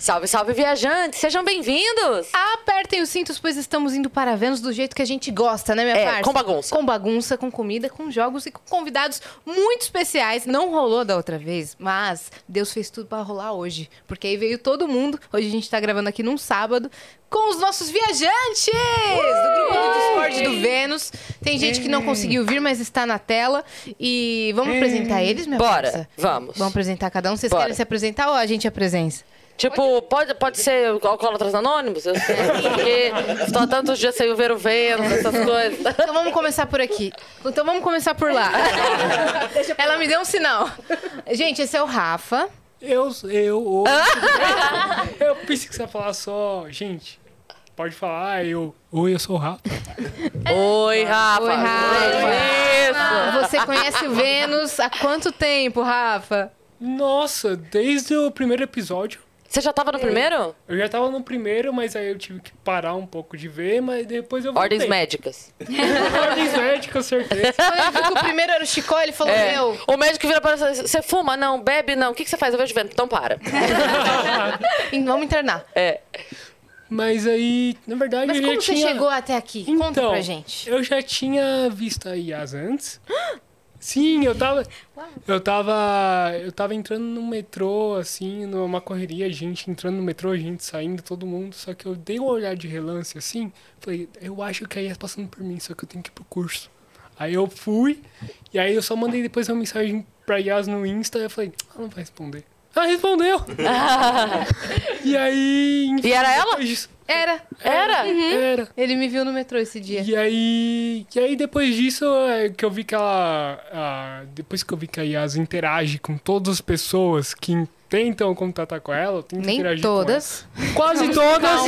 Salve, salve, viajantes! Sejam bem-vindos! Apertem os cintos, pois estamos indo para Vênus do jeito que a gente gosta, né, minha É, parça? com bagunça. Com bagunça, com comida, com jogos e com convidados muito especiais. Não rolou da outra vez, mas Deus fez tudo para rolar hoje. Porque aí veio todo mundo. Hoje a gente tá gravando aqui num sábado com os nossos viajantes do grupo do Discord do Vênus. Tem gente Uhum. que não conseguiu vir, mas está na tela. E vamos apresentar eles, minha Uhum. Bora, parça? vamos. Vamos apresentar cada um. Vocês Bora. querem se apresentar ou a gente apresenta? Tipo, pode, pode ser alcoólatras anônimos? Eu sei, porque estou há tantos dias sem ver o Vênus, essas coisas. Então vamos começar por aqui. Então vamos começar por lá. Ela me deu um sinal. Gente, esse é o Rafa. Eu, eu, o- eu pensei que você ia falar só, gente, pode falar, eu, oi, eu sou o Rafa. É. Oi, Rafa! Oi, Rafa. Isso! Você conhece o Vênus há quanto tempo, Rafa? Nossa, desde o primeiro episódio, Você já É. tava tá no primeiro? eu já tava no primeiro, mas aí eu tive que parar um pouco de ver, mas depois eu voltei. Ordens médicas. Ordens médicas, certeza. Quando eu vi que o primeiro era o Chicó, ele falou, É. meu... O médico vira para você, você fuma? Não, bebe? Não. O que, que você faz? Eu vejo Vênus. Então para. "Em- Vamos internar. É. Mas aí, na verdade, Mas eu como já você tinha... chegou até aqui? Conta Então, pra gente. eu já tinha visto a Yas antes. Sim, eu tava. Eu tava. Eu tava entrando no metrô, assim, numa correria, gente entrando no metrô, gente saindo, todo mundo. Só que eu dei uma olhada de relance assim, falei, eu acho que a Yas passando por mim, só que eu tenho que ir pro curso. Aí eu fui, e aí eu só mandei depois uma mensagem pra Yas no Insta, e eu falei, ela não vai responder. Ela Ah, respondeu! e aí. enfim, E era ela? depois disso- Era. Uhum. Era? Era. Ele me viu no metrô esse dia. E aí, e aí depois disso é que eu vi que ela, ah, depois que eu vi que a Yas interage com todas as pessoas que tentam contatar com ela, tentam Nem interagir todas. com ela. quase todas,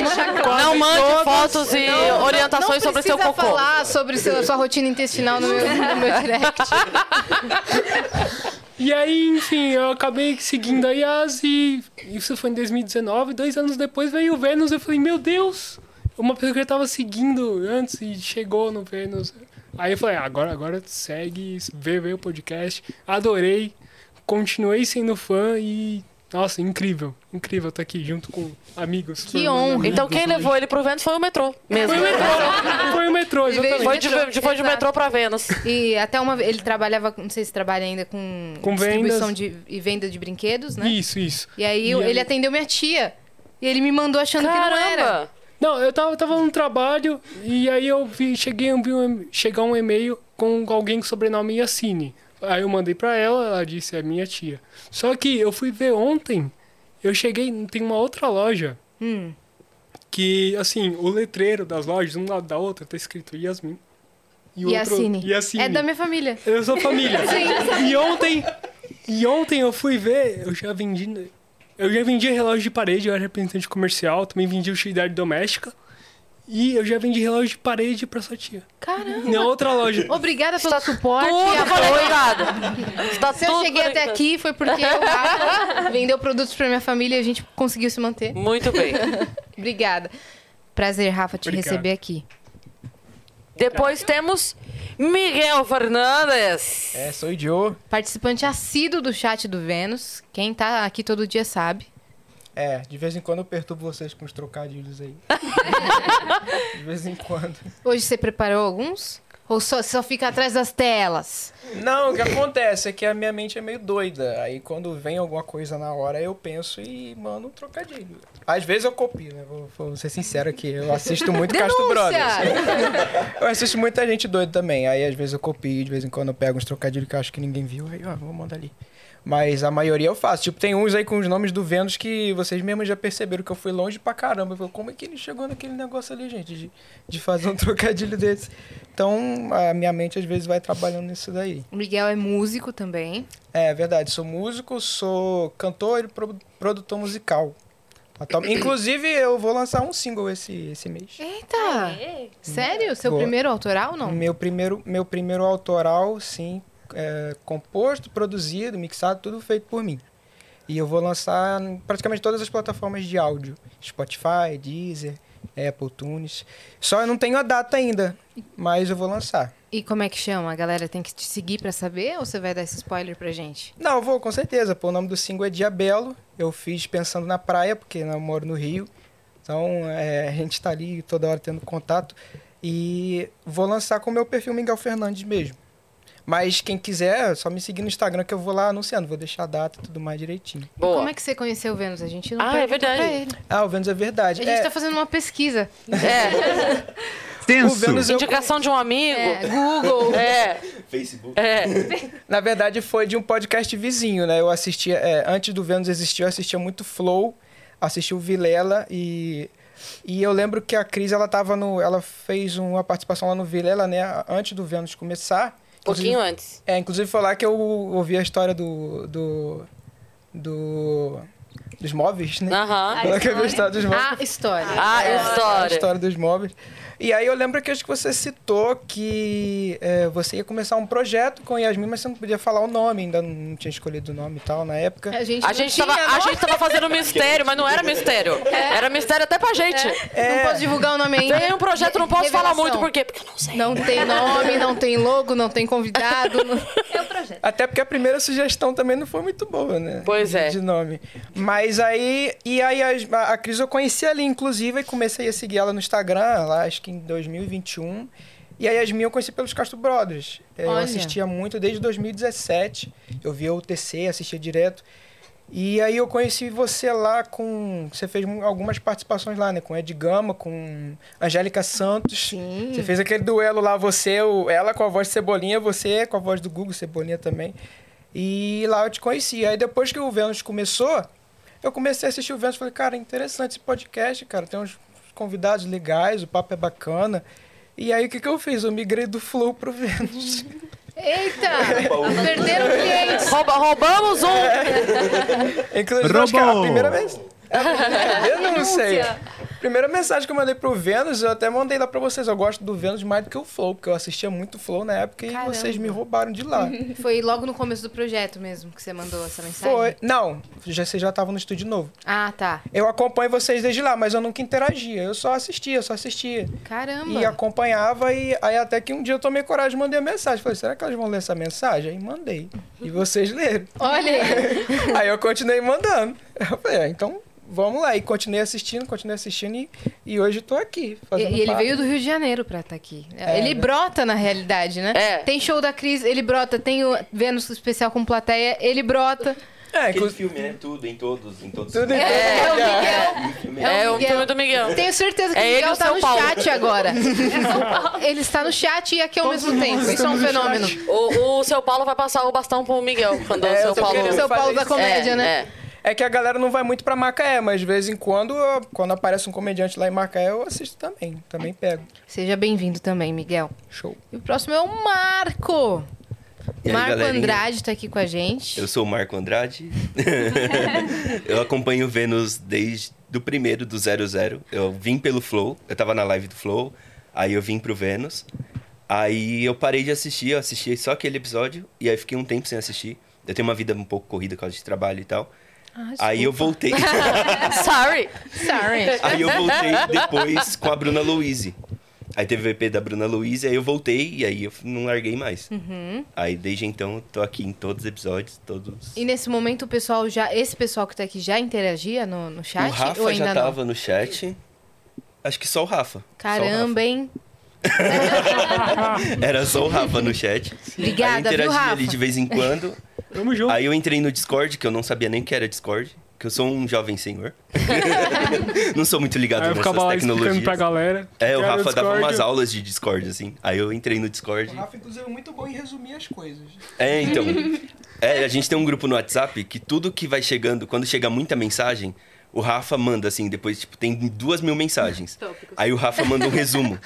quase Não mande todas. fotos e orientações não sobre seu precisa cocô. falar sobre seu- sua rotina intestinal no meu, no meu direct. E aí, enfim, eu acabei seguindo a Yas e isso foi em 2019, dois anos depois veio o Vênus, eu falei, meu Deus, uma pessoa que eu tava seguindo antes e chegou no Vênus. Aí eu falei, ah, agora, agora segue, vê, vê o podcast, adorei, continuei sendo fã e, nossa, incrível, incrível estar aqui junto com amigos. Que formando honra. amigos Então quem hoje. levou ele pro Vênus foi o metrô mesmo. Foi o metrô, foi o metrô, veio exatamente. Foi de, foi de Exato. metrô pra Vênus. E até uma ele trabalhava, não sei se trabalha ainda com, Com distribuição de, e venda de brinquedos, né? Isso, isso. E aí E eu- ele aí- atendeu minha tia. E ele me mandou achando que não era. Caramba! Não, eu tava, tava no trabalho e aí eu vi, cheguei, eu vi um, chegar um e-mail com alguém com sobrenome Yassine. Aí eu mandei pra ela, ela disse, é minha tia. Só que eu fui ver ontem, eu cheguei, tem uma outra loja Hum. que, assim, o letreiro das lojas, um lado da outra, tá escrito Yasmin. E E assine. Yassine. É da minha família. Eu sou família. E ontem, e ontem eu fui ver, eu já vendi. Eu já vendi relógio de parede, eu era representante comercial, também vendi utilidade doméstica. E eu já vendi relógio de parede pra sua tia. Caramba. Na outra loja. Obrigada pelo suporte. e Tudo apoio. conectado. Está Se eu tudo cheguei até conectado. aqui foi porque o Rafa vendeu produtos pra minha família e a gente conseguiu se manter. Muito bem. Obrigada. Prazer, Rafa, te Obrigado. receber aqui. Tá. Depois temos Miguel Fernandes. É, sou o Joe. Participante assíduo do chat do Vênus. Quem tá aqui todo dia sabe. É, de vez em quando eu perturbo vocês com os trocadilhos aí. de vez em quando. Hoje você preparou alguns? Ou só, só fica atrás das telas? Não, o que acontece é que a minha mente é meio doida. Aí quando vem alguma coisa na hora, eu penso e mando um trocadilho. Às vezes eu copio, né? Vou, vou ser sincero aqui. Eu assisto muito Castro Brothers. Eu assisto muita gente doida também. Aí às vezes eu copio, de vez em quando eu pego uns trocadilhos que eu acho que ninguém viu. Aí, ó, vou mandar ali. Mas a maioria eu faço. Tipo, tem uns aí com os nomes do Vênus que vocês mesmos já perceberam que eu fui longe pra caramba. Eu falei, como é que ele chegou naquele negócio ali, gente, de, de fazer um trocadilho desse? Então, a minha mente às vezes vai trabalhando nisso daí. O Miguel é músico também. É verdade, sou músico, sou cantor e pro- produtor musical. Atual- Inclusive, eu vou lançar um single esse, esse mês. Eita! Sério? Seu Boa. primeiro autoral, não? Meu primeiro, meu primeiro autoral, sim, é, composto, produzido, mixado, tudo feito por mim. E eu vou lançar em praticamente todas as plataformas de áudio: Spotify, Deezer, Apple Tunes. Só eu não tenho a data ainda, mas eu vou lançar. E como é que chama? A galera tem que te seguir pra saber ou você vai dar esse spoiler pra gente? Não, eu vou, com certeza. Pô, o nome do single é Diabelo. Eu fiz pensando na praia, porque eu moro no Rio. Então, é, a gente tá ali toda hora tendo contato. E vou lançar com o meu perfil Miguel Fernandes mesmo. Mas quem quiser, é só me seguir no Instagram que eu vou lá anunciando. Vou deixar a data e tudo mais direitinho. Boa. Como é que você conheceu o Vênus? A gente não Ah, é perguntou verdade. pra ele. Ah, o Vênus é A verdade. gente é, tá fazendo uma pesquisa. É, o Tenso. Vênus eu- indicação de um amigo. É, Google. É, Facebook. é. na verdade, foi de um podcast vizinho, né? Eu assistia... é, antes do Vênus existir, eu assistia muito Flow. Assisti o Vilela e... E eu lembro que a Cris, ela tava no... Ela fez uma participação lá no Vilela, né? Antes do Vênus começar. Pouquinho antes. É, inclusive foi lá que eu ouvi a história do. do. do- dos móveis, né? Aham. Foi lá que eu vi a história dos móveis. A história. É. Ah, A história. história dos móveis. E aí eu lembro que acho que você citou que é, você ia começar um projeto com Yasmin, mas você não podia falar o nome, ainda não tinha escolhido o nome e tal na época. A gente, A não gente, tinha, tava, a não? É. gente tava fazendo mistério, mas não era mistério. Era mistério até pra gente. Não posso divulgar o nome ainda. Tem É. um projeto, não posso falar Revelação. muito, por quê? Porque eu não sei. Não tem nome, não tem logo, não tem convidado. não- É o projeto. Até porque a primeira sugestão também não foi muito boa, né? Pois de, é. De nome. Mas aí. E aí a, a- a Cris eu conheci ali, inclusive, e comecei a seguir ela no Instagram, lá acho que em 2021. E a Yasmin eu conheci pelos Castro Brothers. É, Eu Olha. assistia muito desde 2017. Eu via o TC, assistia direto. E aí eu conheci você lá com. Você fez mu- algumas participações lá, né? Com Ed Gama, com Angélica Santos. Sim. Você fez aquele duelo lá, você, o- ela com a voz de Cebolinha, você com a voz do Google Cebolinha também. E lá eu te conheci. Aí depois que o Vênus começou, eu comecei a assistir o Vênus. Falei, cara, interessante esse podcast, cara. Tem uns convidados legais, o papo é bacana. E aí o que, que eu fiz? Eu migrei do Flow pro Vênus. Eita! um. Perderam clientes. Rouba- roubamos um. Inclusive, acho que é a Roubou! primeira vez. Eu não sei. Primeira mensagem que eu mandei pro Vênus, eu até mandei lá pra vocês. Eu gosto do Vênus mais do que o Flow, porque eu assistia muito Flow na época e Caramba. vocês me roubaram um. de lá. Foi logo no começo do projeto mesmo que você mandou essa mensagem? Foi. Não, já, vocês já estavam no estúdio novo. Ah, tá. Eu acompanho vocês desde lá, mas eu nunca interagia. Eu só assistia, eu só assistia. Caramba. E acompanhava, e aí até que um dia eu tomei coragem e mandei a mensagem. Falei, será que elas vão ler essa mensagem? Aí mandei. E vocês leram. Olha aí. aí eu continuei mandando. Eu falei, ah, então vamos lá. E continuei assistindo, continuei assistindo, e, e hoje eu tô aqui. E Fazendo e ele parte. veio do Rio de Janeiro pra estar aqui. um É, ele né? brota na realidade, né? É. Tem show da Cris, ele brota. Tem o Vênus especial com plateia, ele brota. É, Aquele inclusive. filme, né? Tudo, em todos, em todos. Tudo em é. todo É, o lugar. Miguel. filme. É o Miguel. filme do Miguel. Tenho certeza que É o ele e Miguel o tá São no Paulo. chat agora. É ele está no chat e aqui ao mesmo tempo. Isso é um fenômeno. O, o seu Paulo vai passar o bastão pro Miguel quando É, o seu eu tô Paulo. querendo São Paulo falei da isso. comédia, É, né? é. É que a galera não vai muito pra Macaé, mas de vez em quando, eu- quando aparece um comediante lá em Macaé, eu assisto também. Também pego. Seja bem-vindo também, Miguel. Show. E o próximo é o Marco. E aí, Marco galerinha? Andrade tá aqui com a gente. Eu sou o Marco Andrade. eu acompanho o Vênus desde do primeiro, do 00. Eu vim pelo Flow, eu tava na live do Flow, aí eu vim pro Vênus. Aí eu parei de assistir, eu assisti só aquele episódio, e aí fiquei um tempo sem assistir. Eu tenho uma vida um pouco corrida por causa de trabalho e tal. aí eu voltei. Sorry. Sorry. Aí eu voltei depois com a Bruna Louise. Aí teve o EP da Bruna Louise, aí eu voltei e aí eu não larguei mais. Aí desde então eu tô aqui em todos os episódios, todos. Uhum. E nesse momento o pessoal já. Esse pessoal que tá aqui já interagia no, no chat? o Rafa ou ainda já não? tava no chat. Acho que só o Rafa. Só o Rafa. Caramba, hein? Era só o Rafa no chat. Obrigada, aí eu viu, interagia Rafa? ali de vez em quando. Tamo junto. Aí eu entrei no Discord, que eu não sabia nem o que era Discord, que eu sou um jovem senhor. não sou muito ligado Aí eu nessas ficava lá explicando tecnologias. pra galera. É, o Cara, Rafa dava Discord. umas aulas de Discord, assim. Aí eu entrei no Discord. O Rafa, inclusive, é muito bom em resumir as coisas. É, então. É, a gente tem um grupo no WhatsApp que tudo que vai chegando, quando chega muita mensagem, o Rafa manda, assim, depois, tipo, tem duas mil mensagens. Aí o Rafa manda um resumo.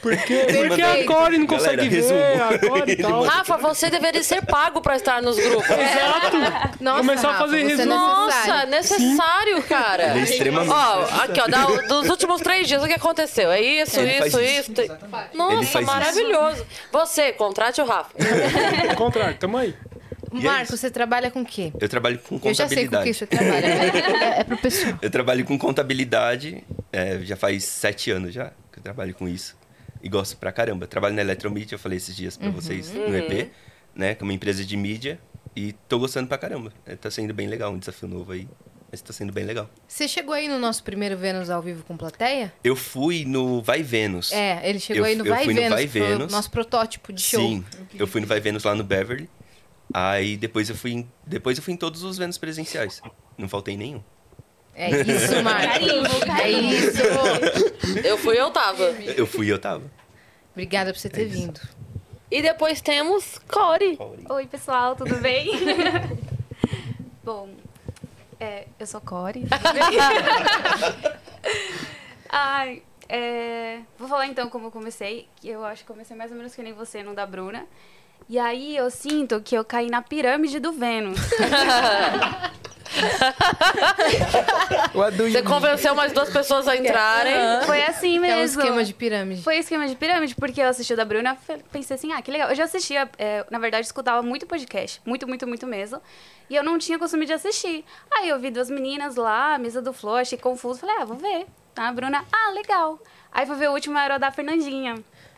Por quê? Ele Porque mandou- a Core Galera, não consegue ver, resumo. a Core e Ele tal. mandou- Rafa, você deveria ser pago pra estar nos grupos. Nossa, É. Começar a Rafa, fazer você é resumo. Nossa, necessário. necessário, cara. Ele é extremamente Ó, aqui, ó, da- dos últimos três dias, o que aconteceu? É isso, Ele isso, faz isso. isso. tem- Ele Nossa, faz isso. maravilhoso. Você, contrate o Rafa. Ao contrário, Ah, tamo aí. E é Marco, isso. você trabalha com o quê? Eu trabalho com Eu já sei com o que contabilidade. você tá trabalha. É, é pro pessoal. Eu trabalho com contabilidade, é, já faz sete anos já que eu trabalho com isso. e gosto pra caramba. Trabalho na Eletromídia, eu falei esses dias Uhum. pra vocês Uhum. no EP, né? Que é uma empresa de mídia. E tô gostando pra caramba. É, tá sendo bem legal, um desafio novo aí. Mas tá sendo bem legal. Você chegou aí no nosso primeiro Vênus ao vivo com plateia? Eu fui no Vai Vênus. É, ele chegou Eu- aí no eu Vai fui no Vênus, Vai que foi o Vênus. nosso protótipo de show. Sim, eu fui no Vai Vênus lá no Beverly. Aí depois eu fui em, depois eu fui em todos os Vênus presenciais. Não faltei nenhum. É isso, Marcos. Carimbo, É carimbo. isso. Eu fui, eu tava. Eu fui e eu tava. Obrigada por você É ter vindo. E depois temos Core. Oi, pessoal, tudo bem? Bom, é, eu sou Core. Ai, é, vou falar então como eu comecei, que eu acho que comecei mais ou menos que nem você, não da Bruna. E aí eu sinto que eu caí na pirâmide do Vênus. O Aduí. Você convenceu mais duas pessoas a entrarem. Foi assim É mesmo. um esquema de pirâmide. Foi esquema de pirâmide, porque eu assisti o da Bruna, fe- pensei assim, ah, que legal. Eu já assistia, é, na verdade, escutava muito podcast, muito, muito, muito mesmo. E eu não tinha costume de assistir. Aí eu vi duas meninas lá, mesa do Flor, achei confuso, falei, ah, vou ver. Tá, a Bruna, ah, legal. Aí fui ver o último, era o da Fernandinha.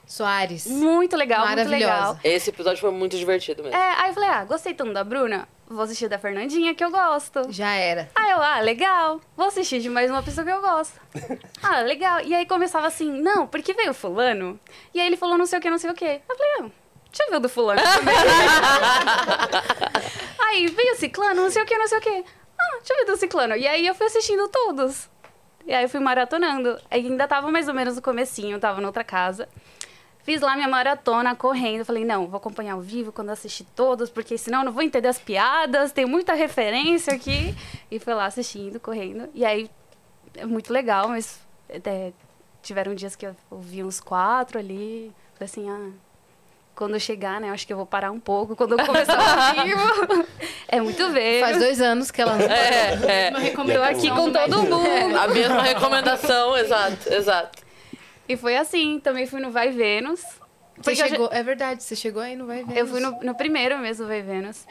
Soares. Muito legal, muito Maravilhosa. legal. Esse episódio foi muito divertido mesmo. É, aí eu falei, ah, gostei tanto da Bruna, vou assistir o da Fernandinha, que eu gosto. Já era. Aí eu, ah, legal, vou assistir de mais uma pessoa que eu gosto. Ah, legal. E aí começava assim, não, porque veio fulano. E aí ele falou não sei o que, não sei o que. Eu falei, não, deixa eu ver o do fulano também. aí veio o ciclano, não sei o que, não sei o que. Ah, deixa eu ver do ciclano. E aí eu fui assistindo todos. E aí eu fui maratonando. Aí ainda tava mais ou menos no comecinho, tava noutra casa. Fiz lá minha maratona correndo. Falei, não, vou acompanhar ao vivo quando assistir todos, porque senão eu não vou entender as piadas, tem muita referência aqui. E fui lá assistindo, correndo. E aí, é muito legal, mas é, tiveram dias que eu ouvi uns quatro ali. Falei assim, ah, quando eu chegar, né, acho que eu vou parar um pouco quando eu começar ao vivo. é muito ver. Faz dois anos que ela não tá. É, é. Tô aqui com todo mundo. A mesma recomendação, exato, exato. E foi assim, também fui no Vai Vênus. Você Porque eu já- chegou, é verdade, você chegou aí, não vai ver. Eu fui no, no primeiro mesmo, Vai Vênus.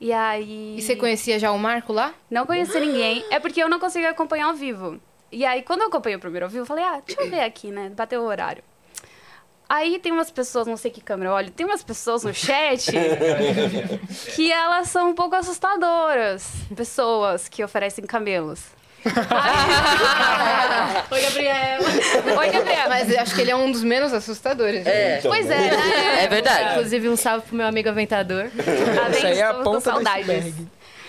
E aí. E você conhecia já o Marco lá? Não conhecia ninguém. É porque eu não conseguia acompanhar ao vivo. E aí, quando eu acompanhei o primeiro ao vivo, eu falei, ah, deixa eu ver aqui, né? Bateu o horário. Aí tem umas pessoas, não sei que câmera eu olho, tem umas pessoas no chat que elas são um pouco assustadoras. Pessoas que oferecem camelos. Aí- Oi, Gabriel. Oi, Gabriel. Mas eu acho que ele é um dos menos assustadores. É, Pois é, né? é verdade. Inclusive, um salve pro meu amigo aventador. Tá Isso vendo? aí é a Tô- tô ponta do saudades. iceberg.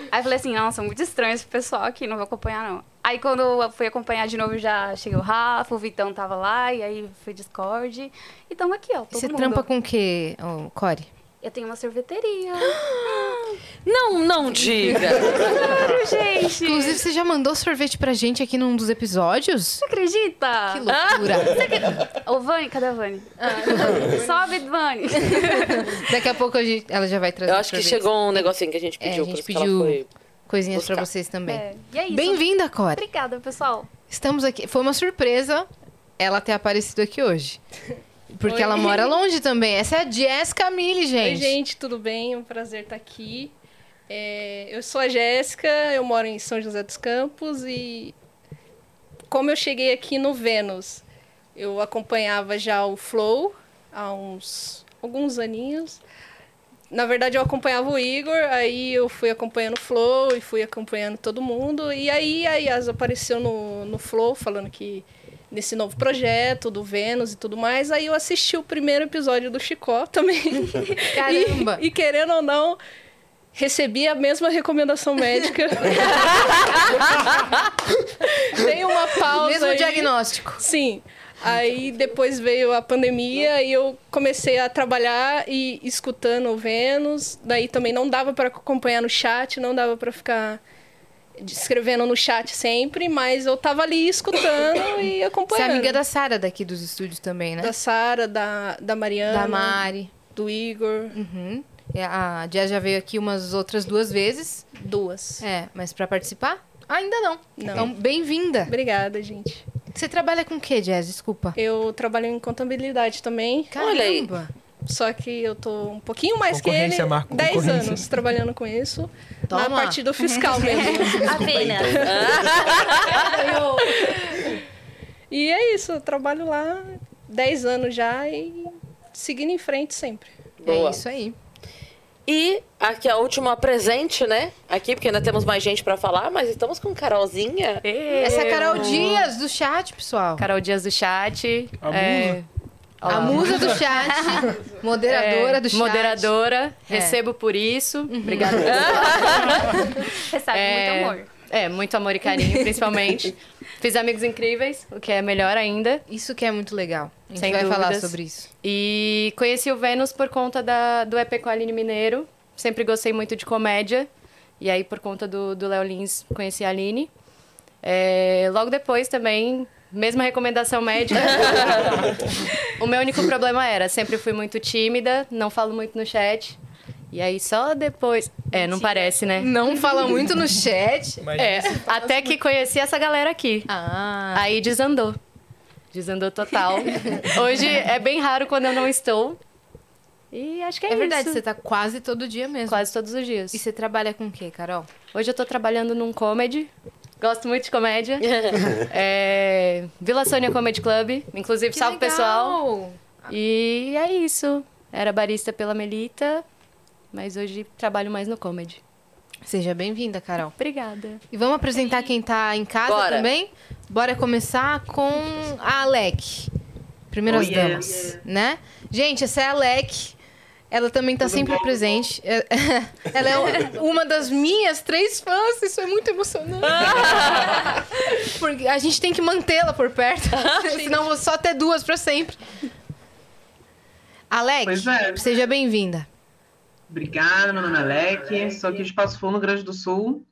Aí eu falei assim, nossa, muito estranho esse pessoal aqui, não vou acompanhar não. Aí quando eu fui acompanhar de novo, já cheguei o Rafa, o Vitão tava lá, e aí foi Discord. E tamo aqui, ó, todo Você mundo. trampa com o quê, ô, Core? Eu tenho uma sorveteria. Não, não diga. Sério, gente! Inclusive, você já mandou sorvete pra gente aqui num dos episódios? Você acredita? Que loucura. Ô, Vani, cadê a Vani? Sobe, Vani! Daqui a pouco a gente- ela já vai trazer Eu acho que sorvete. chegou um negocinho que a gente É, a pediu, gente por isso pediu- que ela foi. coisinhas pra buscar. vocês também. É, e é isso. Bem-vinda, Core. Obrigada, pessoal. Estamos aqui. Foi uma surpresa ela ter aparecido aqui hoje. Porque Oi. ela mora longe também. Essa é a Jess Camille, Oi, gente. gente, tudo bem? É um prazer estar aqui. É, eu sou a Jéssica, eu moro em São José dos Campos e como eu cheguei aqui no Vênus, eu acompanhava já o Flow há uns alguns aninhos. Na verdade, eu acompanhava o Igor, aí eu fui acompanhando o Flow e fui acompanhando todo mundo. E aí a Yas apareceu no, no Flow falando que nesse novo projeto do Vênus e tudo mais. Aí eu assisti o primeiro episódio do Chicó também. Caramba. E, e querendo ou não, recebi a mesma recomendação médica. Tem uma pausa. Mesmo aí. diagnóstico. Sim. Aí depois veio a pandemia e eu comecei a trabalhar e escutando o Vênus. Daí também não dava para acompanhar no chat, não dava para ficar escrevendo no chat sempre, mas eu tava ali escutando e Você é acompanhando. amiga da Sara daqui dos estúdios também, né? da Sara, da, da Mariana, Da Mari. do Igor. Uhum. É, A Jess já veio aqui umas outras duas vezes. Duas. É, mas pra participar? Ainda não. Não. Então, bem-vinda. Obrigada, gente. Você trabalha com o quê, Jazz? Desculpa. Eu trabalho em contabilidade também, Olha aí. Caramba. só que eu tô um pouquinho mais que ele. Concorrência, Marco, 10 concorrência. anos trabalhando com isso. Toma. Na parte do fiscal mesmo. Apenas. e é isso, eu trabalho lá 10 anos já e seguindo em frente sempre. Boa. É isso aí. E aqui é a última presente, né? Aqui, porque ainda temos mais gente pra falar, mas estamos com Carolzinha. Essa é a Carol Dias do chat, pessoal. Carol Dias do chat. A é, olha A lá. musa do chat. moderadora É, do chat. Moderadora. É. Uhum. Recebo por isso. Obrigada. Recebe É, muito amor. É, muito amor e carinho, principalmente. Fiz amigos incríveis, o que é melhor ainda. Isso que é muito legal. A gente Sem vai falar dúvidas. sobre isso. E conheci o Vênus por conta da, do EP com a Aline Mineiro. Sempre gostei muito de comédia. E aí, por conta do do Léo Lins, conheci a Aline. É, logo depois também, mesma recomendação médica. o meu único problema era, sempre fui muito tímida, não falo muito no chat. E aí, só depois... É, não parece, né? Não fala muito no chat. Mas É, até que conheci essa galera aqui. Ah, Aí desandou. Desandou total. Hoje é bem raro quando eu não estou. E acho que é, é verdade, isso. você tá quase todo dia mesmo. Quase todos os dias. E você trabalha com o quê, Carol? Hoje eu tô trabalhando num comedy. Gosto muito de comédia. É, Vila Sônia Comedy Club. Inclusive, Que salve legal! pessoal. E é isso. Era barista pela Melita, mas hoje trabalho mais no comedy. Seja bem-vinda, Carol. Obrigada. E vamos apresentar quem tá em casa Bora. também? Bora começar com a Alec. Oh, Primeiras damas, né? Gente, essa é a Alec. Ela também tá sempre presente. É- Ela é uma das minhas três fãs. Isso é muito emocionante. Porque a gente tem que mantê-la por perto. Senão eu vou só ter duas pra sempre. Alec, Pois é. seja bem-vinda. Obrigada, meu nome é Alec, sou aqui de Passo Fundo, Rio Grande do Sul.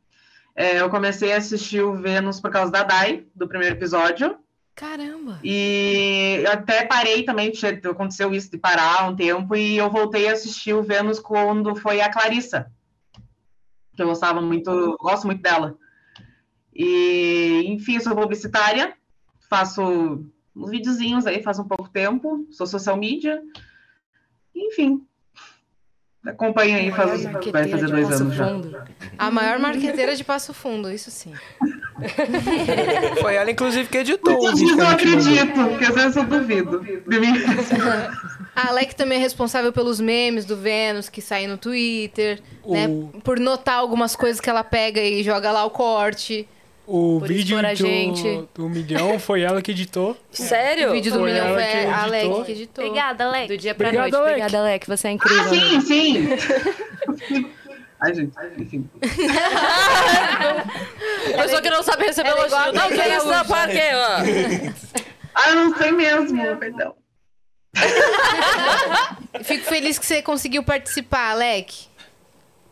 É, eu comecei a assistir o Vênus por causa da Dai, do primeiro episódio, Caramba. e eu até parei também, tinha- aconteceu isso de parar um tempo, e eu voltei a assistir o Vênus quando foi a Clarissa, que eu gostava muito, eu gosto muito dela. E, enfim, eu sou publicitária, faço uns videozinhos aí faz um pouco tempo, sou social media, enfim. Acompanha aí, faz, vai fazer dois anos já. A maior marqueteira de Passo Fundo, isso sim. Foi ela, inclusive, que editou. Porque o às vezes vídeo eu que não a gente mandou. acredito, porque às vezes eu duvido de mim. A Alec também é responsável pelos memes do Vênus que saem no Twitter, O- né? Por notar algumas coisas que ela pega e joga lá o corte. O Por vídeo expor a do, gente. do milhão foi ela que editou. Sério? O vídeo do Foi Milhão ela é que a editou. Alec que editou. Obrigada, Alex. Do dia pra Obrigado, noite. Alec. Obrigada, Alec. Você é incrível. Ah, sim, sim. Ai, gente, enfim. Eu só que não sabe receber Ela é elogio. igual a Não, Cláudia que isso não, Araújo. para quê? Ah, eu não sei mesmo, perdão. Fico feliz que você conseguiu participar, Alec.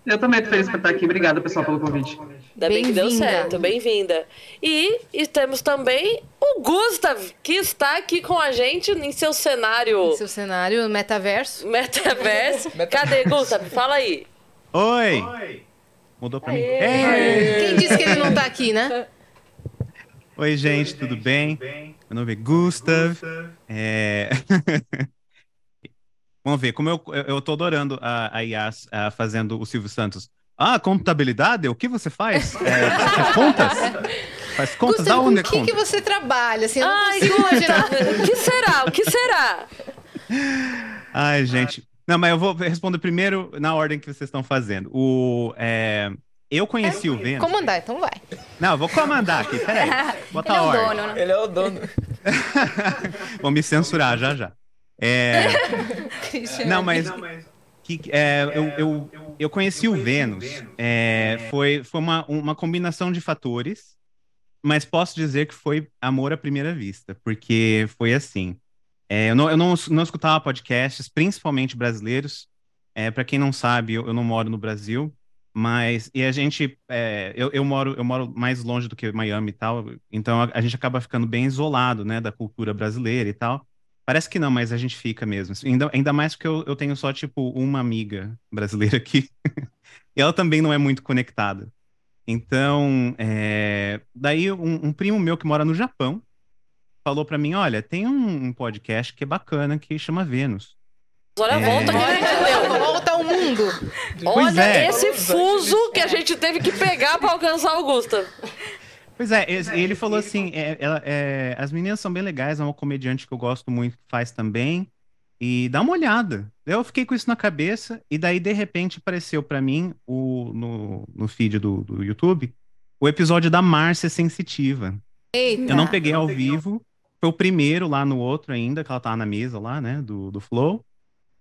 Eu também tô feliz por estar aqui. Obrigada, pessoal, pelo convite. Ainda bem que deu Bem-vinda. certo, bem-vinda. E, e temos também o Gustav, que está aqui com a gente em seu cenário Seu cenário, metaverso. metaverso. Cadê, Gustav? Fala aí. Oi! Mudou pra mim? Ei! Quem disse que ele não tá aqui, né? Oi, gente, tudo bem? Meu nome é Gustav. É... Vamos ver, como eu, eu eu tô adorando a, a Yas ah, fazendo o Silvio Santos. Ah, contabilidade? O que você faz? É, você faz contas? Faz contas? da Gustav, com onde é o que, que conta? você trabalha? Assim, eu não Ai, consigo imaginar. Gustav, o que será? O que será? Ai, gente. Não, mas eu vou responder primeiro na ordem que vocês estão fazendo. O, é, Eu conheci o Vênus. Comandar, então vai. um Não, eu vou comandar aqui, peraí. Botar Ele é o ordem. dono, né? Ele é o dono. Vão me censurar já já. É, não, mas. que- é, eu, eu, eu conheci o Vênus. é, foi foi uma, uma combinação de fatores, mas posso dizer que foi amor à primeira vista, porque foi assim. É, eu não, eu não, não escutava podcasts, principalmente brasileiros. É, Para quem não sabe, eu, eu não moro no Brasil, mas e a gente, é, eu, eu moro, eu moro mais longe do que Miami e tal, então a, a gente acaba ficando bem isolado, né, da cultura brasileira e tal. Parece que não, mas a gente fica mesmo. Ainda, ainda mais porque eu, eu tenho só, tipo, uma amiga brasileira aqui. e ela também não é muito conectada. Então, é, daí um, um primo meu que mora no Japão falou pra mim, olha, tem um, um podcast que é bacana que chama Vênus. Olha a É. volta que a gente deu. Volta ao mundo. Pois Olha é. esse fuso que a gente teve que pegar pra alcançar o Gustav. Pois é, es- ele falou assim: é, ela- é, as meninas são bem legais, é uma comediante que eu gosto muito, que faz também, e dá uma olhada. Eu fiquei com isso na cabeça, e daí de repente apareceu pra mim o, no, no feed do, do YouTube o episódio da Márcia Sensitiva. Eita. Tá. Eu não peguei ao vivo. Foi o primeiro lá no outro ainda, que ela tava na mesa lá, né? Do, do Flow.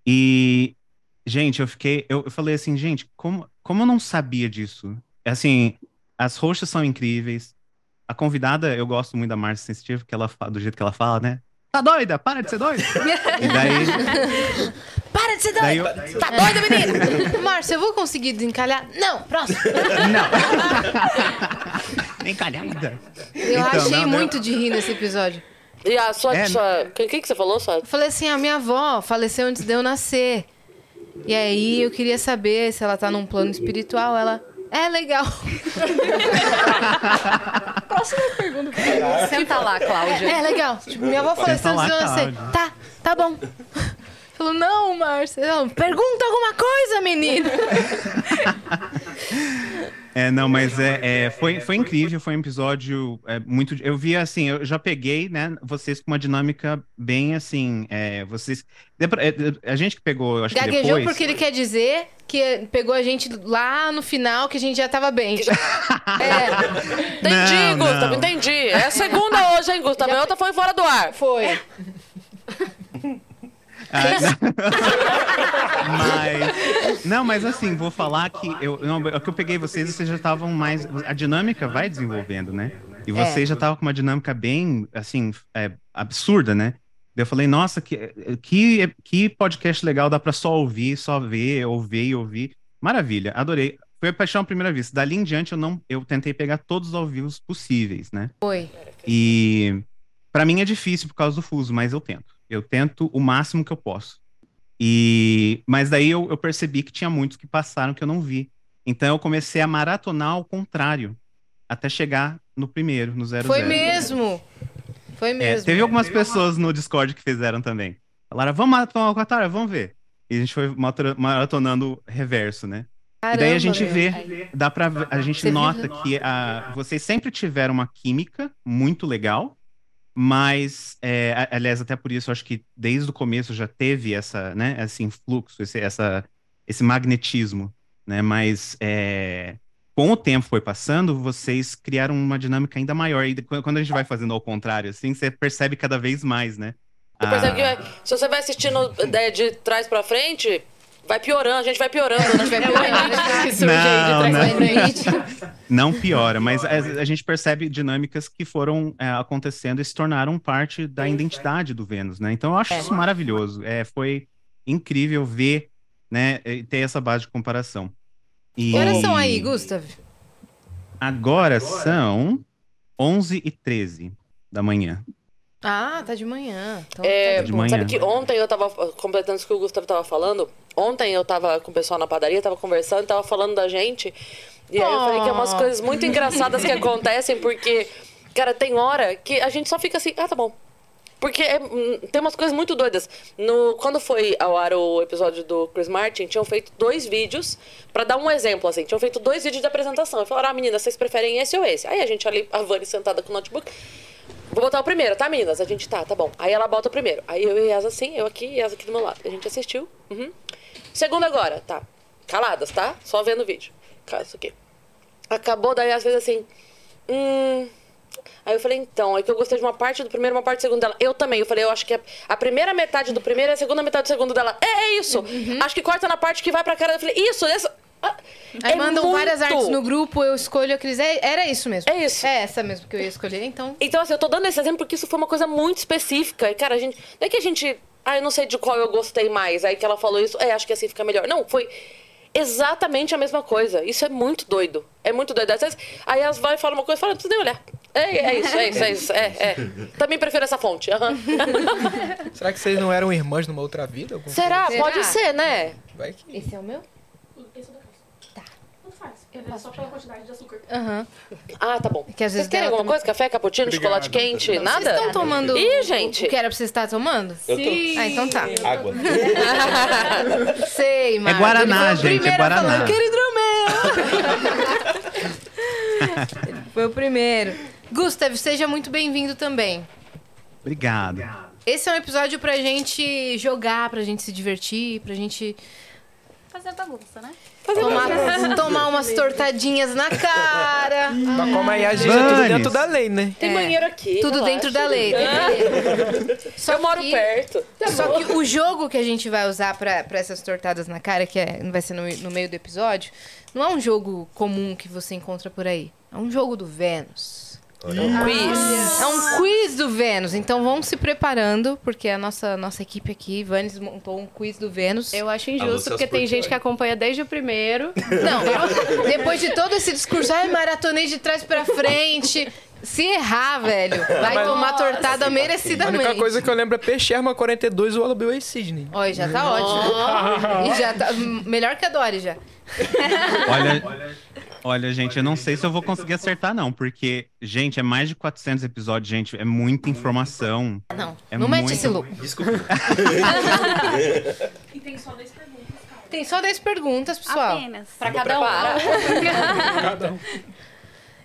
E, gente, eu fiquei. Eu, eu falei assim, gente, como, como eu não sabia disso? Assim, as roxas são incríveis. A convidada, eu gosto muito da Márcia Sensitiva, que ela, fa- do jeito que ela fala, né? Tá doida? Para de ser doida! E daí. Para de ser doido! Daí eu- Tá doido, menino? Márcia, eu vou conseguir desencalhar? Não, próximo. Nem calhada! Eu Então, achei não, daí eu- muito de rir nesse episódio. E a sua. É. sua... O que, que que você falou, sua? Eu falei assim, a minha avó faleceu antes de eu nascer. E aí eu queria saber se ela tá num plano espiritual. Ela, é legal. Próxima pergunta. Senta lá, Cláudia. É legal. Tipo, minha avó faleceu Senta antes lá, de eu nascer. Cláudia. Tá, tá bom. Falou, não, Márcia. não, Pergunta alguma coisa, menino. É, não, mas é, é, foi, foi incrível, foi um episódio é, muito. Eu vi assim, eu já peguei, né, vocês com uma dinâmica bem assim. é, vocês. dê pra- é, é, A gente que pegou, eu acho que Gaguejou depois. porque ele quer dizer que pegou a gente lá no final, que a gente já tava bem. É, Entendi, Não, Gustavo, não. entendi. É a segunda hoje, hein, Gustavo? A outra foi fora do ar. foi. Ah, Mas. Não, mas assim, vou falar que eu, não, é que eu peguei vocês, vocês já estavam mais. A dinâmica vai desenvolvendo, né? E vocês já estavam com uma dinâmica bem, assim, é, absurda, né? Daí Eu falei, nossa, que, que, que podcast legal, dá pra só ouvir, só ver, ouvir e ouvir. Maravilha, adorei. Foi paixão à primeira vista. Dali em diante, eu, não, eu tentei pegar todos os ao vivos possíveis, né? Foi. E pra mim é difícil por causa do fuso, mas eu tento. Eu tento o máximo que eu posso. E mas daí eu, eu percebi que tinha muitos que passaram que eu não vi. Então eu comecei a maratonar ao contrário, até chegar no primeiro, no zero Foi zero. mesmo. Foi É, mesmo. teve algumas pessoas no Discord que fizeram também. Falaram, vamos maratonar ao contrário, vamos ver. E a gente foi matra- maratonando reverso, né? E daí a Caramba, gente meu. vê, dá pra, ver- a gente Você viu? nota que a, vocês sempre tiveram uma química muito legal, mas, é, a- aliás, até por isso, eu acho que desde o começo já teve essa, né, esse influxo, esse, essa, esse magnetismo, né, mas é, com o tempo foi passando, vocês criaram uma dinâmica ainda maior, e qu- quando a gente vai fazendo ao contrário, assim, você percebe cada vez mais, né? Você percebe a- que, é, se você vai assistindo é, de trás pra frente, vai piorando, a gente vai piorando. né? É uma elite que surge Não, aí de trás não. pra frente. Não piora, mas a, a gente percebe dinâmicas que foram é, acontecendo e se tornaram parte da identidade do Vênus, né? Então eu acho isso maravilhoso. É, foi incrível ver, né, e ter essa base de comparação. E Que horas são aí, Gustav? Agora são 11 e 13 da manhã. Ah, tá de manhã. Então É, tá de manhã. Sabe que ontem eu tava completando isso que o Gustavo tava falando. Ontem eu tava com o pessoal na padaria, tava conversando, tava falando da gente. E aí eu falei que é umas Oh. coisas muito engraçadas que acontecem, assim, porque, cara, tem hora que a gente só fica assim, ah, tá bom. Porque é, hum, tem umas coisas muito doidas. No, quando foi ao ar o episódio do Chris Martin, tinham feito dois vídeos, pra dar um exemplo, assim, tinham feito dois vídeos de apresentação. E falaram, ah, meninas, vocês preferem esse ou esse? Aí a gente ali, a Vani sentada com o notebook. Vou botar o primeiro, tá, meninas? A gente tá, tá bom. Aí ela bota o primeiro. Aí eu e Yas assim, eu aqui e Yas aqui do meu lado. A gente assistiu. Uhum. Segundo agora, tá. Caladas, tá? Só vendo o vídeo. Cara, isso aqui. Acabou, daí Yas fez assim. Hum. Aí eu falei, então, é que eu gostei de uma parte do primeiro, uma parte do segundo dela. Eu também. Eu falei, eu acho que a, a primeira metade do primeiro e a segunda metade do segundo dela. É, é isso. Uhum. Acho que corta na parte que vai pra cara. Eu falei, isso, essa. Ah, Aí é mandam várias muito. artes no grupo, eu escolho a Cris. É- era isso mesmo. É isso. É essa mesmo que eu ia escolher, então. Então, assim, eu tô dando esse exemplo porque isso foi uma coisa muito específica. E, cara, a gente. Não é que a gente. Ah, eu não sei de qual eu gostei mais. Aí que ela falou isso. É, acho que assim fica melhor. Não, foi exatamente a mesma coisa. Isso é muito doido. É muito doido. Às vezes, aí elas vai e fala uma coisa e fala, não precisa nem olhar. É, é isso, é isso, é isso. É, é. Também prefiro essa fonte. aham. Será que vocês não eram irmãs numa outra vida? Alguma assim? Será? Será? Pode ser, né? coisa? Vai que... Esse é o meu? Tá, Não faz. É só pela quantidade de açúcar. Aham. Ah, tá bom. que às vezes Vocês querem dela alguma coisa? Café, cappuccino, chocolate quente? Nada? Vocês estão tomando Ih, o gente. que era pra vocês estar tomando? Eu tô... Ah, então tá. Água. Sei, mas. Guaraná, gente, é Guaraná. Falando, eu quero hidromel. Foi o primeiro. Gustav, seja muito bem-vindo também. Obrigado. Esse é um episódio pra gente jogar, pra gente se divertir, pra gente Fazer bagunça, né? tomar, tomar umas tortadinhas na cara. É. Mas como aí a gente é tudo Vanes. dentro da lei, né? Tem banheiro aqui. Tudo relaxa. dentro da lei. Só Eu moro que- perto. Só que o jogo que a gente vai usar pra, pra essas tortadas na cara, que é- vai ser no, no meio do episódio, não é um jogo comum que você encontra por aí. É um jogo do Vênus. Quiz. É um quiz do Vênus. Então vão se preparando, porque a nossa, nossa equipe aqui, Vannes, montou um quiz do Vênus. Eu acho Alô, seus injusto, porque tem gente portões. que acompanha desde o primeiro. Não, eu- depois de todo esse discurso, ai, maratonei de trás pra frente. Se errar, velho, vai tomar tortada tá A única merecidamente. coisa que eu lembro é Peixerma 42 e Wallaby e Sidney. Olha, já tá ótimo. E já tá hum, melhor que a Dori já. Olha, olha, gente, eu não sei se eu vou conseguir acertar, não, porque, gente, é mais de 400 episódios, gente, é muita informação. Não, É não mete muito- esse louco. Desculpa. Tem só 10 perguntas, pessoal. Apenas. Pra cada um. um.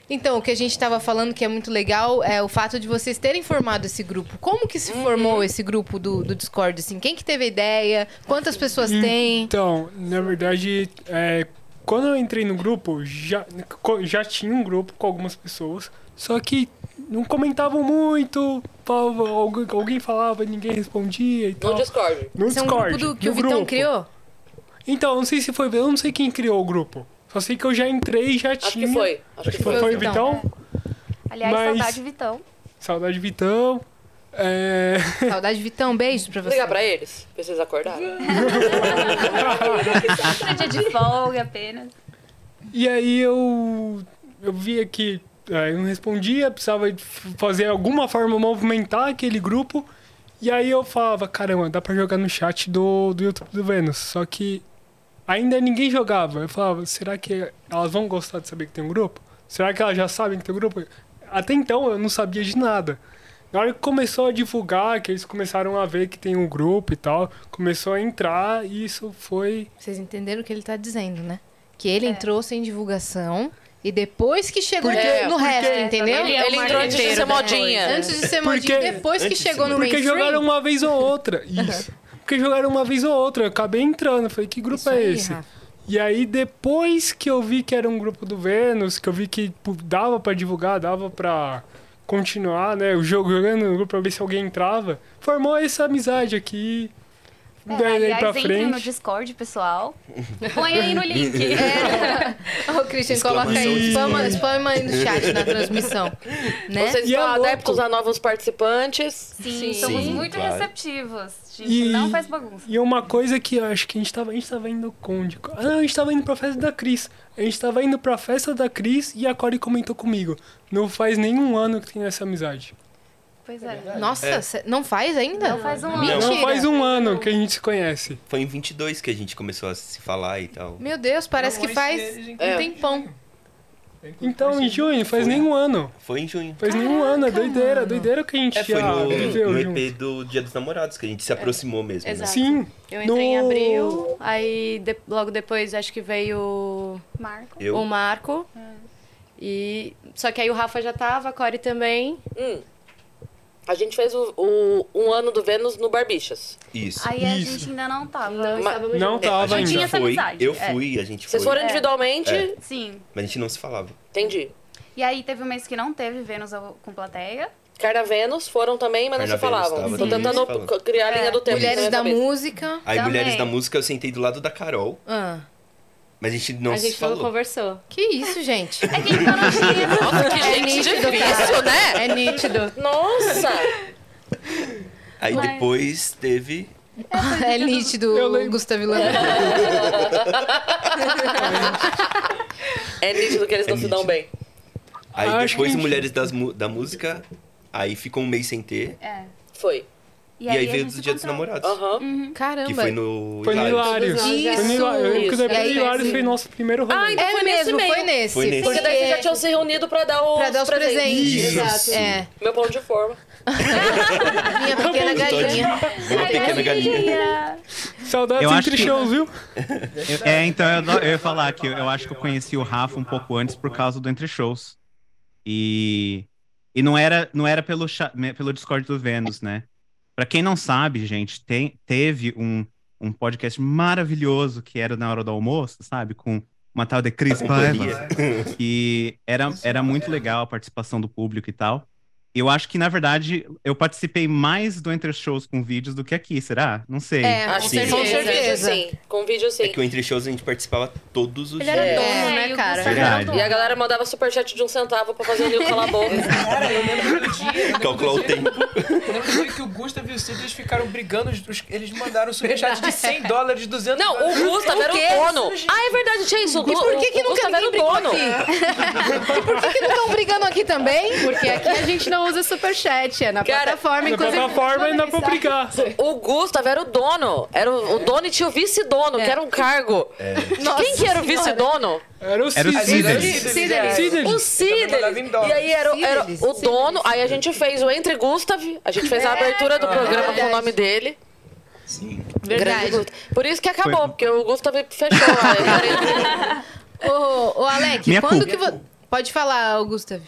Então, o que a gente estava falando que é muito legal é o fato de vocês terem formado esse grupo. Como que se Uhum. formou esse grupo do, do Discord? Assim, quem que teve a ideia? Quantas pessoas tem? Então, na verdade, é, quando eu entrei no grupo, já, co- já tinha um grupo com algumas pessoas, só que não comentavam muito, falava- algu- alguém falava, ninguém respondia e No tal. Discord. No Esse é um Discord, grupo do, que no o Vitão grupo. criou? Então, não sei se foi, eu não sei quem criou o grupo. Só sei que eu já entrei e já Acho tinha. que foi. Acho que foi. Foi o o Vitão. Vitão? Aliás, Mas- saudade, Vitão. Saudade Vitão. É... Saudade, Vitão. Beijo pra Vou você. ligar pra eles, pra vocês acordarem. Outro dia de folga apenas. E aí eu, eu via que é, eu não respondia, precisava de f- fazer alguma forma movimentar aquele grupo. E aí eu falava, caramba, dá pra jogar no chat do, do YouTube do Vênus. Só que ainda ninguém jogava. Eu falava, será que elas vão gostar de saber que tem um grupo? Será que elas já sabem que tem um grupo? Até então eu não sabia de nada. Na hora que começou a divulgar, que eles começaram a ver que tem um grupo e tal, começou a entrar e isso foi. Vocês entenderam o que ele tá dizendo, né? Que É. ele entrou sem divulgação e depois que chegou Porque- no porque- resto, entendeu? Ele, entrou antes de ser modinha. Antes de ser Porque- modinho, depois que Antes de ser chegou no Porque mainstream. jogaram uma vez ou outra. Isso. Porque jogaram uma vez ou outra. Eu acabei entrando. Eu Falei, que grupo Isso é aí, esse? Rafa. E aí, depois que eu vi que era um grupo do Vênus, que eu vi que pu- dava pra divulgar, dava pra continuar, né? O jogo jogando no grupo pra ver se alguém entrava, formou essa amizade aqui. É, daí aliás, pra entrem no frente. Discord, pessoal. É. Põe aí no link. Ô, Christian, coloca Exclamação aí. de Spama, spama aí no chat, na transmissão. Né? Vocês E é estão louco. adeptos a novos participantes. Sim, somos Sim, muito claro. receptivos. Gente, E- não faz bagunça. E uma coisa que eu acho que a gente tava, a gente tava indo com. de- Ah, não, a gente tava indo pra festa da Cris. A gente tava indo pra festa da Cris e a Corey comentou comigo. Não faz nenhum ano que tem essa amizade. Pois é. Nossa, cê- não faz ainda? Não faz um Não. ano. Não Mentira. faz um ano que a gente se conhece. Foi em 22 que a gente começou a se falar e tal. Meu Deus, parece que Não, faz é, esse- esse- um tempão. Então, em junho, faz nenhum ano. Foi em junho. Faz nenhum ano, é doideira, doideira que a gente É, foi já no, viveu no junto. EP do Dia dos Namorados que a gente se aproximou mesmo. né? Exato. Sim. Eu entrei em No- abril, aí de- logo depois acho que veio Marco. Eu, o Marco. Ah. E só que aí o Rafa já tava, a Core também. Hum. A gente fez o, o- um ano do Vênus no Barbichas. isso. Aí a Isso. gente ainda não tava. Não estávamos Não juntos. a tava gente tinha ainda. essa foi, amizade, eu é. fui, a gente foi. Vocês foram individualmente? É. Sim. Mas a gente não se falava. Entendi. E aí teve um mês que não teve Vênus ao- com plateia. Carna Vênus foram também, mas não se Carna Vênus falavam. tava, Tô não se tentando falava. criar a É. linha do tempo. Mulheres na minha da cabeça. música. Aí, Também. Mulheres da Música, eu sentei do lado da Carol, Ah, mas a gente não a se gente não falou. conversou. que isso, gente? É que ainda não tinha. Nossa, que gente difícil, né? É nítido. Nossa! Aí depois teve. É nítido, Eu lembro. Gustavo Lando. É nítido que eles não É se dão nítido. bem. Aí Ah, Acho que a depois gente- Mulheres das Mu- da Música. Aí ficou um mês sem ter. É. Foi. E, aí, a veio gente do Dia dos encontrou. Namorados. Aham. Que Caramba. foi no. Foi no Hilários. Hilários. Isso. Foi no Hilários. Eu lembro que o Isso. EP É, do Hilários sim. foi nosso primeiro rolê. então É foi nesse mesmo, meio. foi nesse. Foi nesse. Porque daí vocês já Porque... tinham se reunido pra dar os, Pra dar os presentes. Isso. É. Meu pão de forma. Minha Tá pequena galinha. Uma então, tipo, pequena galinha. Saudades Eu acho entre que- é. shows, viu? Eu- é, então eu, eu ia falar que eu, eu acho que eu conheci o Rafa um pouco antes por causa do Entre Shows. E, e não era, não era pelo, cha- né, pelo Discord do Vênus, né? Pra quem não sabe, gente, tem, teve um, um podcast maravilhoso que era na hora do almoço, sabe? Com uma tal de Cris Paiva. Companhia. E era, era muito legal a participação do público e tal. Eu acho que, na verdade, eu participei mais do Entre Shows com vídeos do que aqui, será? Não sei. É, Ah, com sim. certeza. Com certeza, sim. Com vídeo, sim. É que o Entre Shows a gente participava todos os Ele dias. era É. dono, e né, o cara? Gustavo Verdade. Dono. E a galera mandava superchat de um centavo pra fazer o Nil calar a boca. Cara, eu lembro do dia. Calcular o tempo. Eu lembro do dia que o Gustavo e o Cid eles ficaram brigando. os- os- Eles mandaram um superchat de 100 dólares, 200 Não, dólares. o tá Gustavo era Hum? quê? o dono. Ah, é verdade, tinha isso. O, E por que, o- que o nunca Gustavo era ninguém o brigou dono. aqui? E por que, que não estão brigando aqui também? Porque aqui a gente não usa superchat, é na Cara, plataforma, Da inclusive. plataforma ainda pra brigar. O Gustavo era o dono. Era o, o dono e tinha o É. vice-dono, que era um cargo. Quem que era o vice-dono? Era o Era o Cid. Cid. Cid. O mandava em Cidelis. dólares. E aí era, era Cidelis, o dono. Aí a gente fez o Entre Gustav. A gente É. fez a abertura do programa com o verdade. nome dele. Sim. Grande Verdade. Gustav. Por isso que acabou, Foi- porque o Gustav fechou lá. Ô, ô Alec, Minha quando culpa. que você. Pode falar, ô, Gustavo.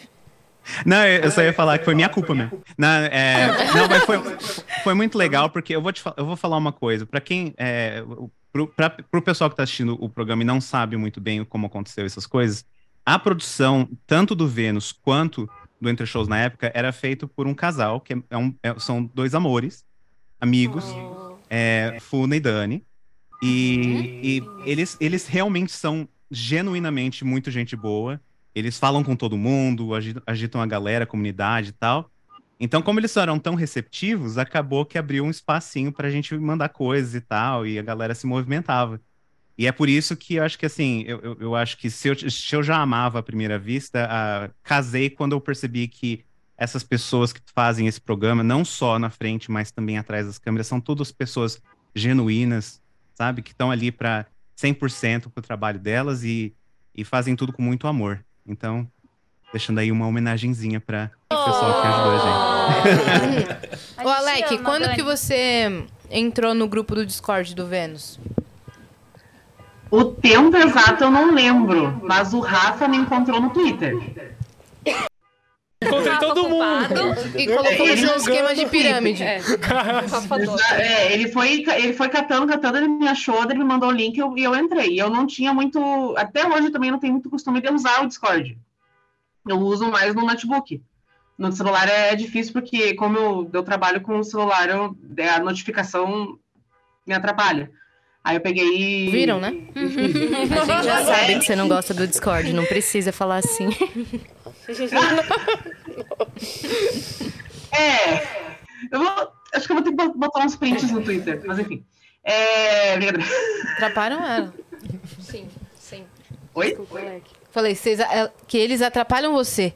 Não, eu eu só ia falar que foi minha culpa mesmo. Não, é, não, mas foi, foi muito legal, porque eu vou, te, fa- eu vou falar uma coisa. Pra quem. É, o- pro, pra, pro pessoal que tá assistindo o programa e não sabe muito bem como aconteceu essas coisas, a produção, tanto do Vênus quanto do Entre Shows na época, era feito por um casal, que é- é um- é- são dois amores, amigos, é, Funa e Dani. E, e eles, eles realmente são genuinamente muito gente boa. Eles falam com todo mundo, agi- agitam a galera, a comunidade e tal. Então, como eles só eram tão receptivos, acabou que abriu um espacinho pra gente mandar coisas e tal, e a galera se movimentava. E é por isso que eu acho que, assim, eu, eu, eu acho que se eu, se eu já amava à primeira vista, ah, casei quando eu percebi que essas pessoas que fazem esse programa, não só na frente, mas também atrás das câmeras, são todas pessoas genuínas, sabe? Que estão ali pra 100% pro trabalho delas e, e fazem tudo com muito amor. Então, deixando aí uma homenagenzinha pra o pessoal que ajudou a gente. A Ô, gente Alec, ama, quando Dani. que você entrou no grupo do Discord do Vênus? O tempo exato eu não lembro, mas o Rafa me encontrou no Twitter. Encontrei Rafa todo mundo. culpado. E colocou Ele você no esquema de pirâmide. É, Rafa Dono. É, ele foi, ele foi catando, catando, ele me achou, ele me mandou o link eu- e eu entrei. E eu não tinha muito. Até hoje eu também não tenho muito costume de usar o Discord. Eu uso mais no notebook. No celular é difícil porque, como eu, eu trabalho com o celular, eu- é, a notificação me atrapalha. Aí eu peguei. e- Uhum. Viram, né? Uhum. A gente já sabe que você não gosta do Discord, não precisa falar assim. É. Eu vou- acho que eu vou ter que bo- botar uns prints no Twitter, mas enfim. É. brincadeira. Atrapalham ela. Sim, sim. Oi? Falei, vocês, ela- que eles atrapalham você.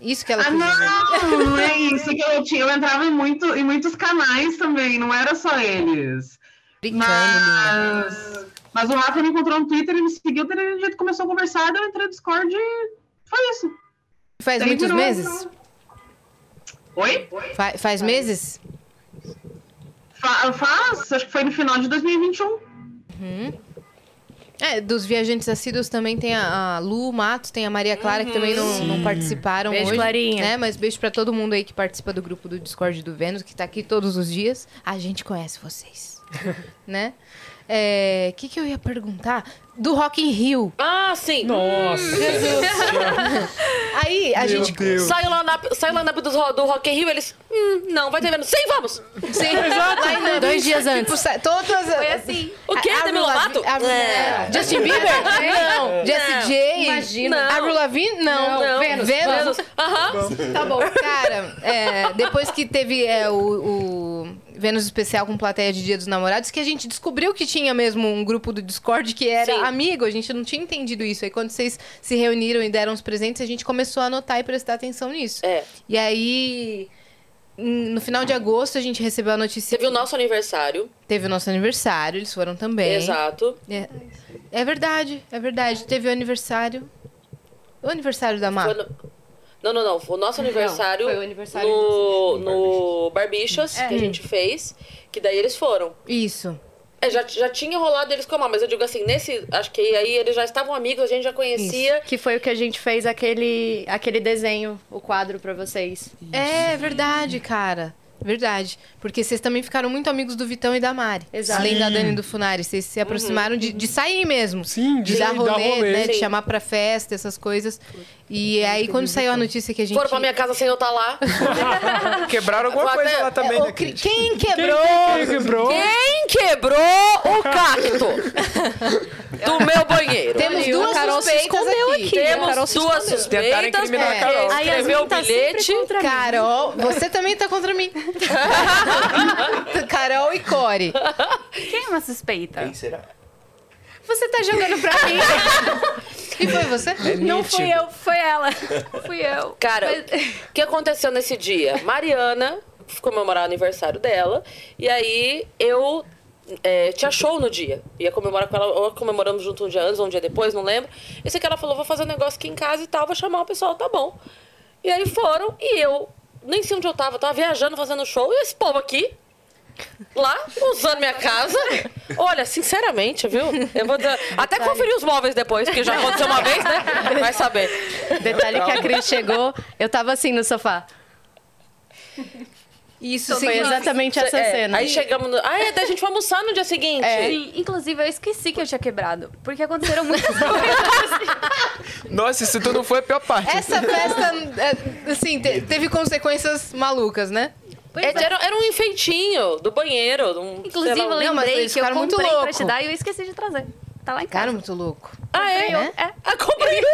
Isso que ela Ah, quis dizer. não, não é isso que eu tinha. Eu entrava em, muito, em muitos canais também, não era só eles. Brincando, linda. Mas, mas o Rafa me encontrou no Twitter, ele me seguiu, daí a gente começou a conversar, daí eu entrei no Discord e foi isso. Faz Daí muitos virou- meses? Oi? Fa- faz meses? Fa- faz, acho que foi no final de 2021. Uhum. É, dos viajantes assíduos também tem a, a Lu Matos, tem a Maria Clara, que também Uhum. não, não participaram Beijo, hoje. Clarinha. Né? Mas beijo pra todo mundo aí que participa do grupo do Discord do Vênus, que tá aqui todos os dias. A gente conhece vocês, né? O que, que eu ia perguntar? Do Rock in Rio. Hum, Ah, sim. Nossa. Aí a gente... Sai o lineup, sai o lineup dos ro- do Rock in Rio, eles. Hum, não, vai ter menos. Sim, vamos! Sim, Exato. Dois dias tipo, antes. sai- todas... Foi assim. O quê? A- Demi Avril Lovato? Lavigne- Avril- É. Justin Bieber? Não. Jesse Não. J? Imagina. Não. Avril Lavigne? Não. Não. Vênus. Vênus. Aham. Tá bom. Cara, é, depois que teve é, o, o Vênus especial com plateia de Dia dos Namorados, que a gente descobriu que tinha mesmo um grupo do Discord que era Sim. amigo, a gente não tinha entendido isso. Aí quando vocês se reuniram e deram os presentes, a gente começou a anotar e prestar atenção nisso. É. E aí, em- no final de agosto, a gente recebeu a notícia Teve o nosso aniversário. teve o nosso aniversário, eles foram também. Exato. É, é verdade, é verdade. Teve o aniversário. O aniversário da Má. Foi no- Não, não, não. O nosso aniversário, foi o aniversário É. no, no Barbichas, que a gente fez. Que daí eles foram. Isso. É, já, já tinha rolado eles comar, mas eu digo assim, nesse. Acho que aí eles já estavam amigos, a gente já conhecia. Que foi o que a gente fez aquele, aquele desenho, o quadro pra vocês. É verdade, cara. Verdade. Porque vocês também ficaram muito amigos do Vitão e da Mari. Exato. Além da Dani e do Funari. Vocês se aproximaram de, de sair mesmo. Sim, de de dar sair, dar rolê, rolê. né? De Uhum. Sim. chamar pra festa, essas coisas. E aí, quando saiu a notícia que a gente. Foram pra minha casa sem eu estar lá. Quebraram alguma Vou coisa até- lá também, Ô, né, Cri- Cris? Quem quebrou? Quem quebrou? Quem quebrou o cacto do meu banheiro? Temos duas Carol se suspeitas escondeu aqui. Temos Carol se duas Tentaram suspeitas porque é. incriminar a Carol. A Yasmin escreveu o tá sempre bilhete. contra mim. Carol, você também tá contra mim. Carol e Core. Quem é uma suspeita? Quem será? Você tá jogando pra mim? E foi você? É Não fui eu, foi ela. Fui eu. Cara, Mas- o que aconteceu nesse dia? Mariana comemorar o aniversário dela. E aí eu é, tinha show no dia. Ia comemorar com ela, ou comemoramos junto um dia antes, ou um dia depois, não lembro. Eu sei que ela falou: vou fazer um negócio aqui em casa e tal, vou chamar o pessoal, tá bom. E aí foram, e eu nem sei onde eu tava, eu tava viajando, fazendo show, e esse povo aqui. Lá, usando minha casa. é. Olha, sinceramente, viu? Eu vou dizer, até conferir os móveis depois, porque já aconteceu uma vez, né? Vai saber. Detalhe que a Cris chegou, eu tava assim no sofá. Isso Foi significa- exatamente essa É, cena. Aí chegamos no. Ah, é, daí a gente foi almoçar no dia seguinte. É. Sim, inclusive eu esqueci que eu tinha quebrado. Porque aconteceram muitas Nossa, isso tudo foi a pior parte. Essa festa, é, assim, te- teve consequências malucas, né? É, era, era um enfeitinho do banheiro. de Um, Inclusive, sei lá, eu é Não, mas lembrei eles que eu ficaram muito comprei pra louco. te dar e eu esqueci de trazer. Tá lá em Cara, casa. muito louco. Ah, é? um, né? É. Ah, comprei.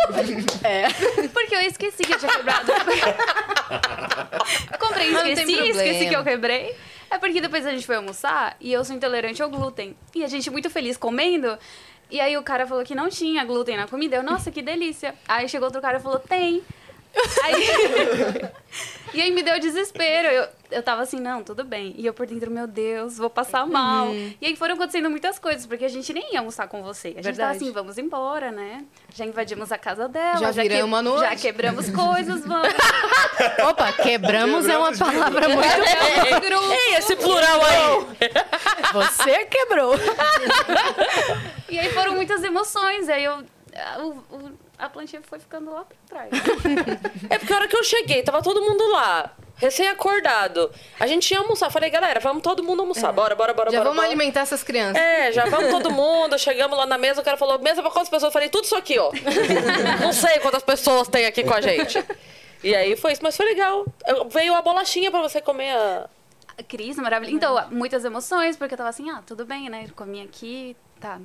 Porque eu esqueci que eu tinha quebrado. comprei, Mas não tem esqueci, esqueci problema. que eu quebrei. É porque depois a gente foi almoçar e eu sou intolerante ao glúten. E a gente muito feliz comendo. E aí o cara falou que não tinha glúten na comida. Eu, nossa, que delícia. Aí chegou outro cara e falou, tem. Aí- e aí me deu desespero. Eu, eu tava assim, não, tudo bem. E eu por dentro, meu Deus, vou passar mal. E aí foram acontecendo muitas coisas, porque a gente nem ia almoçar com você. A gente tava Verdade. assim, vamos embora, né? Já invadimos a casa dela. Já viramos a noite. Já quebramos coisas, vamos. Opa, quebramos é uma palavra muito. é. Ei, esse plural aí. Você quebrou. e aí foram muitas emoções. Aí eu. a- o- o- a plantinha foi ficando lá pra trás. É porque a hora que eu cheguei, tava todo mundo lá. Recém-acordado. A gente ia almoçar. Falei, galera, vamos todo mundo almoçar. Bora, bora, bora, É. Já bora. vamos bora. alimentar essas crianças. É, já vamos todo mundo. Chegamos lá na mesa, o cara falou: mesa pra quantas pessoas? Eu falei: tudo isso aqui, ó. Não sei quantas pessoas tem aqui com a gente. E aí foi isso, mas foi legal. Eu- Veio a bolachinha pra você comer a. A Cris, maravilhosa. Então, muitas emoções, porque eu tava assim, ah, tudo bem, né? Comi aqui, tá.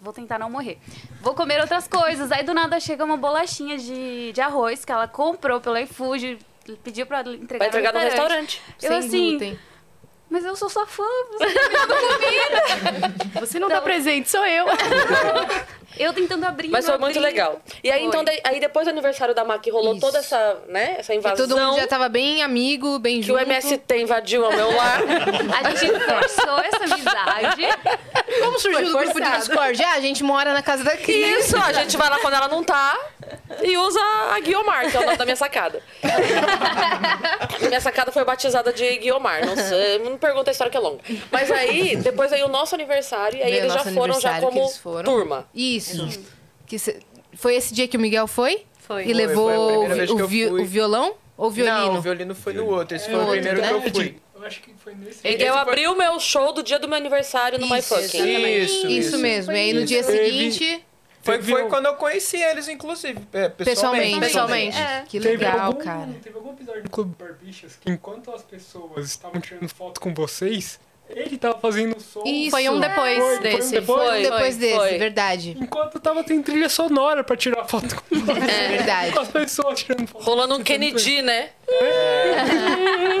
Vou tentar não morrer. Vou comer outras coisas. Aí do nada chega uma bolachinha de, de arroz que ela comprou pelo iFood, pediu pra ela entregar, Vai entregar no restaurante. Eu Sem assim, glúten. mas eu sou sua fã. você tá Você não tá presente, sou eu. Eu tentando abrir. Mas não foi muito abri. legal. E aí, Foi. então, daí- aí depois do aniversário da MAC rolou Isso. toda essa, né, essa E invasão. todo mundo já tava bem amigo, bem Que o junto. MST invadiu o meu lar. A gente forçou essa amizade. Como surgiu o grupo de Discord? Ah, a gente mora na casa da E Cris. isso, a gente vai lá quando ela não tá e usa a Guiomar, que é o nome da minha sacada. minha sacada foi batizada de Guiomar. Não, sei, não pergunta a história que é longa. Mas aí, depois aí o nosso aniversário, e aí Veio eles o já nosso foram já aniversário que como eles foram. turma. Isso. Que cê- Foi esse dia que o Miguel foi? Foi. E levou foi a o primeira vi- vez o, que eu vi- fui. o violão ou o violino? Não, o violino foi no outro. Esse foi o outro, primeiro né? que eu fui. Eu acho que foi nesse. Miguel Esse foi- abriu o meu show do dia do meu aniversário no My Isso, Fucking. Isso, isso, mesmo. E aí no dia Teve- seguinte, Foi, Teve foi um- quando eu conheci eles, inclusive. é, pessoalmente. pessoalmente. pessoalmente. É. Que Teve legal, algum- cara. Teve algum episódio do Clube Barbichas que enquanto as pessoas estavam tirando foto com vocês, ele tava fazendo som. Isso. Foi um depois Foi, foi um desse. depois. Foi depois foi, desse, foi. verdade. Enquanto tava tendo trilha sonora pra tirar foto com vocês. É verdade. As pessoas tirando foto. Rolando um Kennedy, né?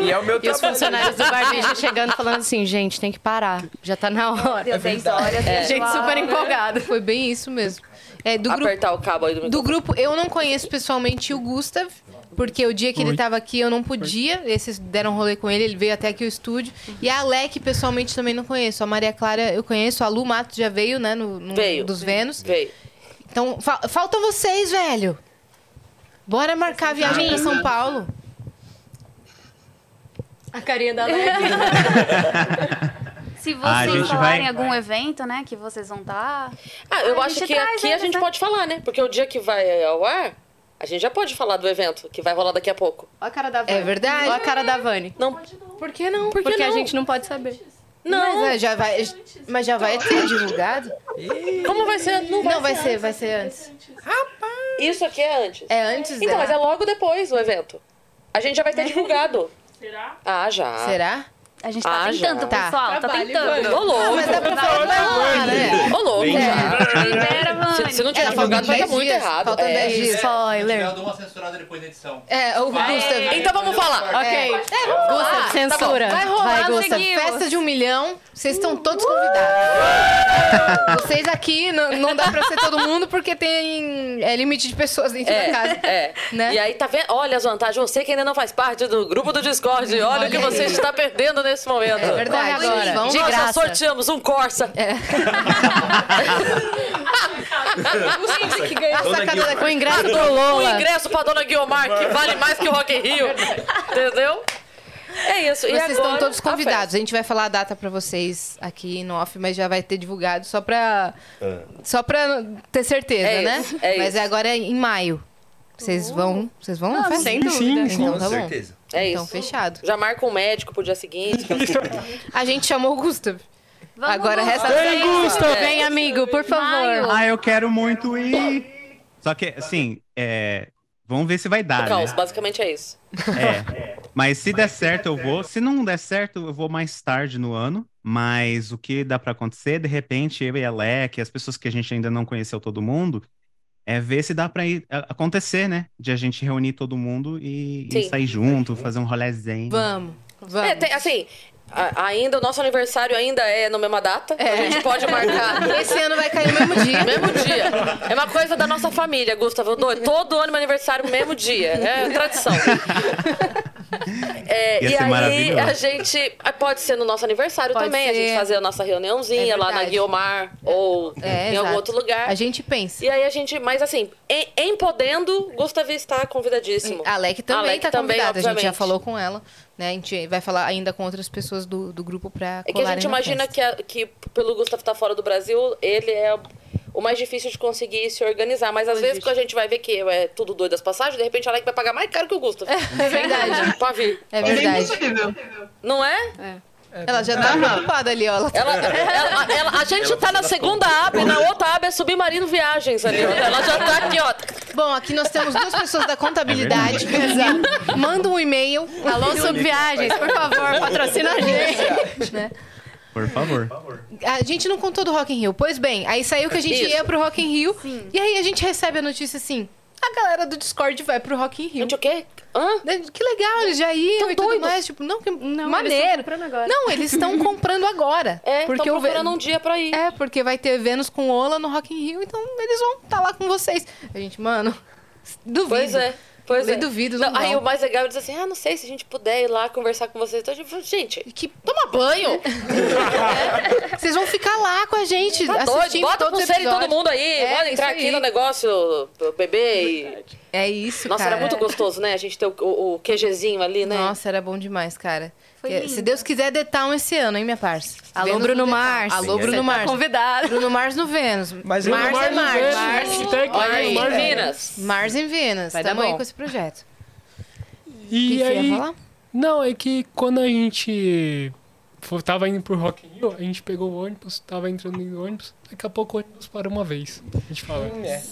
E é o meu E os trabalho. funcionários do barbicha chegando falando assim, gente, tem que parar. Já tá na hora. Deu é 10 horas. A gente super empolgada. Foi bem isso mesmo. É, do grupo Ah, né? Apertar o cabo aí do Do microfone. grupo, eu não conheço pessoalmente o Gustav, porque o dia que ele tava aqui eu não podia. Esses deram rolê com ele, ele veio até aqui o estúdio. E a Alec, pessoalmente, também não conheço. A Maria Clara eu conheço, a Lu Matos já veio, né? No, no- Veio. Dos Vênus. Veio. Então, fa- faltam vocês, velho. Bora marcar a viagem pra São Paulo. A carinha da Alex. Se Se vocês Ah, a gente falarem vai- algum evento, né, que vocês vão tá? estar... Ah, eu Ah, a acho gente que traz aqui a um eles, gente né? pode falar, né? Porque o dia que vai ao ar, a gente já pode falar do evento que vai rolar daqui a pouco. Olha a cara da Vani. É verdade. Olha a cara da Vani. Não, Por que não? por que Porque não? a gente não pode saber. Não, Mas é, já vai, mas já vai ser divulgado? como vai ser? Não vai, Não, vai ser, vai ser antes. Isso aqui é antes. É antes? Então, né? mas é logo depois o evento. A gente já vai ter divulgado. Será? Ah, já. Será? A gente tá Ah, já. tentando, Tá. pessoal, tá Trabalho, tentando. Ô, louco. mas dá pra falar, né? Ô, louco. Vem já. Libera, Se, se Vani. não tiver É, divulgado, faltam vai estar dez muito dias, errado. faltam É. dez dias. Spoiler. dou uma censurada depois da edição. É, o É, Gustav. Então vamos falar. Ok. Gusta, censura. Tá Vai rolar, Vai, Gusta. Gusta, festa de um milhão. Vocês estão todos convidados. Vocês aqui, não, não dá pra ser todo mundo, porque tem é, limite de pessoas dentro É, da casa. é. Né? E aí, tá vendo? Olha as vantagens. Você que ainda não faz parte do grupo do Discord, olha, o que Olha você aí. está perdendo nesse momento. É verdade. Corre agora. Vão De nós, graça, já sorte- sorteamos um Corsa. É. A sacada da O Queen. ingresso do O Lola. Um ingresso pra dona Guiomar, que vale mais que o Rock in Rio. Entendeu? É isso. e Vocês estão agora, todos a festa. convidados. A gente vai falar a data pra vocês aqui no off, mas já vai ter divulgado só pra, É. só pra ter certeza, É né? isso, é mas isso. Oh. agora é em maio. Vocês vão. Vocês vão? na festa? Sem Sim, dúvida. sim. Então Com tá bom. certeza. É isso. Então, fechado. Já marca um médico pro dia seguinte. A gente chamou o Gustav. Vamos, Agora vamos. resta Vem, Gusta! Vem, amigo, por Maio. favor. Ah, eu quero muito ir. Só que, assim, é, vamos ver se vai dar, né? Caos, basicamente é isso. É. Mas se der certo, eu vou. Se não der certo, eu vou mais tarde no ano. Mas o que dá pra acontecer, de repente, eu e a Lec, as pessoas que a gente ainda não conheceu todo mundo, é ver se dá pra ir- a- acontecer, né? De a gente reunir todo mundo e, e Sim. sair junto, fazer um rolezinho. Vamos. Vamos. É, tem- assim, a- ainda o nosso aniversário ainda é na mesma data. A gente pode marcar Esse ano vai cair no mesmo dia. mesmo dia. É uma coisa da nossa família, Gustavo. Eu dou todo ano meu aniversário mesmo dia. É tradição. É, Ia e ser aí maravilhoso. a gente. ah, Pode ser no nosso aniversário Pode também, a gente ser. fazer a nossa reuniãozinha É lá na verdade. Guiomar ou É, em algum exato. outro lugar. A gente pensa. E aí a gente, mas assim, em, em podendo, Gustavo está convidadíssimo. A Alec também Alec tá também, convidada. a gente já obviamente. falou com ela, né? A gente vai falar ainda com outras pessoas do, do grupo pra É que a gente imagina que, a- que pelo Gustavo estar fora do Brasil, ele é o mais difícil de conseguir se organizar. Mas às vezes quando a gente vai ver que é tudo doido as passagens, de repente a Alec vai pagar mais caro que o Gustavo. É verdade. pra vir. É Isso é verdade. impossível. Não é? Ela já tá preocupada ali, ó. Ela tá... Ela, ela- ela- a gente tá na segunda aba e na outra aba é Submarino Viagens ali. ó. Ela já tá aqui, ó. Bom, aqui nós temos duas pessoas da É contabilidade. Exato. Manda um e-mail. Alô, é. Subviagens, por favor, patrocina a gente. né? Por favor. A gente não contou do Rock in Rio. Pois bem, aí saiu que a gente Isso. ia pro Rock in Rio. E aí a gente recebe a notícia assim... A galera do Discord vai pro Rock in Rio. Gente, o quê? Hã? Né, Que legal, eles já iam e tudo mais. Tipo, não, que eles tão maneiro. comprando agora. Não, eles estão comprando agora. É, tô o Ve- procurando um dia pra ir. É, porque vai ter Vênus com Ola no Rock in Rio, então eles vão estar lá com vocês. A gente, mano, duvido. Pois é. Pois Nem é. duvido, não Não, aí vão. o mais legal é dizer assim: ah, não sei se a gente puder ir lá conversar com vocês. Então, a gente, fala, gente, Que É. toma banho! Vocês vão ficar lá com a gente, Dois, assistindo Tá bota com todos os série episódios. todo mundo aí, É, bora entrar isso aqui aí. no negócio, bebê e... É isso, Nossa, cara. era muito gostoso, né? A gente ter o, o, o QGzinho ali, né? Nossa, era bom demais, cara. Foi Que- lindo. se Deus quiser, detalhe esse ano, hein, minha parça? Alô, Vênus no Bruno Detal. Mars. tá Alô, Bruno Mars. Convidado. Bruno Mars no Vênus. Mas eu- Mars é Mars no Vênus, Mars. hashtag Olha aí, Mars no Vênus. Minas. Mars em Vênus. Vai dar Tamo aí bom. com esse projeto. O que E que você ia aí, falar? Não, é que quando a gente fo- tava indo pro Rock in Rio, a gente pegou o ônibus, tava entrando no ônibus, daqui a pouco o ônibus para uma vez. A gente fala. Hum, É, eu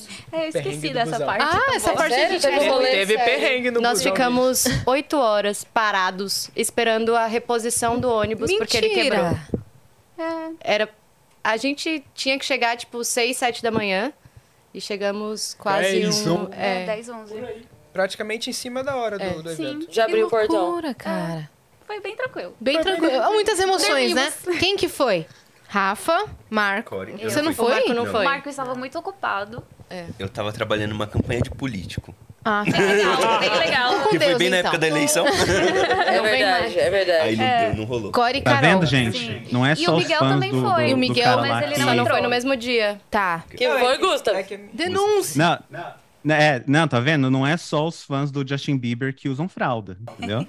Perrengue esqueci do dessa busão. parte. Ah, essa parte a Sério, gente tá teve um rolê, Teve sério. perrengue no Nós busão, ficamos oito horas parados esperando a reposição do ônibus porque ele quebrou. Mentira. É Era a gente tinha que chegar tipo seis, sete da manhã e chegamos quase Dez, um, onze. É, é, 10, 11. bicho. Praticamente em cima da hora do, do evento. Sim, Já abriu o portão. É. Loucura, cara. foi bem tranquilo. Bem tranquilo. Ah, Muitas emoções, né? Quem que foi? Rafa, Marco. Core. Eu Você não fui. o foi? É. Marco não Não. foi. O Marco estava muito ocupado. Eu tava trabalhando numa campanha de político. Ah, Bem legal, bem legal. com que Deus, foi bem na então. época da eleição. É verdade, é verdade. Aí não deu, não rolou. Core e Tá Carol. vendo, gente? Não é E só o os Miguel fãs também do, foi. do- E o do Miguel cara também lá foi, que- Só não foi no mesmo dia. Tá. Que foi, Gustavo? É que- Denúncia. Não, não, é, não, tá vendo? Não é só os fãs do Justin Bieber que usam fralda, entendeu?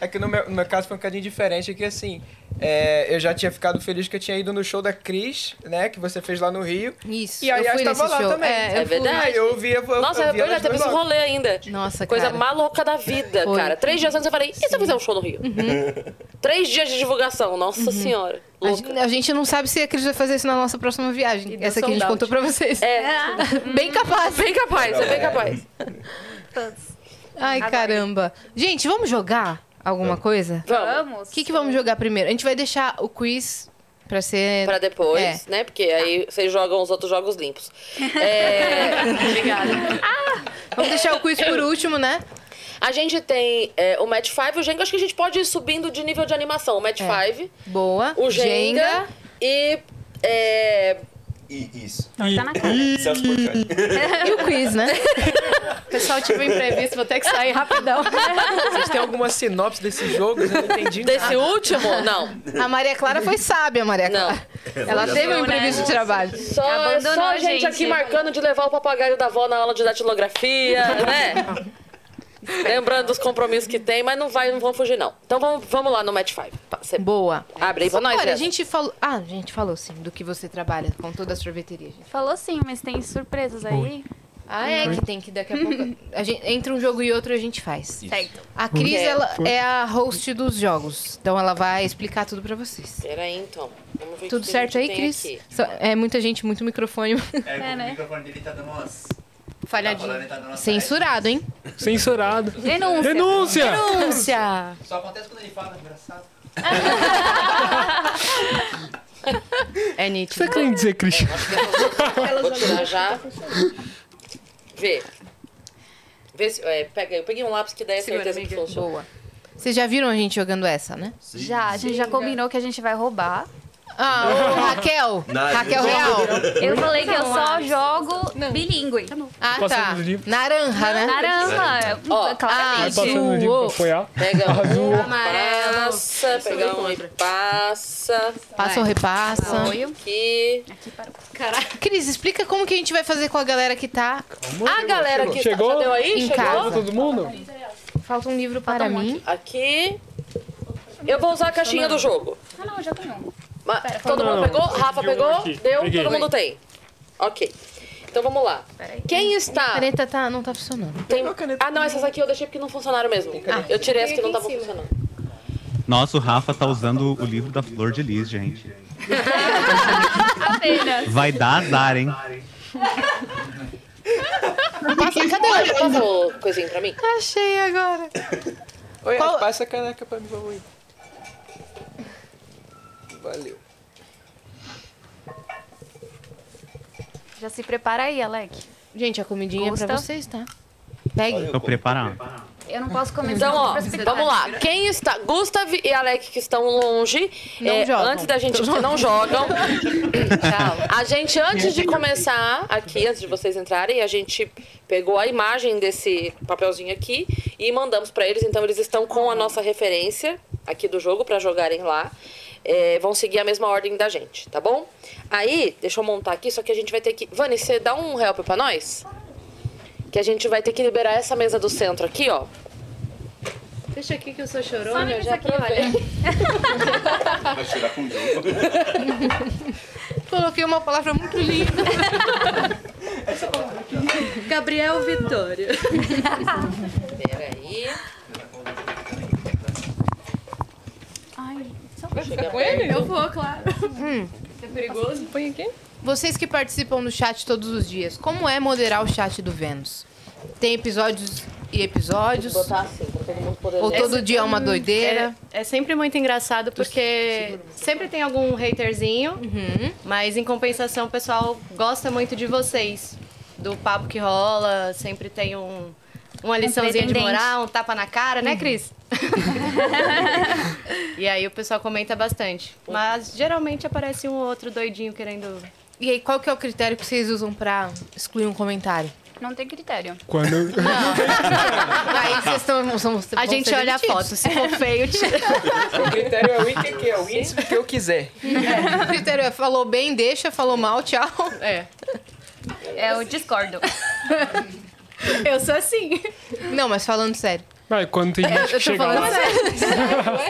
É que no meu, no meu caso foi um bocadinho diferente, que assim, é, eu já tinha ficado feliz que eu tinha ido no show da Cris, né? Que você fez lá no Rio. Isso, E aí eu eu fui nesse estava lá show. também. É, eu É fui. verdade. Aí eu ouvia. Eu, Nossa, eu eu ouvia já nas teve duas esse horas. rolê ainda. Nossa, Coisa cara. maluca da vida, Foi. Uhum. cara. Três dias antes eu falei, e se eu fizer um show no Rio? Três dias de divulgação, nossa senhora. A Louca. gente, a gente não sabe se a Cris vai fazer isso na nossa próxima viagem. E deu Essa que a gente sold out. contou pra vocês. É, Bem capaz. bem capaz, é bem capaz. Ai, caramba. Gente, vamos jogar alguma coisa? Vamos. Vamos. O que, que vamos jogar primeiro? A gente vai deixar o quiz pra ser. Pra depois, É. né? Porque aí vocês jogam os outros jogos limpos. É... Obrigada. Ah, Vamos deixar o quiz por último, né? A gente tem é, o Match 5 e o Jenga. Acho que a gente pode ir subindo de nível de animação. O Match É. 5, Boa. o Jenga, Jenga. e... é, E isso. Tá na cara. Celso Portioli. E o quiz, né? Pessoal, tive um imprevisto, vou ter que sair rapidão. Vocês têm alguma sinopse desse jogo? Eu não entendi. Desse último? Não. A Maria Clara foi sábia, Maria Não. Clara. Ela teve um imprevisto de trabalho. Só, Abandonou só a a gente gente. aqui marcando de levar o papagaio da avó na aula de datilografia, né? Lembrando dos compromissos que tem, mas não vai, não vão fugir, não. Então vamos, vamos lá no Match Tá, 5. Pa- cê- Boa. Abre aí pra nós, Olha, a Jéssica. gente falou. Ah, a gente falou sim do que você trabalha com toda a sorveteria. gente. Falou sim, mas tem surpresas aí. Ah, é, que tem que daqui a pouco. A gente, entre um jogo e outro a gente faz. Certo. A Cris, ela é a host dos jogos. Então ela vai explicar tudo pra vocês. Peraí, então. Vamos ver o Tudo que a certo gente aí, tem Cris? aqui. Só- É muita gente, muito microfone. É, É, o né? microfone dele tá dando umas. Tá falando, Falhadinho. ele tá dando umas Censurado, hein? Censurado. Denúncia. Denúncia! Denúncia! Só acontece quando ele fala, engraçado. É O que você nítido. quer dizer, Cristian? Vou tirar já. Vê. Vê se, é, pega aí. Eu peguei um lápis que daí é certeza que funciona. Boa. Vocês já viram a gente jogando essa, né? Já, a gente já combinou que a gente vai roubar. Ah, ô, Raquel! Nada. Raquel Real! Eu falei que eu só jogo bilíngue. Ah, tá. Passando os livros. Naranja, né? Naranja. Ó, Ó, claramente. Vai passando ali Então pra apoiar. Pega um, Azul. Amarelo. passa, pega um e passa. Passa ou repassa. Apoio. Aqui. Cris, explica como que a gente vai fazer com a galera que tá. A galera que tá- Chegou? já deu aí? Em Chegou? casa. Tá todo mundo? Falta um livro para um mim. Aqui. Eu vou usar a caixinha do jogo. Ah, não, eu já tomei um. Ma- todo mundo não. pegou? Rafa Peguei um pegou? aqui. Deu? Peguei. Todo mundo tem. Ok. Então vamos lá. Peraí. Quem está. A caneta tá, não tá funcionando. Tem... Ah, não, essas aqui eu deixei porque não funcionaram mesmo. eu tirei as que não estavam funcionando. Nossa, o Rafa tá usando o livro da Flor de Lis, gente. Apenas. Vai dar azar, hein? Passa, cadê o passa o coisinho pra mim? Achei agora. Oi, Qual- passa a caneca pra mim, vamos aí. Valeu. Já se prepara aí, Alec. Gente, a comidinha é pra Consta. vocês, tá? Pegue. Tô preparado. Eu não posso comer Então, ó, porque eu tô vamos lá. Quem está. Gustav e Alec que estão longe. Não é, jogam. Antes da gente. Não jogam. A gente, antes de começar aqui, antes de vocês entrarem, a gente pegou a imagem desse papelzinho aqui e mandamos pra eles. Então, eles estão com a nossa referência aqui do jogo pra jogarem lá. É, vão seguir a mesma ordem da gente, tá bom? Aí, deixa eu montar aqui, só que a gente vai ter que. Vani, você dá um help pra nós? Que a gente vai ter que liberar essa mesa do centro aqui, ó. Deixa aqui que eu sou chorona, eu nessa né? já é aqui, olha. provei. Vai chorar com o jogo. Coloquei uma palavra muito linda. Gabriel Vitória. Peraí. Ai, um Eu vou, claro. Hum. É Põe aqui. Vocês que participam do chat todos os dias, como é moderar o chat do Vênus? Tem episódios e episódios? Botar assim, pra todo mundo poder Ou ler. todo dia é uma doideira? hum, É, é sempre muito engraçado porque sempre tem algum haterzinho, Uhum. mas em compensação o pessoal gosta muito de vocês, do papo que rola, sempre tem um, uma liçãozinha de pretendente. moral, um tapa na cara, Uhum. né, Cris? e aí o pessoal comenta bastante. Mas geralmente aparece um ou outro doidinho querendo. E aí, qual que é o critério que vocês usam pra excluir um comentário? não tem critério. Quando. Aí vocês estão... são- A vão gente ser olha a demitidos. foto, se for feio, tira. O critério é o IQQ, é o índice do que eu quiser. O critério é falou bem, deixa, falou mal, tchau. É. É o discordo. Eu sou assim. assim. Não, mas falando sério. Vai, quando É. tem gente que chega lá...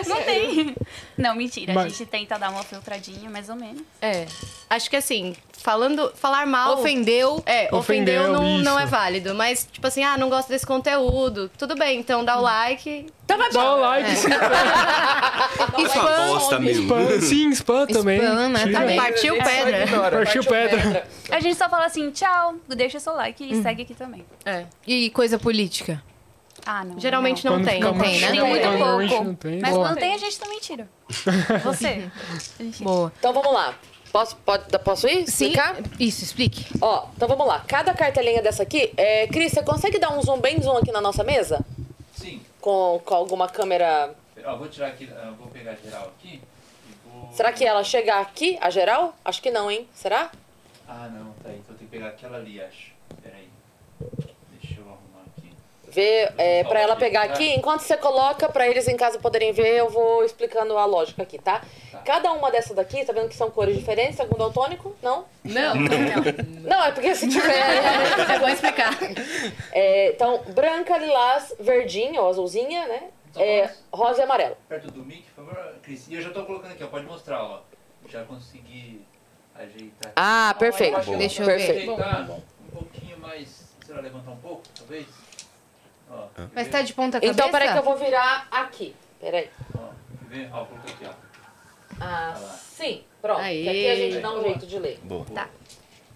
Não tem. Não, mentira. A Mas- gente tenta dar uma filtradinha, mais ou menos. É. Acho que assim, falando, falar mal. Ofendeu. É, ofendeu, Ofendeu, não, não é isso. válido. Mas, tipo assim, ah, não gosto desse conteúdo. Tudo bem, então dá o like. Então vai Dá o like, sim. Isso é uma Spam. bosta mesmo. Spam, sim, spam também. né, Sim. também. Partiu A gente só pedra. ignora. Partiu pedra. A gente só fala assim, tchau, deixa seu like e segue aqui também. Hum. É. E coisa política? Ah, não. Geralmente não Quando tem. fica Não tem, muito né? chato, Tem muito normalmente pouco. não tem. Mas Boa. quando tem, a gente também tira. Você. Boa. Então vamos lá. Posso, pode, posso ir? Sim. Explicar? Isso, explique. Ó, então vamos lá. Cada cartelinha dessa aqui. É... Cris, você consegue dar um zoom bem zoom aqui na nossa mesa? Sim. Com, com alguma câmera. Ó, vou tirar aqui, ah, vou pegar geral aqui e vou... Será que ela chega aqui, a geral? Acho que não, hein? Será? Ah, não, tá aí. Então eu tenho que pegar aquela ali, acho. Pera aí. Deixa eu arrumar aqui. Ver, é, pra ela aqui, pegar tá? aqui. Enquanto você coloca, pra eles em casa poderem ver, eu vou explicando a lógica aqui, tá? Cada uma dessa daqui, tá vendo que são cores diferentes, segundo o tônico? Não? Não, Não, é porque se tiver. né? É bom explicar. então, branca, lilás, verdinha ou azulzinha, né? É, rosa e amarelo. Perto do mic, por favor, Cris. E eu já tô colocando aqui, ó. Pode mostrar, ó. Já consegui ajeitar. Ah, Ó, perfeito. acho que Deixa dá eu pra ver. ajeitar Bom, Um pouquinho mais... Será levantar um pouco, talvez? Ó, quer Mas ver? tá de ponta cabeça? Então, peraí que eu vou virar aqui. Peraí. Ó, quer ver? Ó, coloca aqui, ó. Ah, sim. Pronto. Que Aqui a gente dá um jeito de ler. Boa. Tá.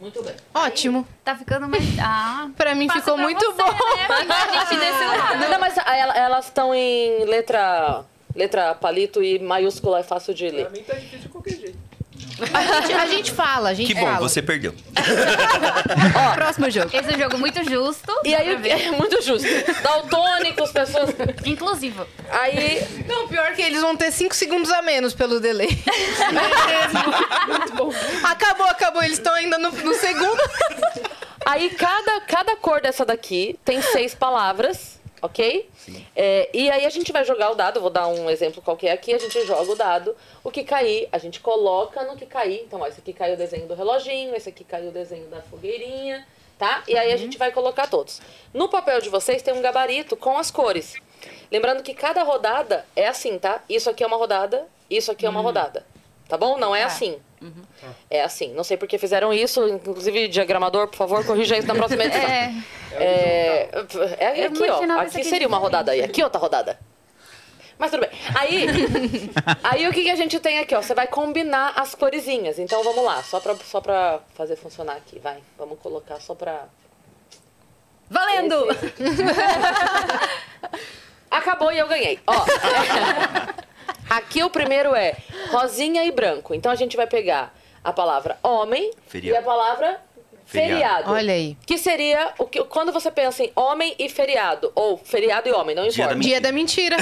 Muito bem. Ótimo. Tá ficando mais. Ah. Pra mim Passa ficou pra muito você, bom. né? Porque a gente desse lado. Não, mas a- ela- elas estão em letra, letra palito e maiúscula, é fácil de ler. mim tá difícil de qualquer jeito. A gente, a gente fala, a gente Que bom, fala. você perdeu. Próximo jogo. Esse é um jogo muito justo. E aí, o que- é muito justo. Daltônicos, pessoas. Inclusivo. Aí, Não, pior que eles vão ter 5 segundos a menos pelo delay. É Muito bom. Acabou, acabou. Eles estão ainda no, no segundo. aí cada, cada cor dessa daqui tem seis palavras, ok? É, e aí a gente vai jogar o dado, vou dar um exemplo qualquer aqui, a gente joga o dado. O que cair, a gente coloca no que cair. Então, ó, esse aqui caiu o desenho do reloginho, esse aqui caiu o desenho da fogueirinha, tá? E aí a gente vai colocar todos. No papel de vocês tem um gabarito com as cores. Lembrando que cada rodada é assim, tá? Isso aqui é uma rodada, isso aqui é uma rodada. Tá bom? Não é assim. É assim. Não sei por que fizeram isso. Inclusive, diagramador, por favor, corrija isso na próxima edição. É, é, é Eu aqui, ó. imaginava isso Aqui aqui seria uma rodada e aqui outra rodada. Mas tudo bem. Aí, aí o que, que a gente tem aqui, ó? Você vai combinar as coresinhas. Então vamos lá, só pra, só pra fazer funcionar aqui, vai. Vamos colocar só pra. Valendo! Acabou e eu ganhei. Ó. Aqui o primeiro é rosinha e branco. Então a gente vai pegar a palavra homem Feriado. e a palavra Feriado. feriado. Olha aí. Que seria o que quando você pensa em homem e feriado ou feriado e homem, não Dia importa. da Dia da mentira.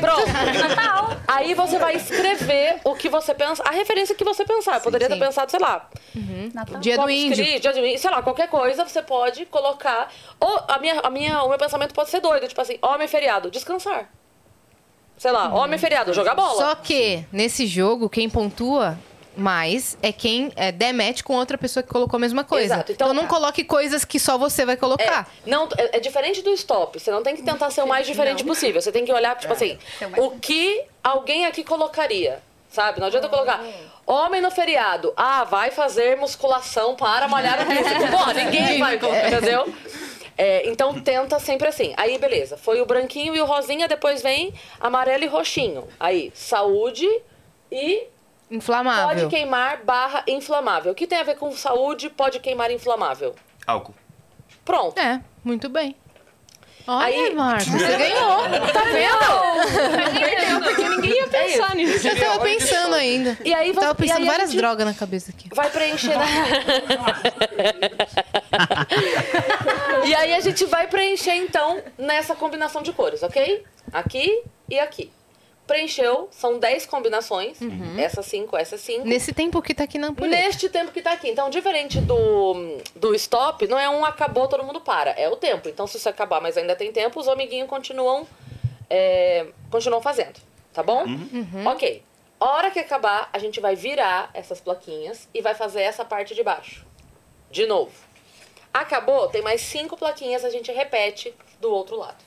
Pronto. Aí você vai escrever o que você pensa, a referência que você pensar. Eu poderia ter sim. pensado, sei lá, Uhum. Natal. Uhum. Dia do Corpus índio. Christi, dia do índio, sei lá, qualquer coisa você pode colocar. Ou a minha, a minha, o meu pensamento pode ser doido, tipo assim, homem feriado, descansar. Sei lá, homem feriado, jogar bola. Uhum. Só que, nesse jogo, quem pontua mais é quem é, der match com outra pessoa que colocou a mesma coisa. Exato, então Então, não tá. coloque coisas que só você vai É, colocar. não, é, é diferente do stop. Você não tem que tentar ser o mais diferente possível. Você tem que olhar, tipo assim, o que alguém aqui colocaria, sabe? Não adianta eu colocar homem no feriado. Ah, vai fazer musculação para malhar o bíceps. Pô, ninguém vai colocar, entendeu? É, então tenta sempre assim. Aí, beleza. Foi o branquinho e o rosinha, depois vem amarelo e roxinho. Aí, saúde e Inflamável. pode queimar barra inflamável. O que tem a ver com saúde, pode queimar inflamável? Álcool. Pronto. É, muito bem. Olha, É, Aí- Marcos, você ganhou. Tá vendo? Porque ninguém ia pensar nisso. Eu tava pensando ainda. E aí você, Tava e pensando aí a várias gente drogas na cabeça aqui. Vai preencher na- E aí a gente vai preencher então nessa combinação de cores, ok? Aqui e aqui. Preencheu, são 10 combinações. Essa 5, essa 5. Uhum. Nesse tempo que tá aqui na ampulheta. Neste tempo que tá aqui. Então, diferente do, do stop, não é um acabou, todo mundo para. É o tempo. Então, se você acabar, mas ainda tem tempo, os amiguinhos continuam, é, continuam fazendo. Tá bom? Ok. A hora que acabar, a gente vai virar essas plaquinhas e vai fazer essa parte de baixo. De novo. Acabou, tem mais cinco plaquinhas, a gente repete do outro lado.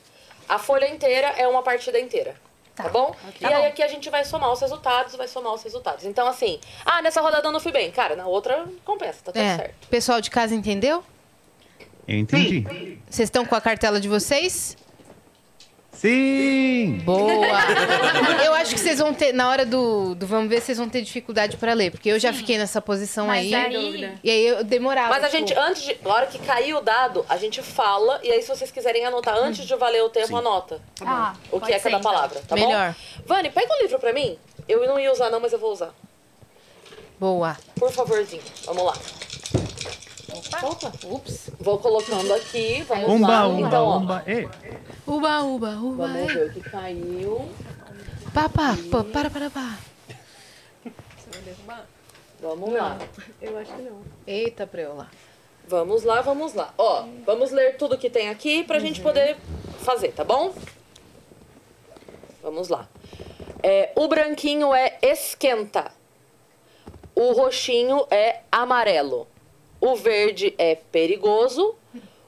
A folha inteira é uma partida inteira. Tá, bom? E Tá aí bom. aqui a gente vai somar os resultados, vai somar os resultados. Então, assim, ah, nessa rodada eu não fui bem. Cara, na outra compensa, tá tudo É. certo. Pessoal de casa entendeu? Eu entendi. Vocês estão com a cartela de vocês? Sim! Boa! eu acho que vocês vão ter, na hora do, do vamos ver, vocês vão ter dificuldade pra ler, porque eu já fiquei nessa posição Mas aí. daí- E aí eu demorava. Mas a tipo, gente, antes de. Na hora que cair o dado, a gente fala. E aí, se vocês quiserem anotar Hum. antes de valer o tempo, anota. Ah, o que pode é ser, cada então. palavra, tá Tá Melhor. bom? Vani, pega um livro pra mim. Eu não ia usar, não, mas eu vou usar. Boa. Por favorzinho. Vamos lá. Opa. Ups. Vou colocando aqui. Vamos Umba, lá. umba, então, ó. umba. Ei, Uba, uba, uba. é. Vamos ver o que caiu. Pá, pá, pá, para, para, pá. Você vai derrubar? Vamos lá. Eu acho que não. Eita, preola. Vamos lá, vamos lá. Ó, vamos ler tudo que tem aqui pra Uhum. gente poder fazer, tá bom? Vamos lá. É, o branquinho é esquenta. O roxinho é amarelo. O verde é perigoso.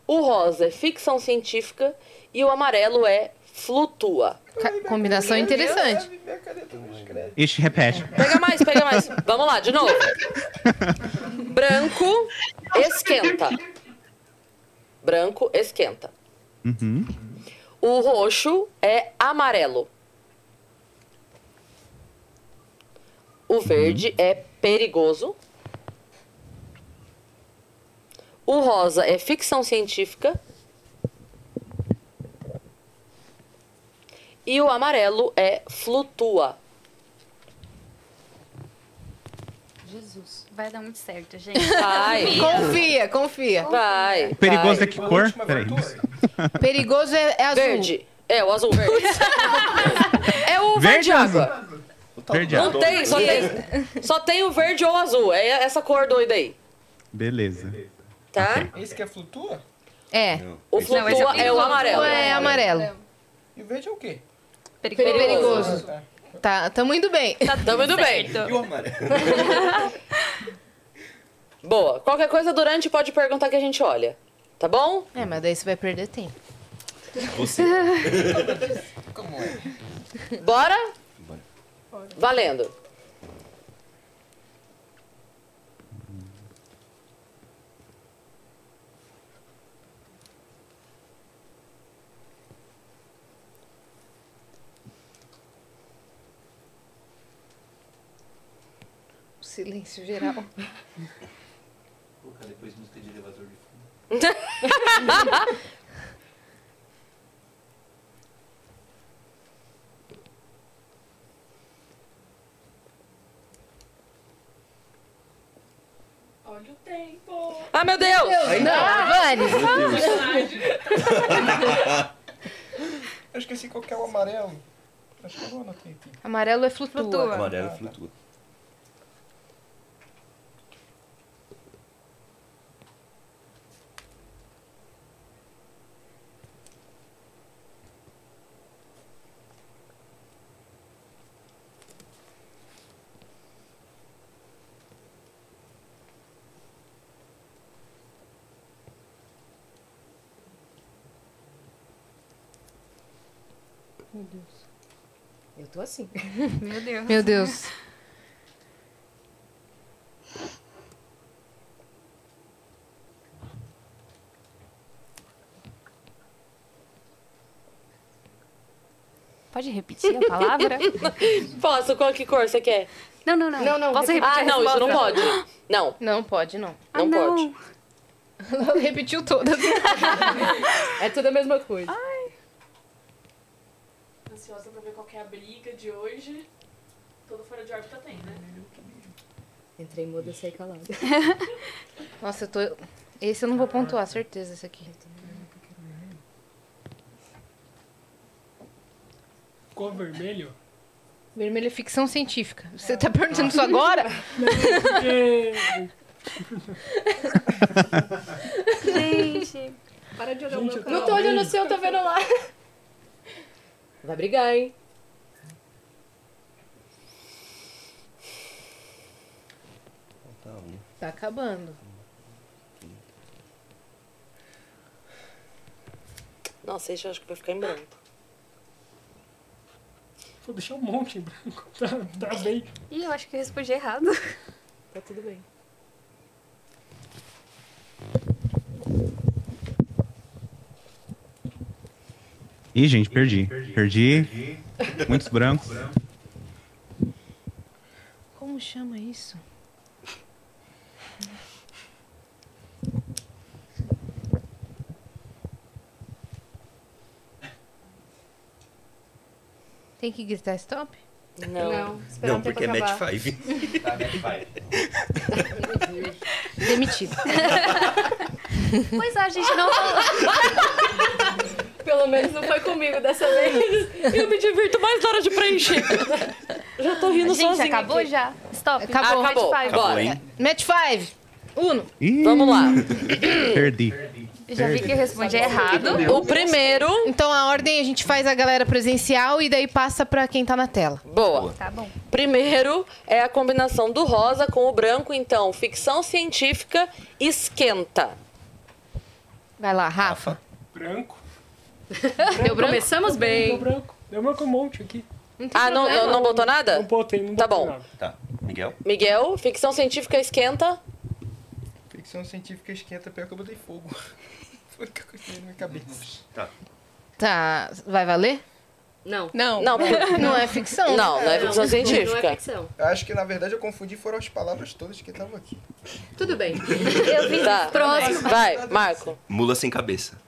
O rosa é ficção científica. E o amarelo é flutua. combinação interessante. Ixi, repete. Pega mais, pega mais. Vamos lá, de novo. Branco, esquenta. Branco, esquenta. Hum? Uhum. O roxo é amarelo. O verde é perigoso. O rosa é ficção científica. E o amarelo é flutua. Jesus. Vai dar muito certo, gente. Vai. Confia, confia. Vai. O perigoso vai. é que cor? Peraí. Perigoso é, é azul. Verde. É, o azul verde. É o Verde ou azul? Verde Não azul. tem, só tem. Só tem o verde ou o azul. É essa cor doida aí. Beleza. Tá? Esse que é flutua? É. O flutua esse é o é, o perigoso. amarelo. É amarelo. E o verde é o quê? Perigoso. Perigoso. Tá, tamo indo bem. Tá tudo Tamo indo bem. certo. E o amarelo? Boa. Qualquer coisa durante pode perguntar que a gente olha. Tá bom? É, mas daí você vai perder tempo. Você. Como é? Bora? Bora. Valendo. Silêncio geral. Vou colocar depois música de elevador de fundo. Olha o tempo. Ah, meu Deus! Não, Vani. Eu esqueci qual que é o amarelo. Acho que eu não anotei aqui. Amarelo é flutua. Flutua. Amarelo flutua. Hum? Eu tô assim. Meu Deus. Meu Deus. Pode repetir a palavra? Posso? Qual que cor você quer? não, não, não. Não, não, Posso repetir Ah, a não, isso não resposta? pode. Não, Não pode, não. não, Ah, pode. Ela repetiu todas. É tudo a mesma coisa. Ansiosa pra ver qual que é a briga de hoje. Todo fora de órbita tem, né? Entrei muda, é saí calada. Nossa, eu tô. Esse eu não vou pontuar, certeza, esse aqui. Ficou vermelho? Vermelho é ficção científica. Você tá perguntando isso agora? Porque Gente. Para de olhar o meu Não canal. tô olhando o seu, tô vendo lá. Vai brigar, hein? Tá, um. Tá acabando. Nossa, esse eu acho que vai ficar em branco. Vou deixar um monte em branco. Tá, tá bem. Ih, eu acho que eu respondi errado. Tá tudo bem. Ih, gente, perdi. Perdi. Muitos brancos. Como chama isso? Tem que gritar stop? Não. Não, porque é match 5. Tá, match 5. Demitido. Pois é, a gente não falou. Pelo menos não foi comigo dessa vez. Eu me divirto mais na hora de preencher. Já tô rindo Gente, sozinha. acabou aqui. já? Stop. Acabou, Match acabou. five. Bora. Match 5. Uno. Ih, Vamos lá. Perdi. Já vi que eu respondi errado. O primeiro. Então a ordem a gente faz a galera presencial e daí passa pra quem tá na tela. Boa. Tá bom. Primeiro é a combinação do rosa com o branco, então, ficção científica esquenta. Vai lá, Rafa. Branco. Deu branco? Começamos Deu bem. branco. Deu branco um monte aqui. ah, não, não, não botou nada? Não botei, não Tá botei bom. nada. Tá, Miguel? Miguel, ficção científica esquenta. Ficção científica esquenta, pior que eu botei fogo. Foi o que eu tive na minha cabeça. Tá. Tá, vai valer? Não. Não. Não, por- Não é ficção. não, não é ficção Não é científica. ficção. Eu acho que, na verdade, eu confundi foram as palavras todas que estavam aqui. Tudo bem. Tá. Próximo. Vai, Marco. Mula sem cabeça.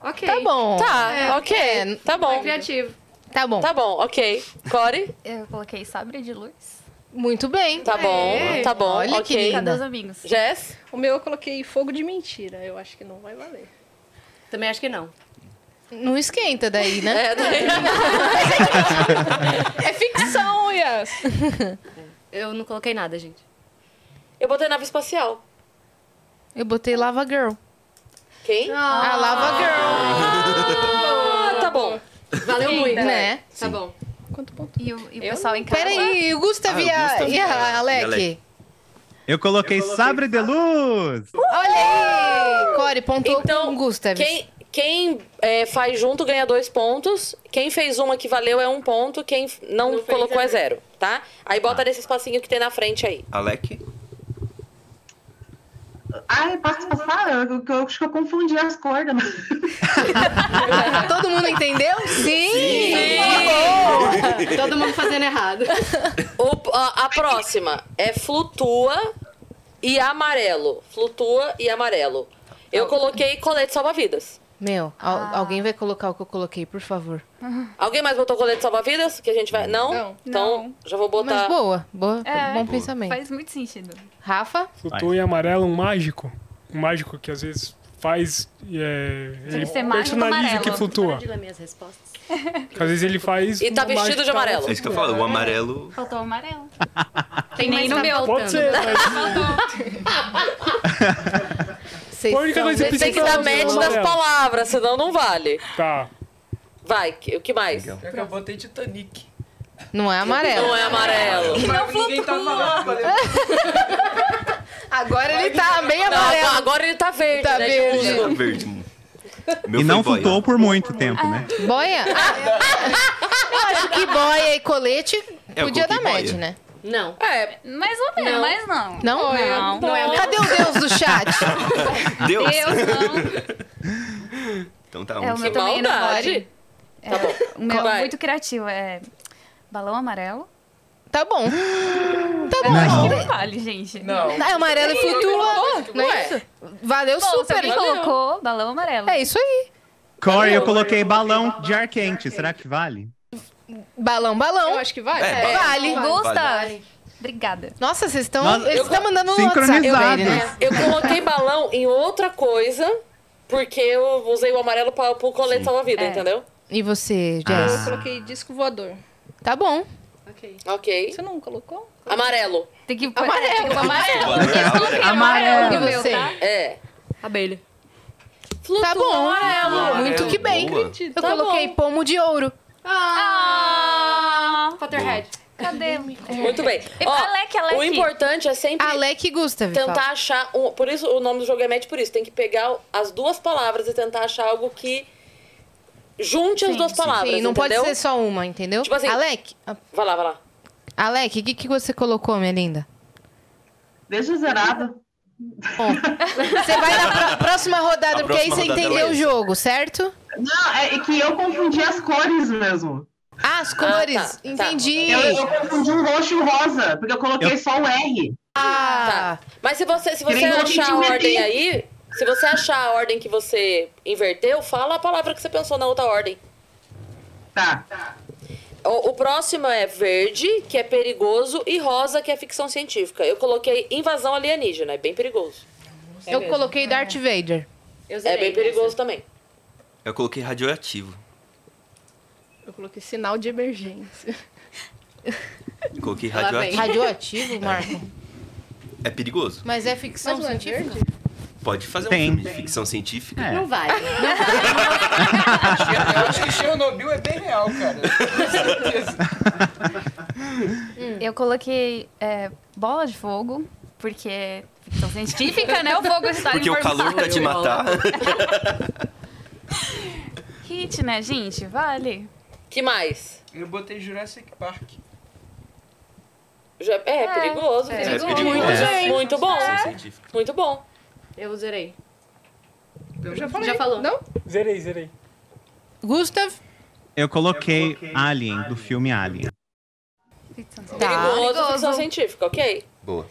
Ok. Tá bom. Tá, É. ok. Tá Foi bom. criativo. Tá bom. Tá bom, ok. Core? Eu coloquei sabre de luz. Muito bem. É. Tá É. bom, tá bom, Olha que ok. lindo. Cadê os amigos? Jess? O meu eu coloquei fogo de mentira. Eu acho que não vai valer. Também acho que não. Não esquenta daí, né? É, né? daí- É ficção, Yas. Eu não coloquei nada, gente. Eu botei nave espacial. Eu botei Lava Girl. Quem? Ah. A Lava Girl, Ah, tá bom. Valeu muito. né? Tá bom. E o, e o pessoal em casa. Peraí, o Gustav Ah, o e a, Gustav e e a a- e a Alec. Alec. Eu coloquei sabre de luz. Olha aí! Core pontuou Então, com o Gustav. Quem, quem é, faz junto ganha dois pontos. Quem fez uma que valeu é um ponto. Quem f- não, Não fez, colocou é é zero, tá? Aí bota nesse espacinho que tem na frente aí. Alec? Ai, posso passar? Eu, eu- eu acho que eu confundi as cordas. né? Todo mundo entendeu? Sim! Todo mundo fazendo errado. O- a, a próxima é flutua e amarelo. Flutua e amarelo. Eu coloquei colete salva-vidas. Meu, al- Ah. alguém vai colocar o que eu coloquei, por favor. Alguém mais botou colete salva-vidas? Que a gente vai. Não? Não. Então Não. já vou Mas botar. boa, boa É. bom pensamento. Faz muito sentido. Rafa? Flutua em amarelo um mágico. Um mágico que às vezes faz. É, ele ser mágico personaliza amarelo. que flutua. Para de ler minhas respostas. Que às vezes ele faz. um E tá uma vestido mágica de amarelo. É isso que eu falo, o amarelo. Faltou o amarelo. Tem mais nem no tá meu. faltando. Pode ser, mas Vocês a única são coisa que Tem que precisa dar é o match amarelo. nas palavras, senão não vale. tá. Vai, que- o que mais? Legal. Pior que eu botei Titanic. Não é amarelo. Não é amarelo. Não Ninguém tá falando, valeu. Agora ele tá bem Não, agora- amarelo. agora ele tá verde, Tá né? verde. Tipo, Tá Verde. Meu E não foi boy, flutuou ó. por muito tempo, né? é- Boia? Ah, eu acho que boia e colete É, eu podia dar coloquei match, boia. né? Não. É, Mais ou menos, Não. mas não. Não? Não. Não é a minha- Cadê o Deus do chat? Deus. Eu não. assim. Então tá, É o um. que meu também não maldade. pode. Tá bom. O meu é Vai. muito criativo. É balão amarelo. Tá bom. Tá bom. Acho que não vale, gente. Não. Ah, amarelo e flutua. Não é Ué. isso? Valeu Bom, se super. alguém colocou balão amarelo. É isso aí. Corey, eu coloquei balão de ar quente. Será que vale? Balão, balão. Eu acho que vale. É, Vale. Gusta. Obrigada. Nossa, vocês estão. Nossa, Eles eu- estão mandando no WhatsApp Sincronizados. dele, né? eu coloquei balão em outra coisa, porque eu usei o amarelo pra, pro colete salva-vida, É. entendeu? E você, Ah. Jess? Eu coloquei disco voador. Tá bom. Ok. Ok. Você não colocou? Amarelo. Tem que pôr amarelo. Tem que pôr amarelo. Amarelo. E você? É. Abelha. Flutua Tá bom. amarelo. Tá Muito que bem. Boa. Eu Tá coloquei pomo de ouro. Ah, Potterhead. cadê? Muito bem. É. E Ó, Alec, Alec. O importante é sempre Alec e Gustav. tentar fala. achar... Um, por isso, o nome do jogo é match por isso. Tem que pegar as duas palavras e tentar achar algo que Junte as Sim, duas sim. palavras, Sim, não entendeu? pode ser só uma, entendeu? Tipo assim, Alec, Vai lá, vai lá. Alec, o que, que você colocou, minha linda? Deixa zerado. Bom, você vai na pró- próxima rodada, A porque aí próxima você rodada entendeu é o essa. jogo, certo? Não, é é que eu confundi as cores mesmo. Ah, as cores. Tá, Entendi. Eu, eu confundi um roxo e um rosa, porque eu coloquei Eu- só o R. Tá. Mas se você, se você Querendo achar a repetir, ordem né? aí, se você achar a ordem que você inverteu, fala a palavra que você pensou na outra ordem. Tá. O, o próximo é verde, que é perigoso, e rosa, que é ficção científica. Eu coloquei invasão alienígena, é bem perigoso. Eu coloquei Darth Vader. É bem perigoso também. Eu coloquei radioativo. Eu coloquei sinal de emergência. Eu coloquei Lá vem. radioativo. Radioativo, Marco? É perigoso. Mas é ficção Mas não é científica? Pode fazer um filme de ficção científica. É. Não vai. Eu acho que Chernobyl é bem real, cara. Com certeza. Hum. Eu coloquei é, bola de fogo, porque ficção científica, né? O fogo está Porque em o calor formação. tá te matar. Hit, né, gente? Vale. Que mais? Eu botei Jurassic Park. Já- é, É, perigoso, é perigoso. perigoso. Muito, É. muito bom. É. Muito bom. Eu zerei. Eu já falei. Já falou. Não? Zerei, zerei. Gustav? Eu coloquei, Alien, do filme Alien. Perigoso, ficção Perigoso. científica, ok? Boa.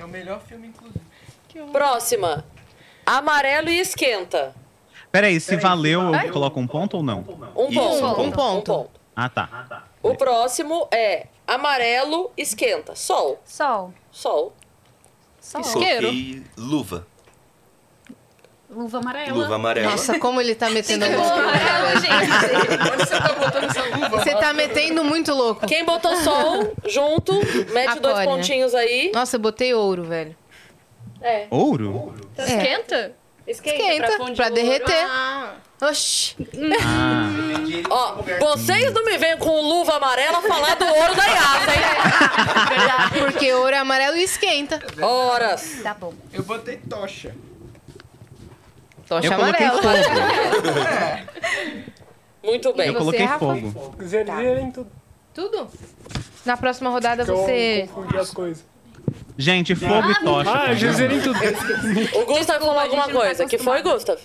É o melhor filme, inclusive. Próxima. Amarelo e esquenta. Peraí, se valeu, Ai. eu coloco um ponto ou não? Um Isso, ponto. um Um ponto. ponto. Ah, tá. O próximo é amarelo, esquenta. Sol. Sol. Sol. Sol. Coloquei luva. Luva amarela. Luva amarela. É Nossa, como ele tá metendo Gente, louco. luva amarela, gente. Onde você tá botando essa luva? Você tá metendo muito louco. Quem botou sol junto, mete dois Aquário, né? pontinhos aí. Nossa, eu botei ouro, velho. É. Ouro? É. Tá Esquenta? Esquenta, Esquenta, fundir pra o derreter. ouro. Ah, Oxi. Hum. Ah. Ó, vocês não me veem com luva amarela falar do ouro da Yasa, Porque ouro é amarelo e esquenta. hein? Horas. Tá bom. Eu botei tocha. Tocha Eu coloquei amarela. É. Muito bem. Eu coloquei fogo. Zerei em tudo. Tudo? Na próxima rodada que eu você. confundi as coisas. Gente, fogo e tocha. Ah, tá já zerei em vendo? tudo. O Gustav falou alguma tá coisa. que foi, Gustav?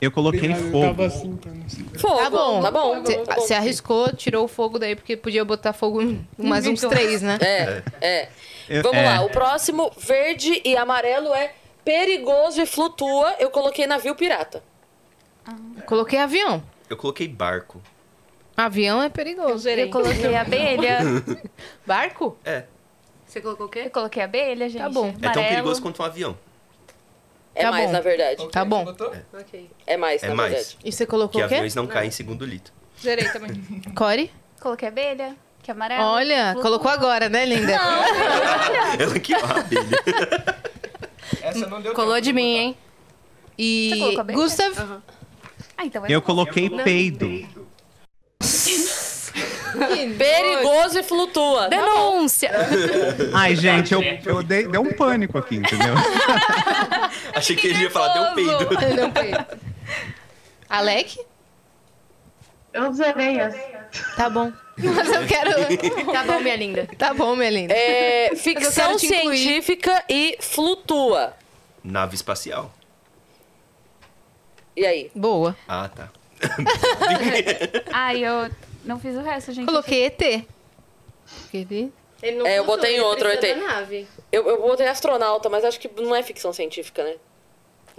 Eu coloquei fogo. Tava assim, pra não ser. Fogo. Tá bom. Tá bom. Cê- Tá bom. Você arriscou, tirou o fogo daí, porque podia botar fogo em mais uns Então. três, né? É, é. Eu- Vamos é. lá. O próximo, verde e amarelo, é perigoso e flutua. Eu coloquei navio pirata. Coloquei avião. Eu coloquei barco. Avião é perigoso. Eu coloquei abelha. Barco? É. Você colocou o quê? Eu coloquei abelha, gente. Tá bom. É tão Amarelo. perigoso quanto um avião. É Tá mais, bom. na verdade. Tá bom. Botou? Ok. É mais, É na mais. verdade. tá E você colocou Que o quê? aviões não caem em segundo litro. Zerei também. Core? Coloquei abelha, que é amarelo. Olha, Flutua. colocou agora, né, linda? Ela que abelha. Essa não deu Colou tempo de mim, botar. hein? Você E colocou bem? Gustav, Ah, então é Eu coloquei peido. Perigoso e flutua. Tá bom. Denúncia! Ai, gente, eu, eu dei, deu um pânico aqui, entendeu? Achei que ele ia falar, deu um peido. não foi. Alec? Eu zerei essa. Tá bom. Mas eu quero. Tá bom, minha linda. Tá bom, minha linda. É, Mas eu ficção quero te incluir. científica e flutua. Nave espacial. E aí? Boa. Ah, tá. Ah, eu não fiz o resto, gente. Coloquei ET. Quer Ele não É, eu flutua, botei em ele outro, eu precisa tenho. da nave. Eu, eu botei astronauta, mas acho que não é ficção científica, né?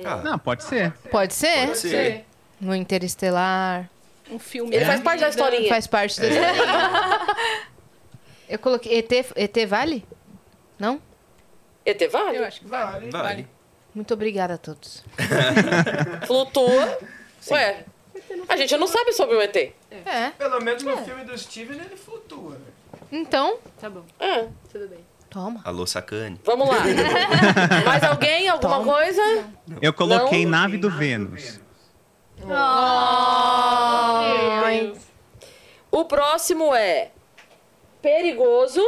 Ah, Não, pode ser. Pode ser. pode ser. No Interestelar. Um filme. Ele faz parte da historinha. É. É. Faz É. parte desse. Eu coloquei. ET, ET vale? Não? ET vale? Eu acho que vale. Vale. Muito obrigada a todos. Flutua. Ué. A gente não sabe sobre o ET. É. Pelo menos no filme do Steven ele flutua. né? Então, Tá Tá bom, É. tudo bem. toma. Alô, sacane. Vamos lá. Mais alguém? Alguma Toma. coisa? Eu coloquei Não? nave do Vênus. Oh. O próximo é perigoso,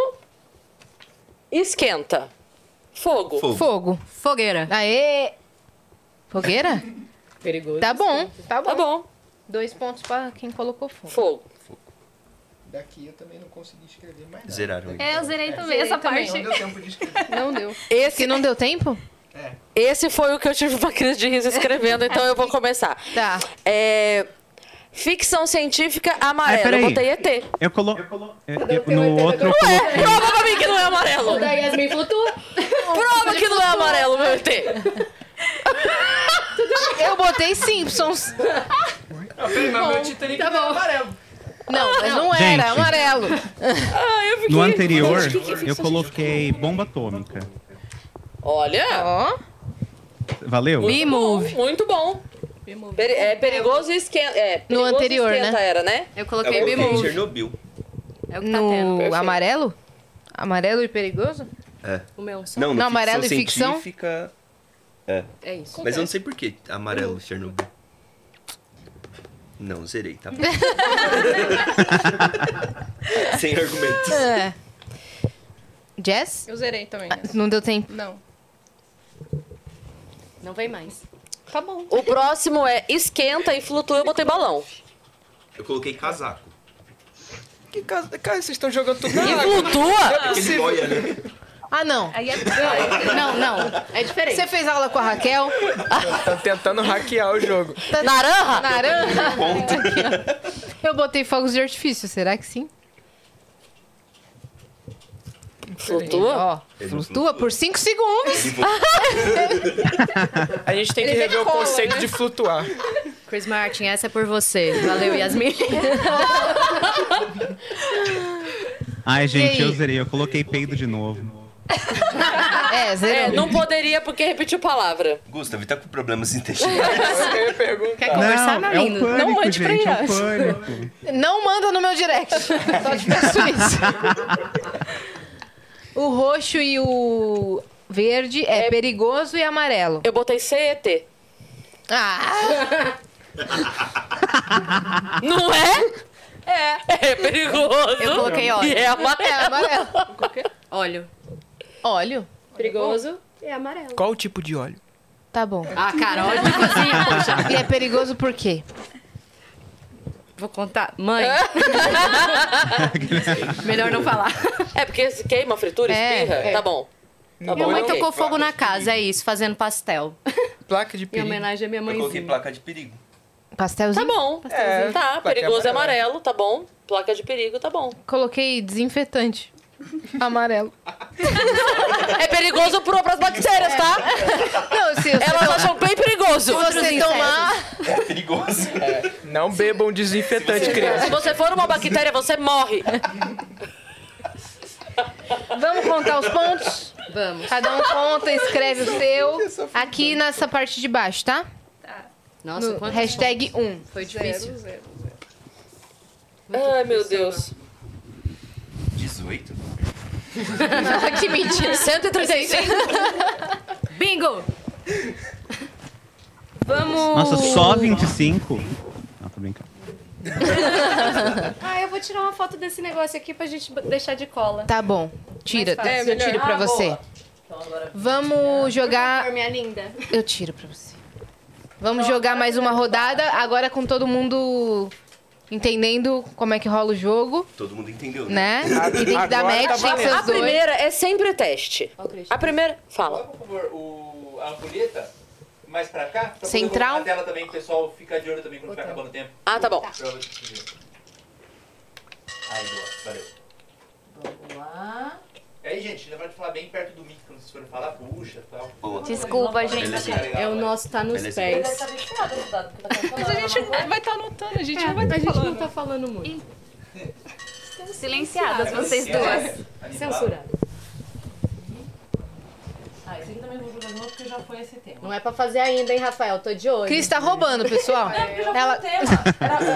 esquenta. Fogo. Fogo. Fogo. Fogueira. Aê! Fogueira? Perigoso. Tá bom. Tá bom. Dois pontos pra quem colocou fogo. Fogo. Daqui eu também não consegui escrever mais nada. Zeraram. É, eu zerei também Zerei essa também. parte. Não deu tempo um de escrever. Não deu. Esse Que não deu tempo? É. Esse foi o que eu tive uma crise de riso escrevendo, então eu vou começar. Tá. É, ficção científica Ai, amarela. peraí. eu botei ET. Eu colo... eu- eu- no outro eu coloquei... Prova pra mim que não é amarelo. O da Yasmin flutua. Prova que não é amarelo, meu ET. Eu botei Simpsons. Não, meu Titanic tá bom. amarelo. Não, Ah, mas não é um Gente. era, amarelo. No anterior, eu coloquei bomba atômica. Olha, Ó, Valeu? B-Move. muito bom. Peri- é perigoso e esquenta. É, No perigoso e anterior, esquenta né? era, né? Eu Eu coloquei coloquei Bimove. Chernobyl. É o que tá tendo. No Perfeito. amarelo? Amarelo e perigoso? O meu só. É. Não, Não, não, amarelo e ficção? científica. É, É isso. mas eu não sei por que amarelo Chernobyl. Não, zerei, tá? bom. Sem argumentos. É. Jess? Eu zerei também. né? Não deu tempo. Não. Não vem mais. Tá bom. O próximo é esquenta e flutua, eu botei balão. Eu coloquei casaco. Que casa... Cara, vocês estão jogando tudo na E água. flutua? Ele boia, né? Ah, não. Aí é... Não, não. É diferente. Você fez aula com a Raquel? Tá- Tá tentando hackear o jogo. Naranja? Naranja? Ponto. Eu botei fogos de artifício, será que sim? Flutua? Ó, Ele flutua por 5 segundos. Ele vo- A gente tem que Ele rever o decola, conceito né? de flutuar. Chris Martin, essa é por você. Valeu, Yasmin. Ai, gente, E aí? eu zerei. Eu coloquei peido de novo. É, zero. É, não poderia porque repetiu palavra. Gustavo, tá com problemas intestinais. Eu ia perguntar. Conversar, não, é um Marino. pânico, Não mande pra gente. É um Yas. pânico. Não manda no meu direct. Só te peço isso. O roxo e o verde é, perigoso e amarelo. Eu botei CET. Ah, Não é? É. É perigoso. Eu coloquei óleo. E é amarelo. é amarelo. Óleo. Óleo? Perigoso e É amarelo. Qual o tipo de óleo? Tá bom. Ah, cara, óleo tipo de cozinha, poxa. E é perigoso por quê? Vou contar. Mãe. Melhor não falar. É porque se queima, fritura, É, espirra. é. Tá bom. Tá Minha bom, mãe ok. tocou fogo na casa, é isso, fazendo pastel. Placa de Em perigo. homenagem à É minha Eu coloquei mãezinha. placa de perigo. Tá Pastelzinho? bom. É, tá, placa perigoso é amarela. amarelo, tá bom. Placa de perigo, tá bom. Coloquei desinfetante. Amarelo. É perigoso pro, pras bactérias, tá? Não, se você, Elas acham bem perigoso. se você tomar... É perigoso. É, Não bebam desinfetante, criança. Se você for uma bactéria, você morre. Vamos contar os pontos? Vamos. Cada um conta, escreve o seu. Aqui nessa parte de baixo, tá? Nossa, No quantos hashtag 1. Foi difícil. zero. Ai, meu Deus. 18. que mentira. 135. Bingo! Oh. Vamos! Nossa, só 25? Não, tô brincando. Ah, eu vou tirar uma foto desse negócio aqui pra gente b- deixar de cola. Tá bom. Tira, Mais fácil. eu tiro Ah, pra você. Então, Vamos jogar... minha linda. Eu tiro pra você. Vamos jogar mais uma rodada, agora com todo mundo entendendo como é que rola o jogo, Todo mundo entendeu, né? né? E tem que dar Agora match, tá tem que ser A os dois. primeira é sempre teste. A primeira. Fala. Coloca, por favor, o, a ampulheta mais pra cá. Pra Central. Poder colocar na tela também, que o pessoal fica de olho também quando vai acabando o tempo. Ah, tá bom. Pra- Aí, boa. Valeu. Vamos lá. E aí, gente, lembra de falar bem perto do mic quando vocês forem falar. Puxa, tal. né? Boa. Desculpa, gente. Beleza. É o nosso tá nos Beleza. pés. tá Mas a gente vai estar anotando, a gente É, não vai A estar gente falando. não tá falando muito. Silenciadas vocês duas. Censurado. Ah, esse aqui também vou jogar de novo porque já foi esse tema. Não é pra fazer ainda, hein, Rafael? Tô de olho. Cris tá roubando, pessoal. Ela,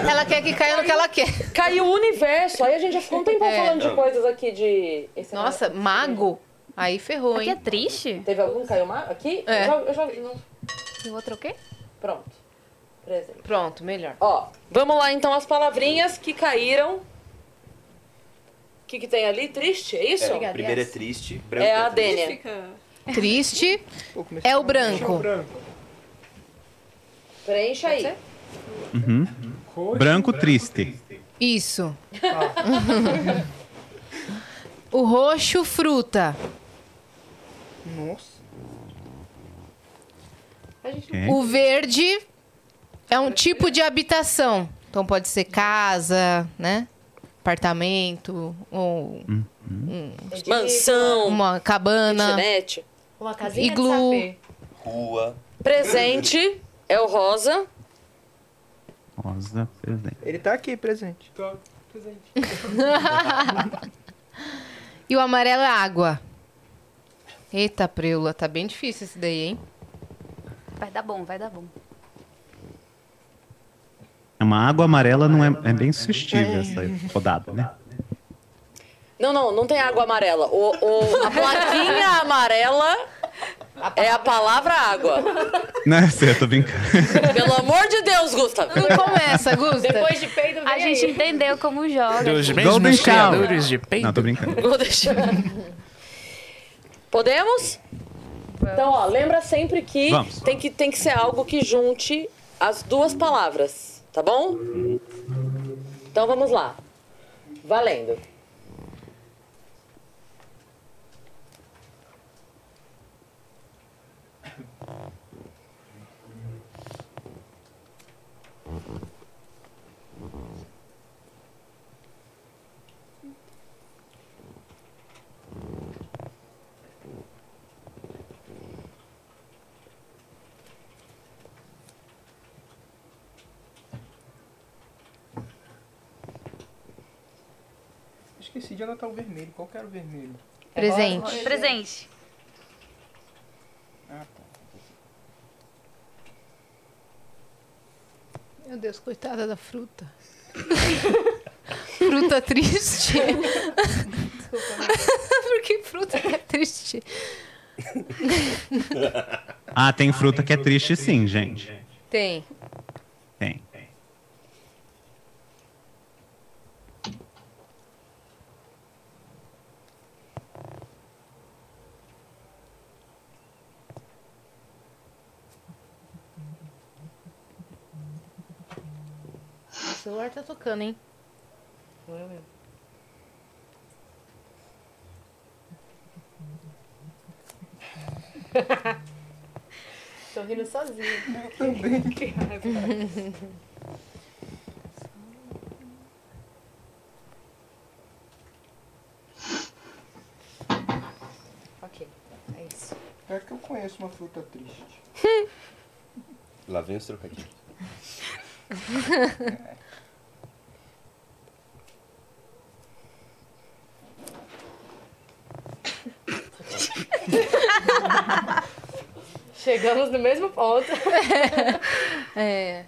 ela quer que caia no que ela quer. Caiu o universo. Aí a gente já ficou um tempão É. falando de coisas aqui de. esse Nossa, mago? Aí ferrou, Aqui é hein? triste? Teve algum que caiu ma- aqui? É. Eu já, eu já- não. E o outro o quê? Pronto. Presente. Pronto, melhor. Ó, vamos lá então as palavrinhas que caíram. O que, que tem ali? Triste, é isso? É, o primeiro é triste. branco É a triste. Dênia. Triste é o branco. Preencha aí. Uhum. Branco, branco triste. Isso. Ah. o roxo, fruta. Nossa. É. O verde é um tipo de habitação. Então pode ser casa, né? Apartamento, ou um- Mansão. uma cabana, Kitnet. Uma iglu. Rua. Presente é o rosa. Rosa, presente. Ele tá aqui, presente. Tá, presente. e o amarelo é água. Eita, preula, tá bem difícil esse daí, hein? Vai dar bom, vai dar bom. É uma água amarela, não é, é bem sustível essa rodada, né? Não, não, não tem água amarela. O, o- a plaquinha amarela é a palavra água. Não é certo, tô brincando. Pelo amor de Deus, Gusta. Não começa, Gusta. Depois de peido, A gente entendeu como joga. Golden Shower. de peito. Não, tô brincando. Vou deixar. Podemos? Então, ó, lembra sempre que Vamos. tem, que tem que ser algo que junte as duas palavras, tá bom? Então vamos lá. Valendo. Esqueci de anotar o vermelho. Qual que era o vermelho? Presente. Presente. ah, tá. Meu Deus, coitada da fruta. fruta triste. né? Porque fruta é triste. Ah, tem fruta que é triste sim, gente. Tem. Tem. O celular tá tocando, hein? Não eu mesmo. Tô rindo sozinha. Eu também. Que raiva. Ok, é isso. É que eu conheço uma fruta triste. Lá vem os trocadilhos. Chegamos no mesmo ponto. É.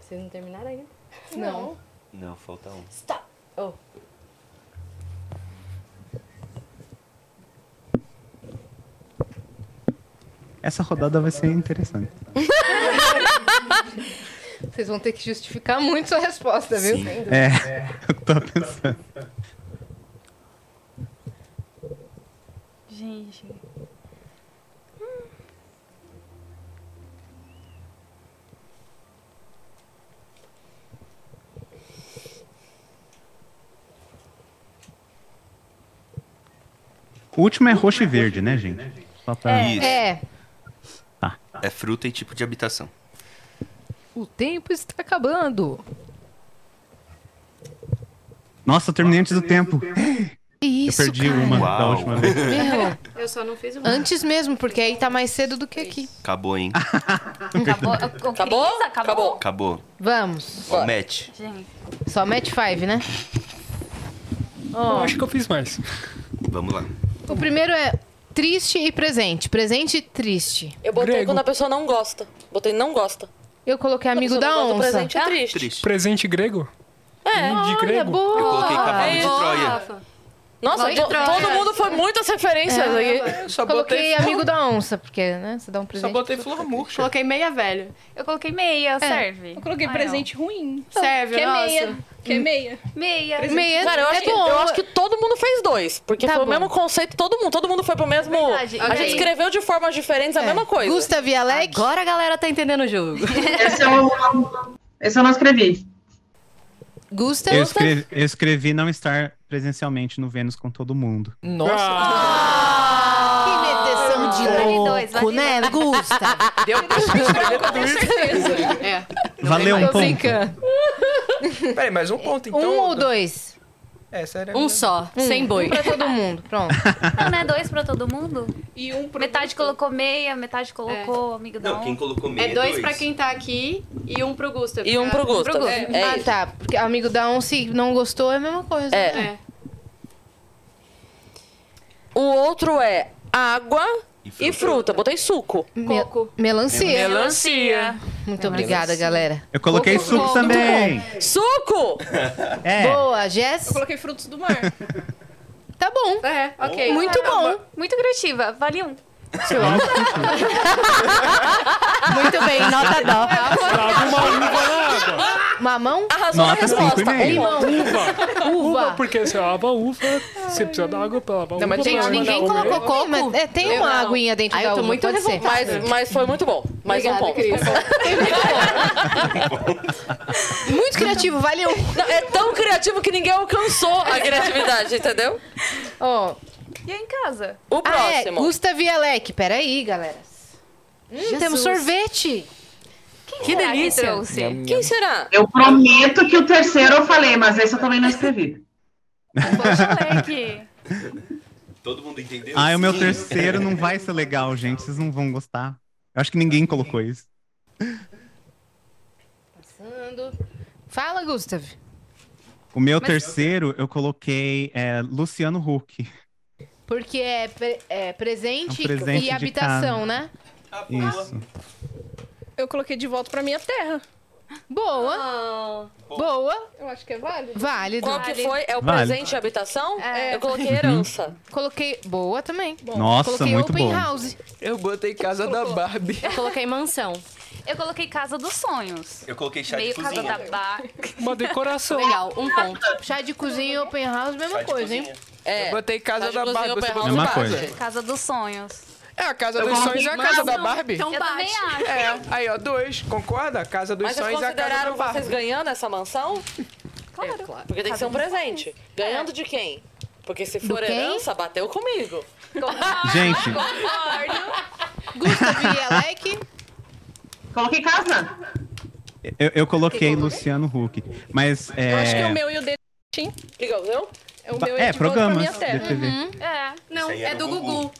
Vocês não terminaram ainda? Não. Não, falta um. Stop. Oh. Essa rodada vai ser interessante. Vocês vão ter que justificar muito sua resposta, viu? Sim. É, eu tô pensando. Gente. O último é roxo e verde, né, gente? Só pra... É. É fruta e tipo de habitação. O tempo está acabando. Nossa, eu terminei antes do tempo. Que isso, eu perdi cara. uma da última vez. Meu, Eu só não fiz o antes mesmo, porque aí tá mais cedo do que aqui. Acabou, hein? Acabou? Acabou? Acabou. Acabou. Vamos. Ó, match. Gente. Só match 5, né? Eu Ó, acho que eu fiz mais. Vamos lá. o primeiro é triste e presente. Presente e triste. Eu botei quando a pessoa não gosta. Botei não gosta. Eu coloquei Quando a amigo pessoa da não gosta do onça. Tá? Ah, presente é triste. Presente grego? Hum, É. De grego? boa. Eu coloquei cavalo de Boa. Troia. Nossa, Olha, to- droga. todo mundo foi muitas referências aqui. Eu só É, Coloquei botei amigo da onça, porque, né? Você dá um Só presente. botei flor murcha. Coloquei meia velha. Eu coloquei meia, É É. serve. Eu coloquei Ai, presente ruim. Serve, Que é nossa. meia. Que é meia. não. Meia. Hum. Meia Cara, eu acho, é que, bom. eu acho que todo mundo fez dois, porque Tá foi bom. o mesmo conceito todo mundo. Todo mundo foi pro mesmo. Verdade, A ok. gente escreveu de formas diferentes a É. mesma coisa. Gustav e Alec? Agora a galera tá entendendo o jogo. Esse é eu, esse é eu não escrevi. Gusta? Eu escrevi, eu escrevi não estar presencialmente no Vênus com todo mundo. Que meteção de Vale dois, louco, vale né, Gusta? Deu pra escrever com certeza. É. Valeu um Tô ponto. brincando. Peraí, mais um ponto então. Um ou dois? É, sério. Um só, Um, sem boi. Um pra todo mundo, pronto. Não, né? Dois pra todo mundo? E um pro Metade colocou meia, metade É. colocou amigdão. Não, quem colocou meia É dois pra quem tá aqui e um pro Gustav. E um pro Gustav. Pro É. ah, isso. tá. Porque amigo da um, se não gostou, é a mesma coisa. né? É. É. O outro é água e fruta. fruta. Botei suco. Me- Coco. melancia. Melancia. Muito obrigada, galera. Eu coloquei Coco, suco coco. também. Suco! É. Boa, Jess. Eu coloquei frutos do mar. Tá bom. É, ok. Muito bom. Muito criativa, vale um. Muito bem, nota dó. Tava uma uva na água. Mamão? Arrasou na Nota cinco resposta. e meio. Um ponto. Uva. Uva. Uva, porque você lava uva, você precisa da água pra lavar uva. Não, mas gente, pra Ninguém mandar colocou uva. coco. Mas, é, tem Eu uma não. aguinha dentro Ah, Ai, da Ah, eu tô uva, muito pode ser. revoltada. Mas, mas foi muito bom. Mais um Obrigada, ponto. Cris. Muito criativo, valeu. Não, é tão criativo que ninguém alcançou a criatividade, entendeu? Ó, E aí em casa? O ah, é, próximo. Gustav e Alec. Peraí, galera. Hum, temos sorvete. Quem que será delícia. que trouxe? Quem será? Eu prometo que o terceiro eu falei, mas esse eu também não escrevi. Poxa, Leque. Todo mundo entendeu? Ah, o meu Sim. terceiro não vai ser legal, gente. Vocês não vão gostar. Eu acho que ninguém colocou isso. Fala, Gustav. O meu terceiro, eu coloquei é, Luciano Huck. Porque é, pre- é presente, É um presente e de casa. habitação, né? Isso. Eu coloquei de volta pra minha terra. Boa, Oh. boa, Eu acho que é válido. válido. Qual que foi? É o Vale. presente e habitação? É. Eu coloquei herança. Coloquei boa também. Nossa, Coloquei muito open bom. house. Eu botei casa da Barbie. Eu coloquei mansão. Eu coloquei casa dos sonhos. Eu coloquei chá Meio de casa cozinha. da barca. Uma decoração. Legal, um ponto. Chá de cozinha e open house, mesma Chá de coisa, hein? cozinha. É. Eu botei casa Chá de da cozinha, Barbie. open Você house, botou Mesma casa. coisa. Casa dos sonhos. É, a casa Eu dos sonhos é a casa da um, Não, Barbie? Então Eu também bate. acho. É, aí ó, dois, concorda? A casa dos Mas vocês sonhos é a casa consideraram da Barbie. vocês ganhando essa mansão? Claro. Porque tem que ser um presente. Ganhando de quem? Porque se for quem? herança, bateu comigo. Gente, Gustav e Alec. Coloquei casa. eu, eu coloquei Luciano Huck. Mas é. Eu acho que o meu e o dele. Legal, viu? É, o meu e é, de volta pra programas minha terra. de TV. É. Não, aí era é do o Gugu. Gugu.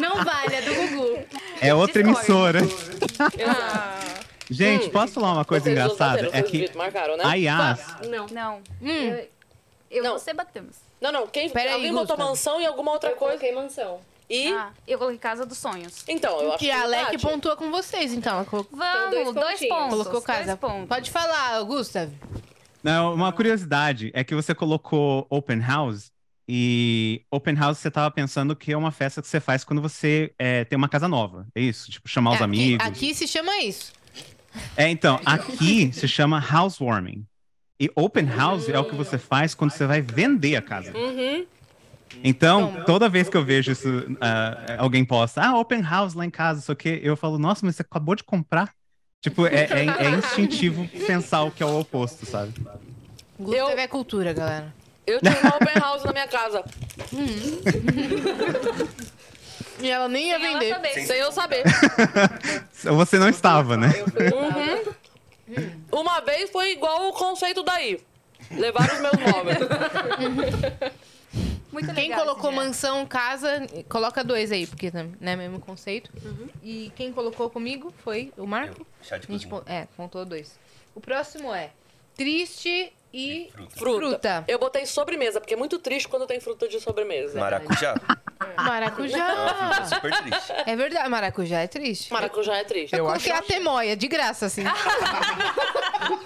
Não vale, é do Gugu. É outra emissora. Ah, Gente, posso falar uma coisa vocês não engraçada? bateram, É vocês que Tá marcaram, né? a Yas. Não. Tá. Não. Hum. Eu, eu Não. você batemos. Não, não. Quem, Pera aí, alguém botou Gustavo. mansão e alguma outra Eu coisa. coloquei mansão. E. Ah, eu coloquei casa dos sonhos. Então, eu acho que. E Alec bate. pontua com vocês, então. Ela colocou, Vamos, dois dois, pontinhos. pontos. colocou casa. Dois pontos. Pode falar, Gustav. Não, uma curiosidade é que você colocou Open House. E Open House você tava pensando que é uma festa que você faz quando você é, tem uma casa nova. É isso? Tipo, chamar os aqui, amigos. Aqui se chama isso. É, então, aqui se chama housewarming. E open Ah. house é o que você faz quando você vai vender a casa. Uhum. Então, toda vez que eu vejo isso, ah, alguém posta, ah, open house lá em casa, só que eu falo, nossa, mas você acabou de comprar. Tipo, é, é- é instintivo pensar o que é o oposto, sabe? Gustav é cultura, galera. Eu tinha uma open house na minha casa. Hum. E ela nem ia Ela vender. também. Sem eu saber. Você não estava, né? Uhum. Uma vez foi igual o conceito daí. Levaram os meus móveis. Muito legal. Quem colocou esse dia. mansão, casa, coloca dois aí, porque né, mesmo conceito. Uhum. E quem colocou comigo foi o Marco. Chá de A gente cozinha. pon- é, contou dois. O próximo é triste e Fruta. Fruta. Eu botei sobremesa, porque é muito triste quando tem fruta de sobremesa. Maracujá. é maracujá. É Super triste. É verdade, maracujá é triste. Maracujá é triste. Eu Eu coloquei acho- a temoia, de graça, assim.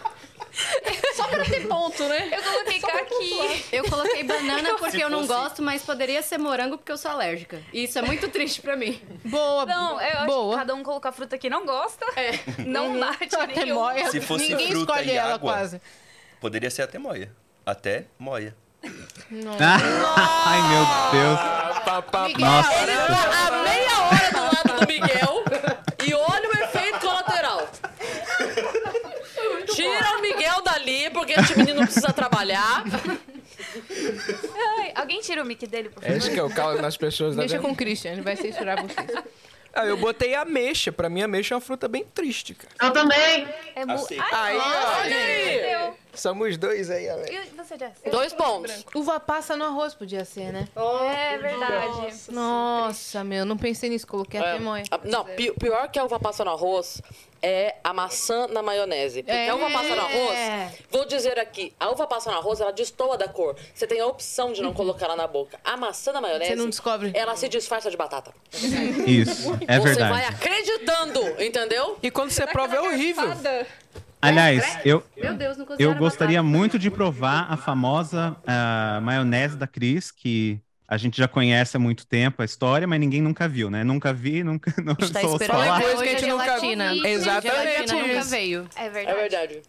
Só pra ter ponto, né? Eu coloquei caqui. Eu coloquei banana porque eu não gosto, mas poderia ser morango porque eu sou alérgica. E isso é muito triste pra mim. Boa, Não, eu acho que boa. cada um coloca a fruta que não gosta. É, Não bate A nenhum. temoia, Se fosse ninguém fruta escolhe e ela água. quase. Poderia ser até moia. Até moia. Ai, meu Deus. Miguel, Nossa. ele tá a meia hora do lado do Miguel e olha o efeito colateral. Tira o Miguel dali, porque esse menino precisa trabalhar. Ai, alguém tira o mic dele, por É favor. isso que eu calo nas pessoas. Deixa né? com o Christian, ele vai censurar vocês. Ah, eu botei ameixa. Pra mim, ameixa é uma fruta bem triste, cara. Eu também. É mu... Aceito. Ai, Aí, ó. olha aí. Somos dois aí, galera. E você, Jess? Dois pontos. Uva passa no arroz podia ser, né? É verdade. Nossa, meu, não pensei nisso, coloquei até moia. Ah, Não, pi- pior que a uva passa no arroz é a maçã na maionese. Porque É. a uva passa no arroz, vou dizer aqui, a uva passa no arroz, ela destoa da cor. Você tem a opção de não colocar ela na boca. A maçã na maionese, Uhum. Você não descobre. ela se disfarça de batata. Isso, é Você vai verdade. acreditando, entendeu? E quando você prova, é horrível. Aliás, eu, Meu Deus, não considero eu gostaria muito de provar a famosa ah, maionese da Cris, que a gente já conhece há muito tempo a história, mas ninguém nunca viu, né? Nunca vi, nunca não Tá só ouço esperando falar. até Coisa hoje que a a gente nunca- gelatina. Exatamente A gelatina nunca isso. veio. É É verdade. verdade.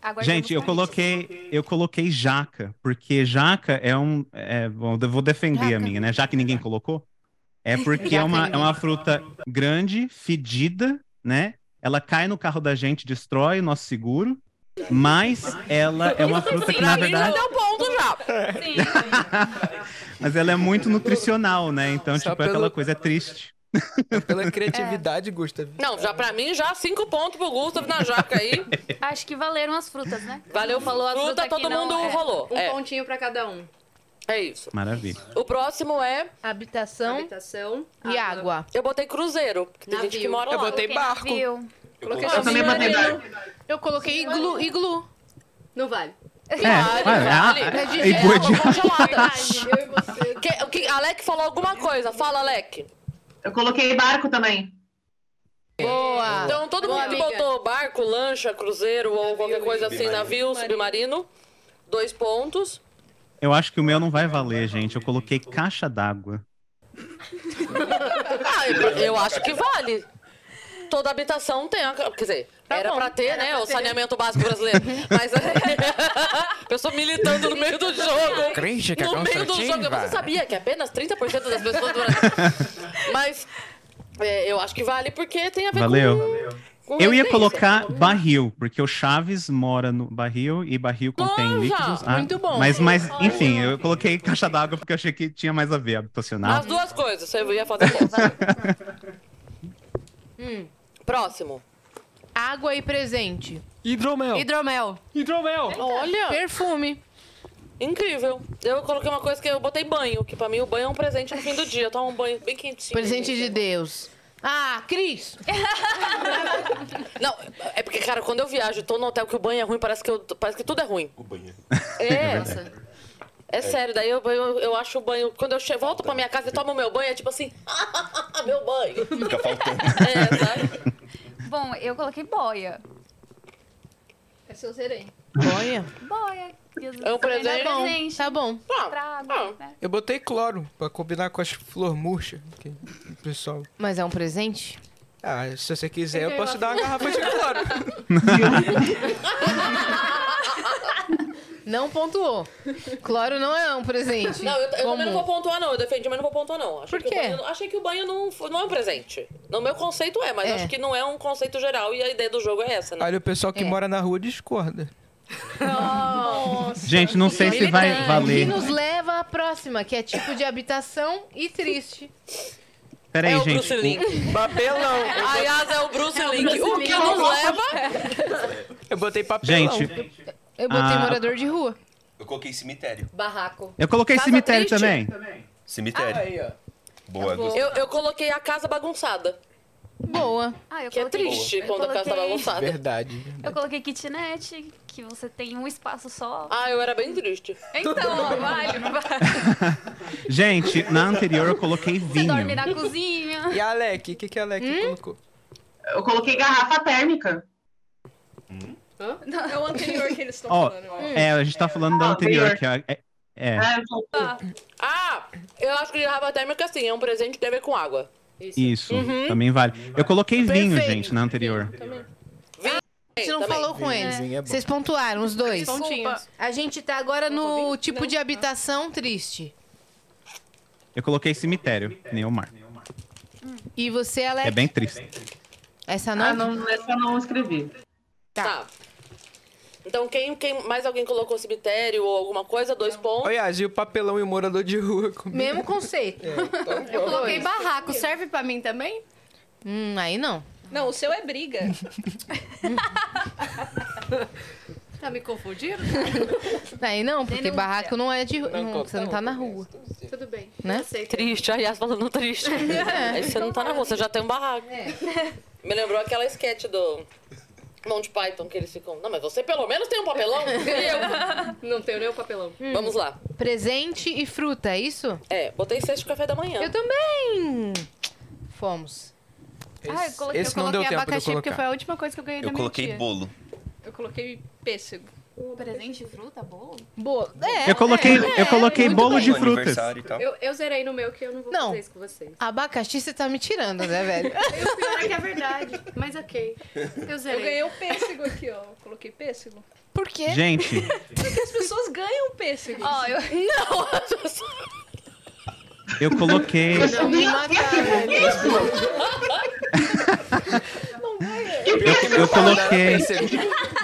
Agora Gente, eu vamos pra coloquei, eu coloquei jaca, porque jaca é um. é, bom, eu vou defender a minha, né? Já que ninguém colocou. É porque é uma, é uma fruta grande, fedida, né? Ela cai no carro da gente, destrói o nosso seguro, mas ela é uma fruta que, na Ali já verdade, deu ponto já. mas ela é muito nutricional, né? Então, Só tipo, é pelo- aquela coisa triste. Pela criatividade, Gustavo. Não, já pra mim, já cinco pontos pro Gustavo na jaca aí. Acho que valeram as frutas, né? Valeu, falou a fruta, fruta que todo não- mundo é. rolou. Um É, pontinho pra cada um. é isso. Maravilha. O próximo é, Habitação Habitação e água. eu botei cruzeiro, porque tem gente que Navio. mora Eu lá. botei Coloquei barco. navio. Coloquei Eu também chaveiro, botei barco. Eu coloquei iglu, iglu. Não vale. É, é, é, Mas de é igual de- Gelada, congelada. Eu e você. Que, o que, Alec falou alguma coisa. Fala, Alec. Eu coloquei barco também. Boa. Então, todo Boa, mundo que amiga. botou barco, lancha, cruzeiro ou qualquer coisa assim, navio, submarino, dois pontos. Eu acho que o meu não vai valer, gente. Eu coloquei caixa d'água. Ah, eu, eu acho que vale. Toda habitação tem, a- quer dizer, era pra ter, né, o saneamento básico brasileiro. Mas a pessoa militando no meio do jogo. Crítica no meio do jogo. construtiva. Você sabia que apenas 30% das pessoas do Brasil... Mas é, eu acho que vale porque tem a ver Valeu. com... com Eu ia residência. colocar barril, porque o Chaves mora no barril e barril contém Nossa, líquidos. Ah, muito bom. Mas, mas, enfim, eu coloquei caixa d'água porque eu achei que tinha mais a ver habitacional. As duas coisas, você ia fazer ponto. Hum, Próximo. Água e presente. Hidromel. Hidromel. Hidromel. Olha, Perfume. incrível. Eu coloquei uma coisa que eu botei banho, que pra mim o banho é um presente no fim do dia. Eu tomo um banho bem quentinho. Presente de Deus. Ah, Cris. Não, é porque, cara, quando eu viajo, tô no hotel que o banho é ruim, parece que, eu, parece que tudo é ruim. O banheiro. É, é sério. Daí eu, eu, eu acho o banho... Quando eu che- volto pra minha casa e tomo meu banho, é tipo assim... meu banho. Fica faltando. É, sabe? Bom, eu coloquei boia. É seu zerei. Olha. Boia. Jesus, É um né, presente. melhor presente. Tá bom. Pra Ah, água, ah, né? Eu botei cloro, pra combinar com as flor murcha. que o pessoal... Mas é um presente? Ah, se você quiser, eu posso dar uma garrafa de cloro. Não pontuou. Cloro não é um presente. Não, eu, eu também não Comum. vou pontuar, não. Eu defendi, mas não vou pontuar, não. Achei Por Que quê? o banho, achei que o banho não, fo- não é um presente. No meu conceito é, mas É. acho que não é um conceito geral e a ideia do jogo é essa, né? Olha, o pessoal que É. mora na rua discorda. Oh, Gente, não sei se vai Militante. valer. Que tá nos leva à próxima, que é tipo de habitação e triste. Peraí, é o gente. Bruce Link. Papelão. Aliás, é o Bruce Link. o que nos leva. Eu botei papelão. Gente, Eu botei Ah. morador de rua. Eu coloquei cemitério. Barraco. eu coloquei Casa cemitério triste. Ah, também. Cemitério. Aí, ó. Boa, Gustavo. Eu, eu coloquei a casa bagunçada. Boa. Ah, eu Que é coloquei... triste eu quando a casa tá coloquei- bagunçada. Verdade. Eu coloquei kitnet, que você tem um espaço só. Ah, eu era bem triste. Então, ó, vale, não vale. Gente, na anterior eu coloquei Você vinho. dorme na cozinha. E a Alec? O que, que a Alec colocou? Eu coloquei garrafa térmica. É o anterior que eles estão Ó, falando. É, a gente tá falando da Ah, anterior, melhor. que é. é- é. É, eu coloquei- Ah, eu acho que garrafa térmica, sim, é um presente que tem a ver com água. Isso, também vale. Eu coloquei vinho, Perfeito. gente, na anterior. gente não também. falou com Vinhozinho é ele. bom. Vocês pontuaram os dois. Desculpa. Pontinhos. A gente tá agora no tipo de habitação triste. Eu coloquei cemitério, Neomar. E você, Alex? É bem triste. Essa não? Ah, não, essa não escrevi. Tá. Então, quem, quem mais alguém colocou cemitério ou alguma coisa, dois pontos. Olha, e o papelão e o morador de rua comigo. Mesmo conceito. né? Eu coloquei barraco, serve pra mim também? Hum, aí não. Não, o seu é briga. Tá me confundindo? Aí não, porque Denúncia. barraco não é de rua. Não, Você não tá na rua. Tudo bem. Né? Triste, a Yas falando triste. É. Aí você não tá na rua, você já tem um barraco. Me lembrou aquela sketch do Monty Python que eles ficam. Não, mas você pelo menos tem um papelão? E eu? Não tenho nem o papelão. Vamos lá. Hum. Presente e fruta, é isso? É, botei cesto de café da manhã. Eu também! Fomos. Ah, eu coloquei, esse eu não deu coloquei tempo de eu abacaxi porque colocar. foi a última coisa que eu ganhei da Eu minha coloquei tia. bolo. Eu coloquei pêssego. É. Presente, fruta, bolo? Bolo. Eu coloquei- é, eu coloquei muito bolo bom. de frutas. Aniversário e tal. Eu, eu zerei no meu, que eu não vou Não. fazer isso com vocês. Abacaxi você tá me tirando, né, velho? Eu pior é que é verdade, mas ok. Eu Eu zerei. ganhei o pêssego aqui, ó. Eu Coloquei pêssego. Por quê? Gente, Porque as pessoas ganham pêssego. Ó, eu... Não! eu coloquei. me matar, Eu, eu coloquei.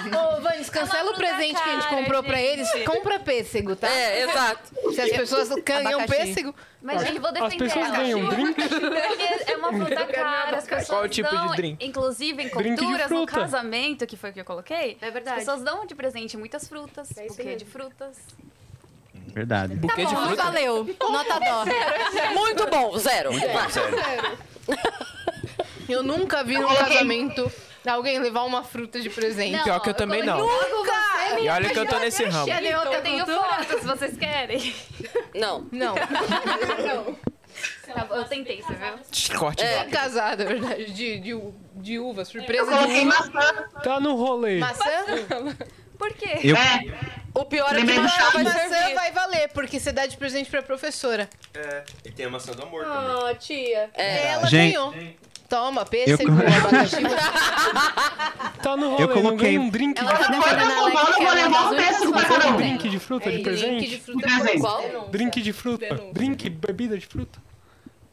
Ô, Vandes, cancela o presente que a gente comprou pra eles. Compra pêssego, tá? É, exato. Se as pessoas ganham Abacaxi. pêssego. Mas, gente, eu vou defender. pessoas ela. ganham drink? Porque é uma fruta cara. As pessoas Qual o tipo de dão, drink? Inclusive, em Drink de culturas, no fruta. casamento, que foi o que eu coloquei, é verdade. as pessoas dão de presente muitas frutas, isso buquê mesmo. de frutas. Verdade. Buquê de fruta? valeu. Nota dó. Muito bom, zero. Muito bom, zero. Eu nunca vi num casamento alguém levar uma fruta de presente. Não, Pior que eu eu também coloquei- não. Nunca! E olha que eu tô nesse ramo. Eu Então, tenho, eu tenho fotos, vocês querem? Não. Não. Tá bom, eu tentei, você viu? Corte. É. casada, é verdade. De, de, u- de uva, surpresa Eu coloquei de uva. maçã. Tá no rolê. Maçã? Por quê? Eu- O pior é que Lembrei do maçã, chá. vai, servir. valer, porque você dá de presente pra professora. É, e tem a maçã do amor também. Oh, tia. É, ela Gente- ganhou. Toma, pêssego, Eu- abacaxi. Tá no rolê, Eu não coloquei- ganha um drink Ela de tá fruta. defendendo a Alex, que ela é uma das únicas Você pessoas dá um que drink ganha. de fruta de É, presente? Drink de fruta é presente. Qual? Drink de fruta. Drink, bebida de fruta.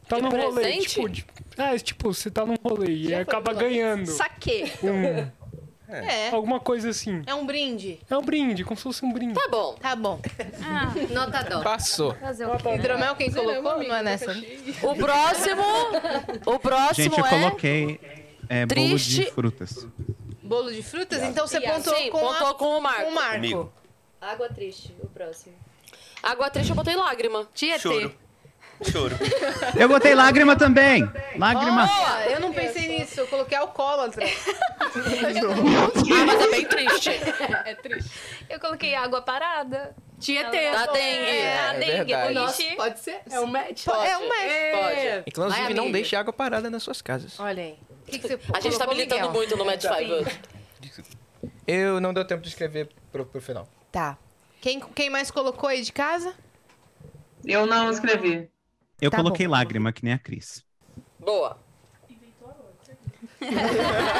Tá De num rolê, presente? tipo... de- É, tipo, você tá num rolê e acaba ganhando. Saquei. Um... É. Alguma coisa assim. É um brinde. É um brinde, como se fosse um brinde. Tá bom. Tá bom. Ah. Nota dó. Passou. Fazer o quê? Hidromel quem colocou? Não é nessa. O próximo. O próximo Gente, eu é. coloquei é, bolo de Triste. frutas. Bolo de frutas? Então você Obrigada. pontuou Sim, com, a- pontuou com o Marco. com o Marco. Comigo. Água triste, o próximo. Água triste, eu botei lágrima. Tietê. Choro. Choro. Eu botei lágrima também. Lágrima. Boa, eu não pensei nisso, eu coloquei alcoólatra. Ah, mas é bem triste. É triste. Eu coloquei água parada. Então, Tietê. Dá dengue. É, É a dengue. verdade. Nossa, Pode ser? É um match? É um match. Pode. Inclusive, Vai, não amiga. deixe água parada nas suas casas. Olha aí. O que, que você A gente tá colocou, militando Miguel? muito no Match 5 hoje. Eu não deu tempo de escrever pro, pro final. Tá. Quem, quem mais colocou aí de casa? Eu não escrevi. Eu Tá coloquei lágrima, que nem a Cris. Boa.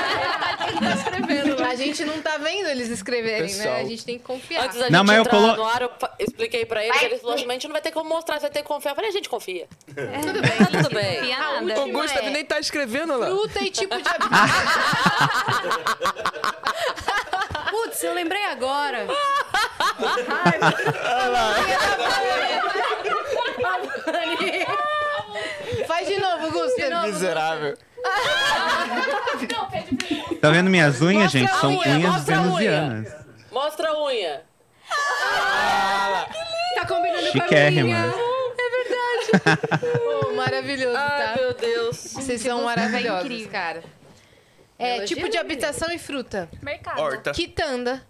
tá A gente não tá vendo eles escreverem, né? Pessoal. A gente tem que confiar. Antes da Não, gente mas eu entrar colo- no ar, eu fa- expliquei pra eles. Eles falaram, "Mas a gente não vai ter como mostrar, você vai ter que confiar. Eu falei, a gente confia. Tudo bem. Tudo bem. Confia nada. O Gustav nem tá escrevendo lá. Fruta e tipo de habitação. Putz, eu lembrei agora. Faz tá de novo, Gustavo. Miserável. Tá vendo minhas unhas, gente? a São unha, unhas mostra a unha. venusianas. Mostra a unha. Tá combinando com a Chiquérrima. minha. Pô, maravilhoso, Ai, tá? meu Deus. Vocês são maravilhosos, cara. É, Elogio tipo de habitação e fruta. Mercado. Horta. Quitanda. Mesma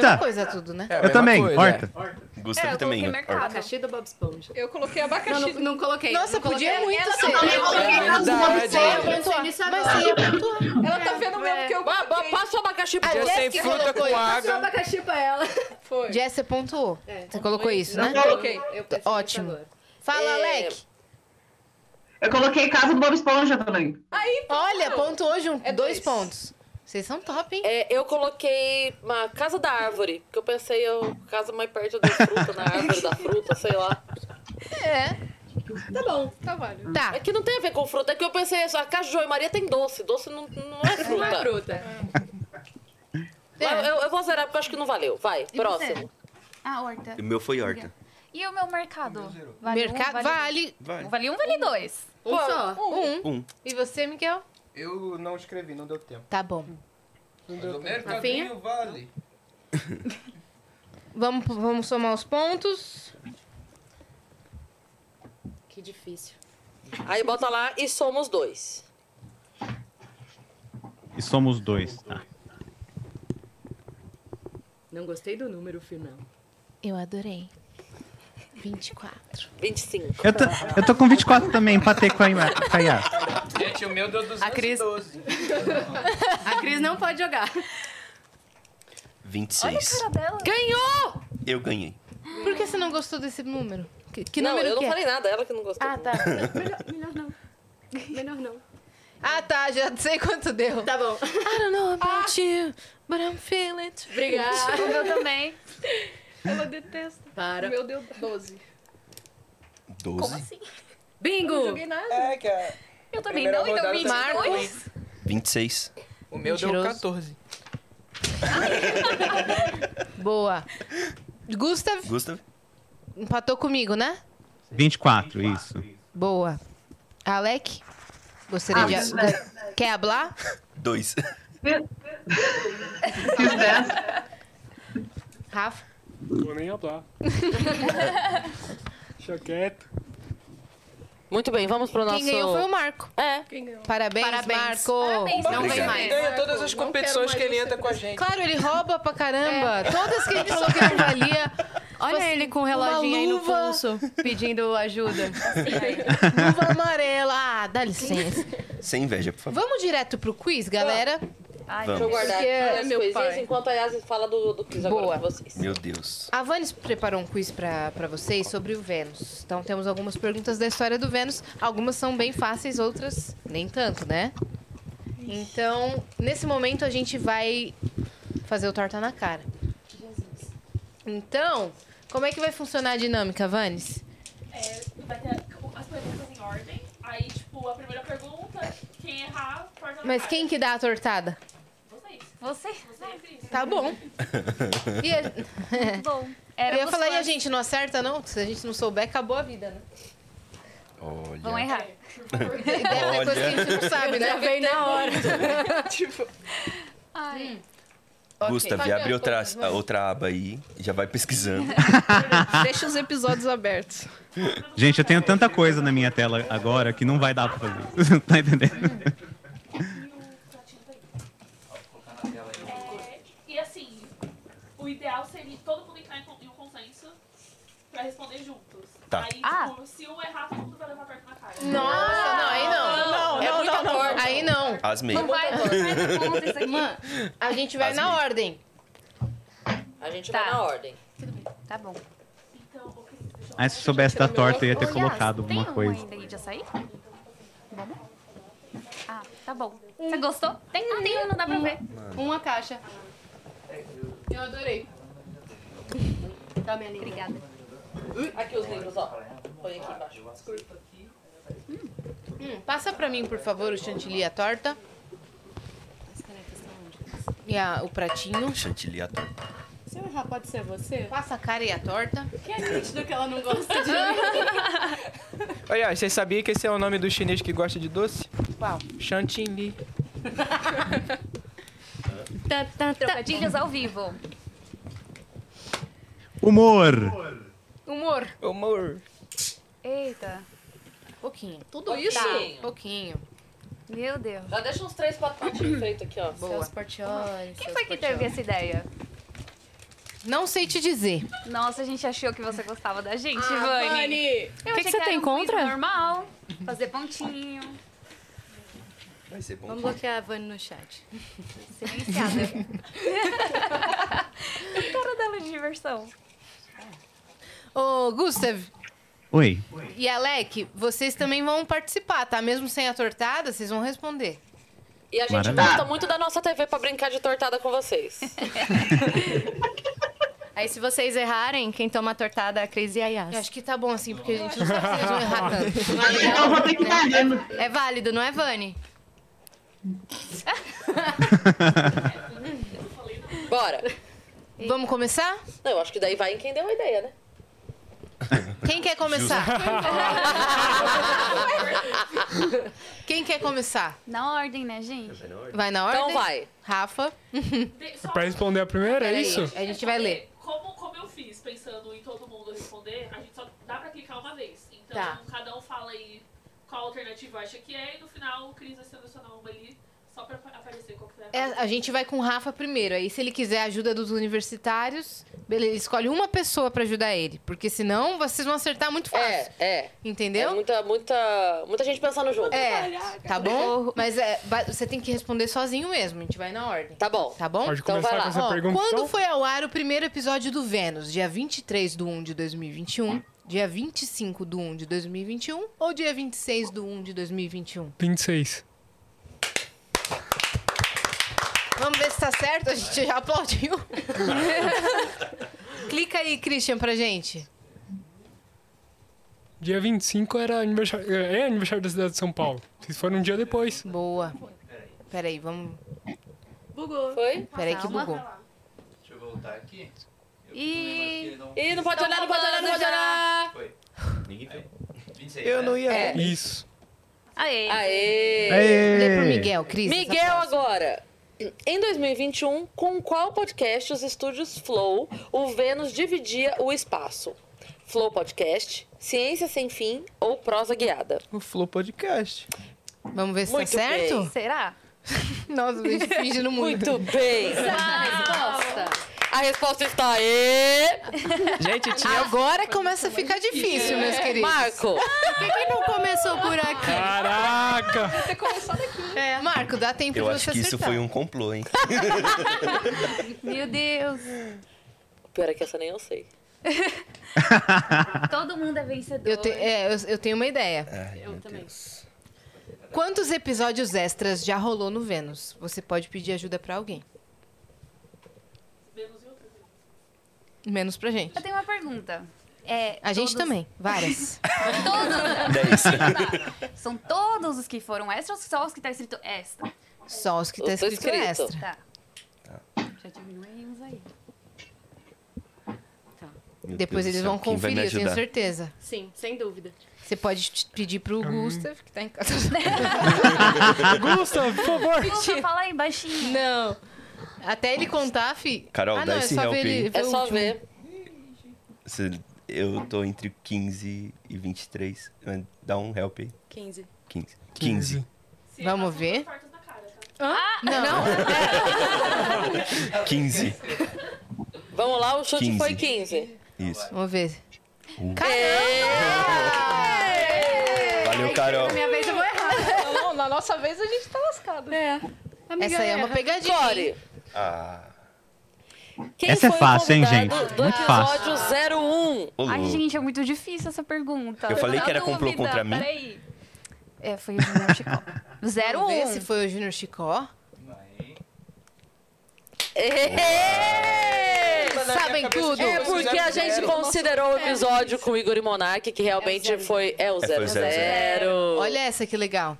Horta! coisa tudo, né? É a Eu mesma também, coisa, horta. Gustavo É, eu também. coloquei Horta. mercado. Abacaxi do Bob Esponja. Eu coloquei abacaxi. Não, não, não coloquei. Nossa, não coloquei. podia muito ser. É verdade. Você ia pontuar. Mas você ia pontuar. Ela tá vendo É. mesmo que eu Ba- ba- coloquei. Passa o abacaxi pra Ah, Eu você. sem que fruta colocou com isso. Passou água. abacaxi pra ela. Foi. Jess, você pontuou. É, Você colocou isso, né? Eu coloquei. Eu pensei nisso Ótimo. agora. Fala, É. Alec. Eu coloquei casa do Bob Esponja também. Olha, pontuou junto. É dois. dois pontos. Vocês são top, hein? É, eu coloquei uma casa da árvore, que eu pensei, eu casa mais perto da fruta, na árvore da fruta, sei lá. É. Tá bom, tá válido. Tá. É que não tem a ver com fruta, é que eu pensei, a casa de João Maria tem doce, doce não, não é fruta. Não é fruta. É. Mas Eu, eu vou zerar porque eu acho que não valeu. Vai, E próximo. você? Ah, horta. O meu foi horta. E o meu mercado? um, Mercado- vale- Vale. vale um, vale dois. Um só. Um. Um. E você, Miguel? Eu não escrevi, não deu tempo. Tá bom. Não deu tempo. Rafinha? vale. Vamos, vamos somar os pontos. Que difícil. Aí bota lá e somos dois. E somos dois, tá? Não gostei do número final. Eu adorei. 24. 25. Eu tô, eu tô com 24 também, empatei com a Ima- com a Yas. Gente, o meu deu 212. A Cris- A Cris não pode jogar. 26. dela. Ganhou! Eu ganhei. Por que você não gostou desse número? Que, que não, número eu que não é? falei nada, ela que não gostou. Ah, tá. Melhor não. Melhor não. Ah, tá, já sei quanto deu. Ah. Tá bom. I don't know about you, but I'm feeling it. Obrigada. O meu também. Ela detesta. Para. O meu deu 12. 12. Bingo! Não joguei nada. É, que a... Eu também primeira não, então rodada eu Marcos. também. 26. O meu deu Mentiroso. 14. Boa. Gustav Gustav? empatou comigo, né? 24, isso. Boa. Alec? Gostaria de. Dois. go- Quer hablar? 2. Rafa? Vou nem hablar. Deixa quieto. Muito bem, vamos pro nosso... Quem ganhou foi o Marco. É. Parabéns, Parabéns. Marco. Parabéns, Não Marco. vem mais. Ganha todas as competições que ele entra com a gente. Claro, ele rouba pra caramba. Todas que ele falou que não valia. É. Tipo assim, Olha ele com o reloginho aí no pulso, pedindo ajuda. Luva amarela. Ah, dá licença. Sem inveja, por favor. Vamos direto pro quiz, galera? Ai, Deixa eu Vamos. guardar Porque aqui é as meu coisinhas pai. enquanto a Yas fala do, do quiz agora pra vocês. Meu Deus. A Vanes preparou um quiz pra pra vocês sobre o Vênus. Então temos algumas perguntas da história do Vênus. Algumas são bem fáceis, outras nem tanto, né? Então, nesse momento a gente vai fazer o torta na cara. Então, como é que vai funcionar a dinâmica, Vanes? É, vai ter as perguntas em ordem. Aí, tipo, a primeira pergunta, quem errar, corta na Mas cara. quem que dá a tortada? Vocês. Você? Vocês. Tá bom. E a... Bom. Eu ia éramos falar, e a fãs. gente não acerta, não? Se a gente não souber, acabou a vida, né? Olha. Vão errar. Deve ter coisa que a gente não sabe, né? Já vem na hora. tipo... Hum. Ai. Gustav, Fabiano, abre outra, vamos. a outra aba aí e já vai pesquisando. Deixa os episódios abertos. Gente, eu tenho tanta coisa na minha tela agora que não vai dar pra fazer. isso. Tá entendendo? É, e assim, o ideal seria todo mundo entrar em con- em um consenso pra responder juntos. Tá. Aí, tipo, se um errar, todo mundo vai levar perto na cara. Nossa, não, aí não. Não, é não, muita não, não. torta. Aí não. As meias. Não vai, Mano, a gente vai As na ordem. A gente Tá. vai na ordem. Tá bom. Aí se soubesse da torta, eu ia ter Ô, Yas, tem colocado alguma coisa. ainda aí de açaí? Vamos? Ah, tá bom. Você gostou? Tem, ah, tem, não dá pra ver. Uma caixa. Eu adorei. Tá, minha linda. Obrigada. Uh, Aqui os livros, ó. Põe aqui embaixo. Desculpa. Hum, passa pra mim, por favor, o chantilly e a torta. E a- o pratinho. Chantilly à torta. Se eu errar, pode ser você? Passa a cara e a torta. Que é nítido que ela não gosta de Olha, Yas, vocês sabiam que esse é o nome do chinês que gosta de doce? Qual? Chantilly. Tá, Trocadilhos ao vivo. Humor! Humor. Humor. Eita. Pouquinho. Tudo isso? Pouquinho. Meu Deus. Já deixa uns três, quatro patinhos feitos aqui, ó. Boa. Seus Quem foi que teve essa ideia? Não sei te dizer. Nossa, a gente achou que você gostava da gente, Ah, Vani. Vani. Eu Que que achei você era tem um quiz contra? Normal. Fazer pontinho. Vai ser bom. Vamos bloquear a Vani no chat. Silenciada. A cara dela de diversão. Ô, Gustav Oi. e Alec, vocês também vão participar, tá? Mesmo sem a tortada, vocês vão responder. E a gente Maravilha. gosta muito da nossa TV pra brincar de tortada com vocês. Aí se vocês errarem, quem toma a tortada é a Cris e a Yas. Eu acho que tá bom assim, porque a gente não sabe se eles vão errar tanto. eu vou ter que dar É válido, não é, Vani? Bora. Vamos começar? Não, eu acho que daí vai em quem deu a ideia, né? Quem quer começar? Quem quer começar? Na ordem, né, gente? Vai na ordem? Então vai. Rafa. É pra responder a primeira, é Peraí, isso? A gente vai ler. Como, como eu fiz, pensando em todo mundo responder, a gente só dá pra clicar uma vez. Então, Tá. cada um fala aí qual alternativa acha que é, e no final o Cris vai selecionar uma ali, só pra apa- aparecer qual que é. É, a gente vai com o Rafa primeiro. Aí, se ele quiser a ajuda dos universitários, beleza, escolhe uma pessoa pra ajudar ele. Porque senão vocês vão acertar muito fácil. É, é. Entendeu? É muita, muita, muita gente pensando no jogo. É, tá bom? Mas é, ba- você tem que responder sozinho mesmo. A gente vai na ordem. Tá bom. Tá bom? Pode Então começar vai lá. com essa Ó, pergunta, Quando então? foi ao ar o primeiro episódio do Vênus? Dia 23 do 1 de 2021, dia 25 do 1 de 2021 ou dia 26 do 1 de 2021? 26. Vamos ver se tá certo. A gente já aplaudiu. Clica aí, Christian, pra gente. Dia 25 era aniversário, é aniversário da cidade de São Paulo. Vocês foram um dia depois. Boa. Peraí, vamos. Bugou. Foi? Peraí que Calma. bugou. Deixa eu voltar aqui. E... Ih, não pode olhar, não pode olhar, não pode olhar. Foi. Ninguém viu. 26. Eu não ia É. ver. Isso. Aê. Aê. Lê pro Miguel, Cris, essa Miguel agora. Em 2021, com qual podcast os estúdios Flow, o Vênus dividia o espaço? Flow Podcast, Ciência Sem Fim ou Prosa Guiada? O Flow Podcast. Vamos ver se Muito tá certo? bem. Será? Nossa, eu fingindo muito. Muito bem. A resposta está aí. Gente, tinha... Agora começa a ficar difícil, meus queridos. Marco. Por que, que não começou por aqui? Caraca! Você começou daqui. É, Marco, dá tempo Eu de acho você que isso acertar. foi um complô, hein? Meu Deus. O pior é que essa nem eu sei. Todo mundo é vencedor. Eu, te- é, eu- eu tenho uma ideia. Eu também. Quantos episódios extras já rolou no Vênus? Você pode pedir ajuda pra alguém. Menos pra gente. Eu tenho uma pergunta. É, A gente todos- também, várias. Todos. São todos os que foram extra ou só os que tá escrito extra? Só os que tá escrito, extra. Tá. Já diminuímos aí. Meu Depois Deus eles do vão céu, quem vai me conferir, eu tenho ajudar? certeza. Sim, sem dúvida. Você pode t- pedir pro Hum. Gustav, que tá em casa. Gustav, por favor. Gustav, fala aí baixinho. Não. Até ele contar, fi. Carol, ah, dá não, é esse só help ver aí. ele. É só ver. Se- Eu tô entre 15 e 23. mas Dá um help aí. 15. 15. 15. Vamos ver. Ah, não. não. 15. Vamos lá, o chute 15. foi 15. Isso. Vamos ver. Valeu, Carol. minha vez eu vou errar. Não, na nossa vez a gente tá lascado. É. Essa aí é uma pegadinha. Core. Ah. Quem Essa é foi fácil, hein, convidado gente? Do Muito episódio fácil. 01. Ô, Ai, louco. gente, é muito difícil essa pergunta. Eu falei Dá que era complô dúvida, contra mim? Peraí. É, foi o Junior Chicó. Zero Vamos ver um. se foi o Júnior Chicó. tá Sabem tudo? um É. É porque a gente considerou o episódio com Igor e Monark, que realmente foi. É o É, foi o 00. zero, zero. Olha essa que legal.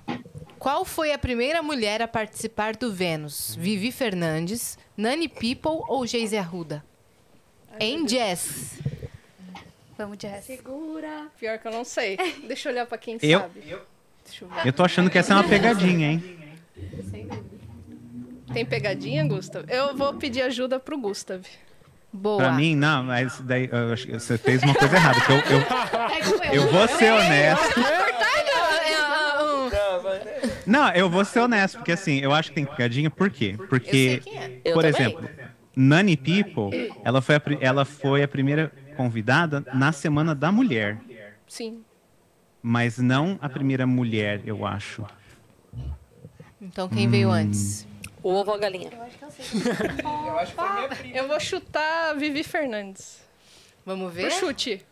Qual foi a primeira mulher a participar do Vênus? Vivi Fernandes, Nani People ou Geise Arruda? Em Jess. Vamos, Jess. Segura. Pior que eu não sei. Deixa eu olhar pra quem Eu? sabe. Deixa eu ver. Eu tô achando que essa é uma pegadinha, hein? Tem pegadinha, Gustav? Eu vou pedir ajuda pro Gustav. Boa. Pra mim, não, mas daí eu acho que você fez uma coisa errada. que eu, eu, eu vou ser honesto. Ah, um. Não, eu vou ser honesto, porque assim, eu acho que tem pegadinha, por quê? Porque, Eu por também. exemplo, Nani People, ela foi, a, pri- ela foi a primeira convidada na Semana da Mulher, Sim. mas não a primeira mulher, eu acho. Então quem Hum. veio antes? O ovo ou a galinha? Eu acho que foi minha prima. Eu vou chutar Vivi Fernandes. Vamos Pro ver? chute.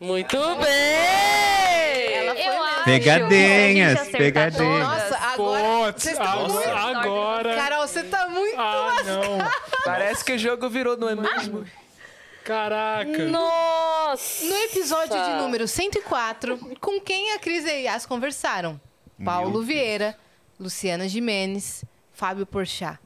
Muito bem! Ela foi mesmo. Pegadinhas, pegadinhas. Nossa, a Putz, vocês tão agora- muito- agora- Carol, você tá muito Ah, não. Parece que o jogo virou, não é mesmo? Caraca. Nossa! No episódio de número 104, com quem a Cris e a Yas conversaram? Paulo Vieira, Luciana Jimenez, Fábio Porchat.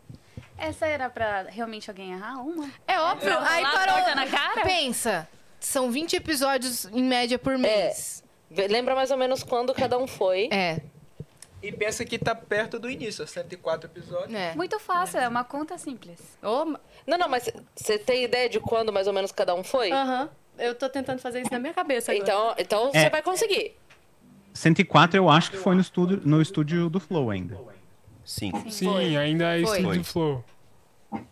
Essa era pra realmente alguém errar uma? É óbvio. Pra rolar Aí a parou. torta na cara? Pensa, são 20 episódios em média por mês. É. Vê- Lembra mais ou menos quando cada um foi. É. E pensa que tá perto do início, 104 episódios. Muito fácil, é uma conta simples. Não, não, mas você tem ideia de quando mais ou menos cada um foi? Aham. Eu tô tentando fazer isso na minha cabeça agora. Então, então É. você vai conseguir. 104 eu acho que foi no estúdio, no estúdio do Flow ainda. Sim. Sim, ainda Foi. é estúdio Foi. do Flow.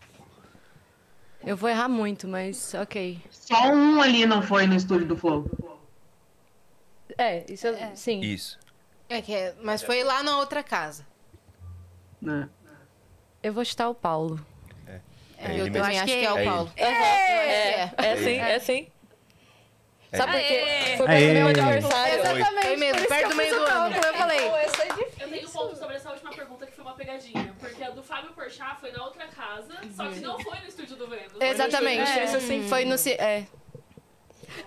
Eu vou errar muito, mas ok. Só um ali não foi no estúdio do Flow. É, isso eu- sim. Isso. É que é- mas foi lá na outra casa. Eu vou chutar o Paulo. É eu ele também mesmo. acho que é o ele. Paulo. Aham, É, É é ele. sim, é sim. É Sabe por ele. quê? Aê! Foi perto do meu Aê! aniversário. Exatamente, Foi mesmo, por isso perto que eu do meio fiz o do ano. É, cálculo, eu falei. Pô, Eu tenho um ponto sobre essa última pergunta que foi uma pegadinha. Porque a do Fábio Porchat foi na outra casa, só que não foi no estúdio do Vênus. foi no Exatamente. estúdio- É, Foi no. ci- É.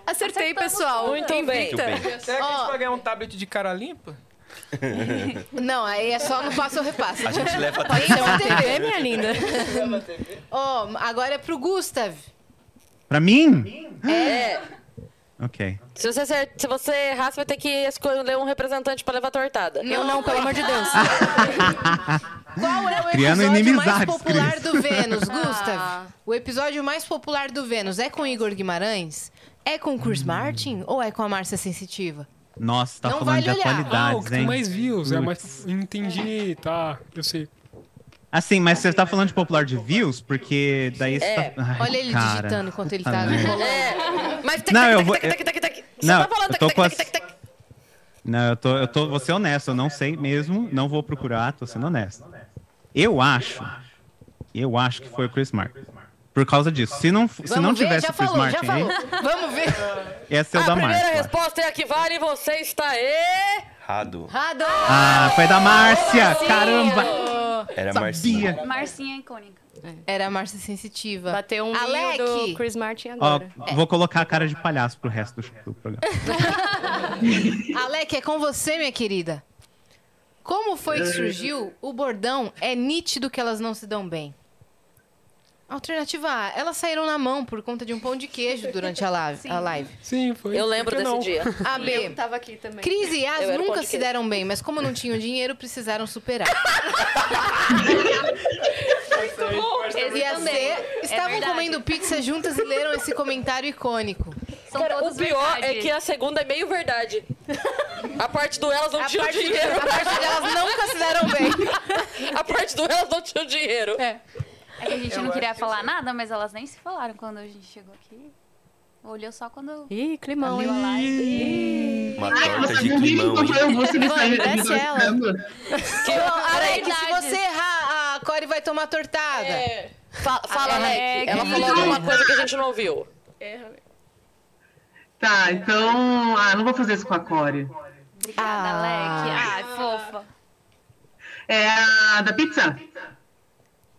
Acertei, pessoal. Muito Tô bem. invicta. Muito bem. Então, Será que a Então, Ó. gente vai ganhar um tablet de cara limpa? Não, aí é só no passo ou repasso. A gente leva Pode até- ser uma TV, minha linda. Ó, agora é pro Gustav. Pra mim? É. Ok. Se você, acer- se você errar, você vai ter que escolher um representante pra levar a tortada. Ah, Eu não, pelo amor de Deus. Qual é o Criando episódio mais inimizades, popular Cris. do Vênus, Gustav? Ah. O episódio mais popular do Vênus é com Igor Guimarães? É com o Chris Martin ou é com a Márcia Sensitiva? Nossa, tá Não falando de vale olhar. É. Ah, atualidades, o que tem hein? mais views, é mais... Entendi, tá, eu sei. Assim, mas você tá falando de popular de views? Porque daí você É. tá... Ai, Olha ele cara. digitando enquanto ele puta tá merda. rolando. É. Mas Não, eu vou... eu- Não, eu tô com as... tac. Não, eu tô, eu tô... Vou ser honesto, eu não sei mesmo, não vou procurar, tô sendo honesto. Eu acho... Eu acho que foi o Chris Martin. Por causa disso. Se não, se não Vamos ver, tivesse já o Chris falou, já Martin aí, falou. Vamos ver. essa é Ah, o a da primeira Márcia. resposta é a que vale, você está errado. Errado. Ah, foi da Márcia! Sim, Caramba! ó. Era Sabia. Marcinha. Marcinha icônica. Era a Márcia Sensitiva. Bateu um Alec. vinho do Chris Martin Ó, agora. vou colocar a cara de palhaço pro resto do, do programa. Alec, é com você, minha querida. Como foi É. que surgiu o bordão é nítido que elas não se dão bem? Alternativa A, elas saíram na mão por conta de um pão de queijo durante a live. A live. Sim, foi. Eu lembro Por que desse não? dia. A B, Eu tava aqui também. Cris e Yas Eu era o pão nunca de se queijo. deram bem, mas como não tinham dinheiro, precisaram superar. Esse e a C, também. É estavam verdade. comendo pizza juntas e leram esse comentário icônico. São Cara, todos o pior verdade. é que a segunda é meio verdade. A parte do elas não A tinham parte, dinheiro. a parte delas nunca se deram bem. A parte do elas não tinham dinheiro. É. É que a gente Eu não queria acho que falar nada, mas elas nem se falaram quando a gente chegou aqui. Olhou só quando. Ih, climão, hein? Uma Ai, torta vocês de não climão. viram como foi um o Gusto me Mano, saiu desce ela. Cara, é que se verdade. você errar, a Cory vai tomar tortada. Fala, fala Ah, é, Alec. que Ela falou legal. alguma coisa que a gente não ouviu. É. Tá, então. Ah, não vou fazer isso com a Core. Ah, Obrigada, Alec. Ah, fofa. É a da pizza.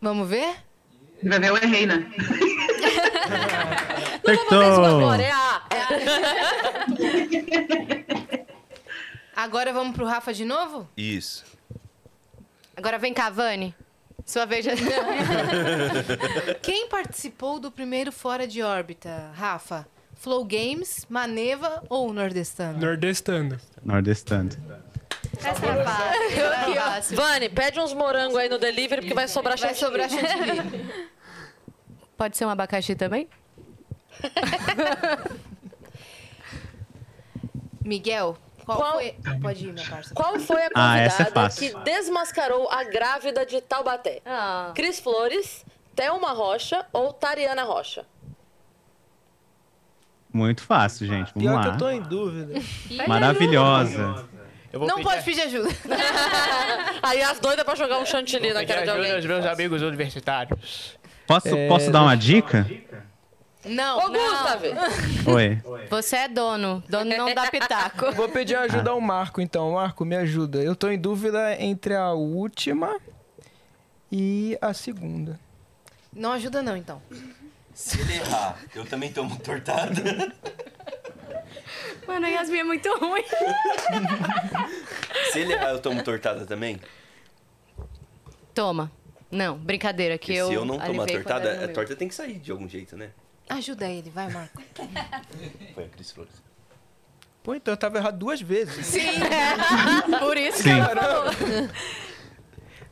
Vamos ver? Vai ver, eu errei, né? Acertou! Agora é a. É. Agora vamos pro Rafa de novo? Isso. Agora vem cá, Vani. Sua vez já. Quem participou do primeiro Fora de Órbita, Rafa? Flow Games, Maneva ou Nordestano? Nordestando. Nordestando. Essa é a fácil. Vani, pede uns morangos aí no delivery, porque vai sobrar Vai chance. sobrar chantilly. Pode ser um abacaxi também? Miguel, qual, Qual- foi... Pode ir, minha parça. Qual foi a Ah, convidada essa é fácil. que desmascarou a grávida de Taubaté? Ah. Cris Flores, Thelma Rocha ou Tariana Rocha? Muito fácil, gente. Vamos Pior que eu tô lá. em dúvida. Maravilhosa. Eu vou Não pedir- pode pedir ajuda. Aí as doidas pra jogar um chantilly na pedir cara de ajuda alguém. aos meus amigos universitários. Posso, É, posso dar uma dica? Não, Ô, Gustavo! Oi. Você é dono. Dono não dá pitaco. Vou pedir ajuda ao Marco, então. Marco, me ajuda. Eu tô em dúvida entre a última e a segunda. Não ajuda não, então. Se ele errar, eu também tomo tortada. Mano, a Yasmin é muito ruim. Se ele errar, eu tomo tortada também. Toma. Não, brincadeira, que Porque eu. se eu não tomar aliviei quando era no tortada, a meu. torta tem que sair de algum jeito, né? Ajuda ele, vai, Marco. Foi a Cris Flores. Pô, então eu tava errado duas vezes. Sim. Por isso Sim. que ela falou.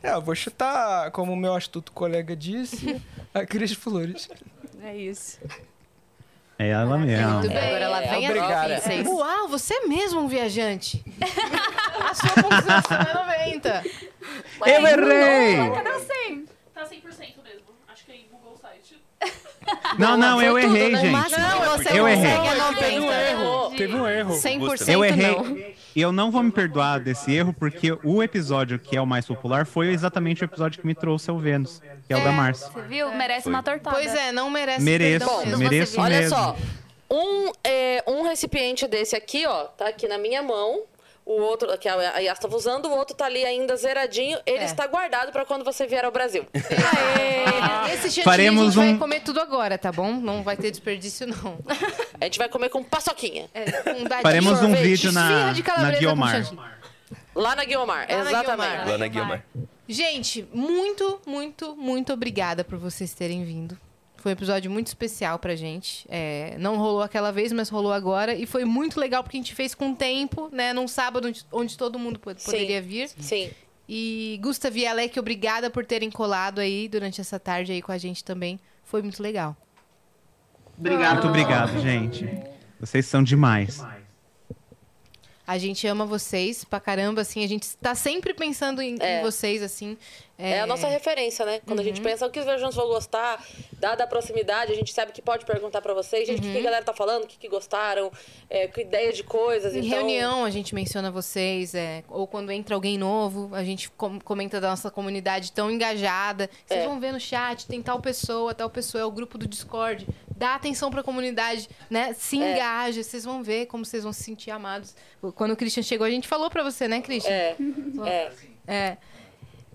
É, eu vou chutar, como o meu astuto colega disse, a Cris Flores. É isso. É ela mesmo. Muito bem. É, Agora ela é, vem obrigada. às difíceis. Uau, você é mesmo um viajante. a sua pontuação é 90. Eu errei! Cadê o 100? Tá 100% mesmo. Acho que aí Google o site. Não, não, eu foi tudo, errei, né? gente. Máximo que você eu errei. consegue é Não, é que teve um 90. erro. Teve um erro. 100% Eu errei. não. E eu não vou me perdoar desse erro, porque o episódio que é o mais popular foi exatamente o episódio que me trouxe ao Vênus, que é o da Márcia. Você viu? Merece uma tortada. Pois é, não merece. Mereço, perdão mesmo. mereço Olha mesmo. só, um, é, um recipiente desse aqui, ó, tá aqui na minha mão. O outro, que a a Yas tava usando, o outro tá ali ainda zeradinho. Ele É. está guardado pra quando você vier ao Brasil. Esse chantilly a Faremos gente vai um- comer tudo agora, tá bom? Não vai ter desperdício, não. É. A gente vai comer com paçoquinha. com dadinho, Faremos um sorvete, vídeo na, esfirra de na calabresa com Guiomar. chantilly. Lá na Guiomar, Lá na exatamente. Guiomar. Lá na Guilmar. Gente, muito, muito, muito obrigada por vocês terem vindo. Foi um episódio muito especial pra gente. É, não rolou aquela vez, mas rolou agora. E foi muito legal porque a gente fez com tempo, né? Num sábado onde, onde todo mundo pod- Sim, poderia vir. Sim. E Gustav e Alec, obrigada por terem colado aí durante essa tarde aí com a gente também. Foi muito legal. Obrigado. Muito obrigado, gente. Vocês são demais. A gente ama vocês pra caramba, assim. A gente tá sempre pensando em, em vocês, assim. É a nossa referência, né? Quando a Uhum. gente pensa o que os viajantes vão gostar, dada a proximidade, a gente sabe que pode perguntar pra vocês, gente, o Uhum. que que a galera tá falando, o que, que gostaram, é, que ideia de coisas. Em então... reunião a gente menciona vocês, é, ou quando entra alguém novo, a gente com- comenta da nossa comunidade tão engajada. Vocês É. vão ver no chat, tem tal pessoa, tal pessoa, é o grupo do Discord. Dá atenção pra comunidade, né? Se É. engaja, vocês vão ver como vocês vão se sentir amados. Quando o Christian chegou, a gente falou pra você, né, Christian? É. É. É.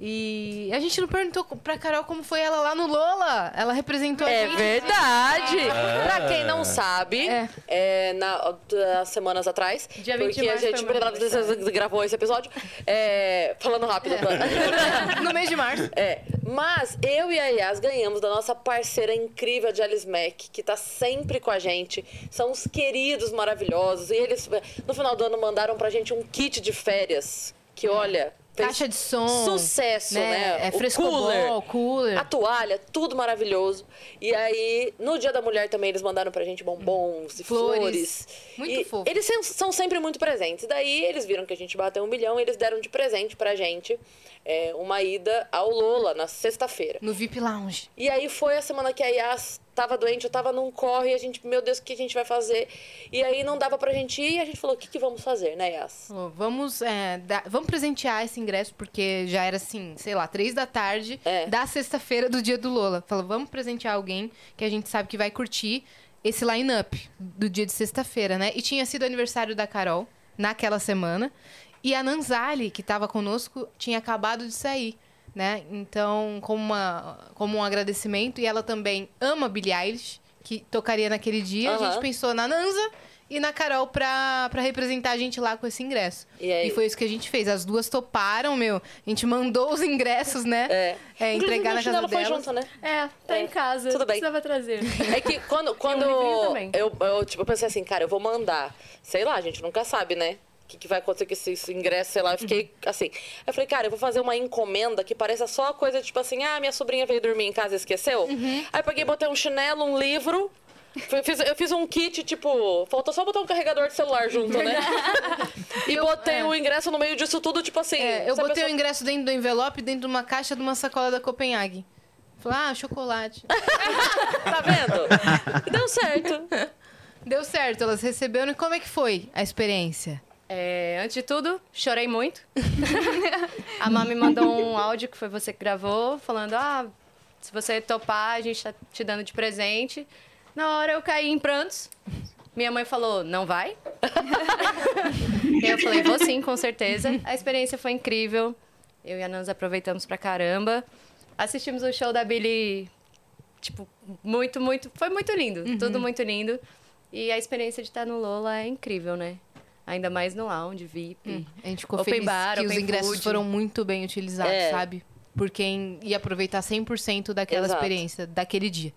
E a gente não perguntou pra Carol como foi ela lá no Lola. Ela representou a É gente. verdade! Ah. Pra quem não sabe, é. na, das semanas atrás, Dia 20 porque de a março gente foi meu aniversário. gravou esse episódio, é, falando rápido. No mês de março. É. Mas eu e a Yas ganhamos da nossa parceira incrível, a Jellis Mac, que tá sempre com a gente. São uns queridos maravilhosos. E eles, no final do ano, mandaram pra gente um kit de férias. Que olha. fez Caixa de som. Sucesso, né? É O frescobol, cooler. a toalha, tudo maravilhoso. E aí, no Dia da Mulher também eles mandaram pra gente bombons e Flores. flores. Muito E fofo. Eles sen- são sempre muito presentes. Daí eles viram que a gente bateu um milhão e eles deram de presente pra gente é, uma ida ao Lola na sexta-feira. No VIP Lounge. E aí foi a semana que a Yas tava doente, eu tava num corre, e a gente, meu Deus, o que a gente vai fazer? E aí não dava pra gente ir e a gente falou, o que, que vamos fazer, né, Yas? Falou, Vamos, é, dar- vamos presentear esse ingresso, porque já era assim, sei lá, três da tarde da sexta-feira do dia do Lola. Falou, vamos presentear alguém que a gente sabe que vai curtir esse line-up do dia de sexta-feira, né? E tinha sido aniversário da Carol naquela semana. E a Nanzali, que estava conosco, tinha acabado de sair, né? Então, como, uma, como um agradecimento, e ela também ama Billie Eilish, que tocaria naquele dia, a Aham. gente pensou na Nanza e na Carol pra, pra representar a gente lá com esse ingresso. E aí? foi isso que a gente fez. As duas toparam, meu. A gente mandou os ingressos, né? É. Inclusive, o entregar na lanche casa dela foi dela. junto, né? É, tá em casa. Tudo bem. Precisava trazer. um É que quando, quando livrinho também. eu, eu, tipo, eu pensei assim, cara, eu vou mandar. Sei lá, a gente nunca sabe, né? O que, que vai acontecer com esse, esse ingresso, sei lá. Eu fiquei Uhum. assim. Aí eu falei, cara, eu vou fazer uma encomenda que pareça só coisa tipo assim: ah, minha sobrinha veio dormir em casa e esqueceu. Uhum. Aí eu peguei, botei um chinelo, um livro. Fui- fiz- eu fiz um kit, tipo, faltou só botar um carregador de celular junto, né? e botei é. o ingresso no meio disso tudo, tipo assim. É, eu se a botei pessoa- o ingresso dentro do envelope, dentro de uma caixa de uma sacola da Copenhague. Falei, ah, chocolate. tá vendo? Deu certo. Deu certo, elas receberam. E como é que foi a experiência? É, antes de tudo, chorei muito. a Má me mandou um áudio que foi você que gravou, falando: ah, se você topar, a gente tá te dando de presente. Na hora eu caí em prantos. Minha mãe falou, não vai? E eu falei, vou sim, com certeza. A experiência foi incrível. Eu e a Nanza aproveitamos pra caramba. Assistimos o show da Billy, tipo, muito, muito. Foi muito lindo. Tudo muito lindo. E a experiência de estar no Lola é incrível, né? Ainda mais no lounge, VIP. Hum, A gente ficou open feliz bar, que os open ingressos food. foram muito bem utilizados, É. sabe? Por quem ia aproveitar 100% daquela Exato. experiência, daquele dia.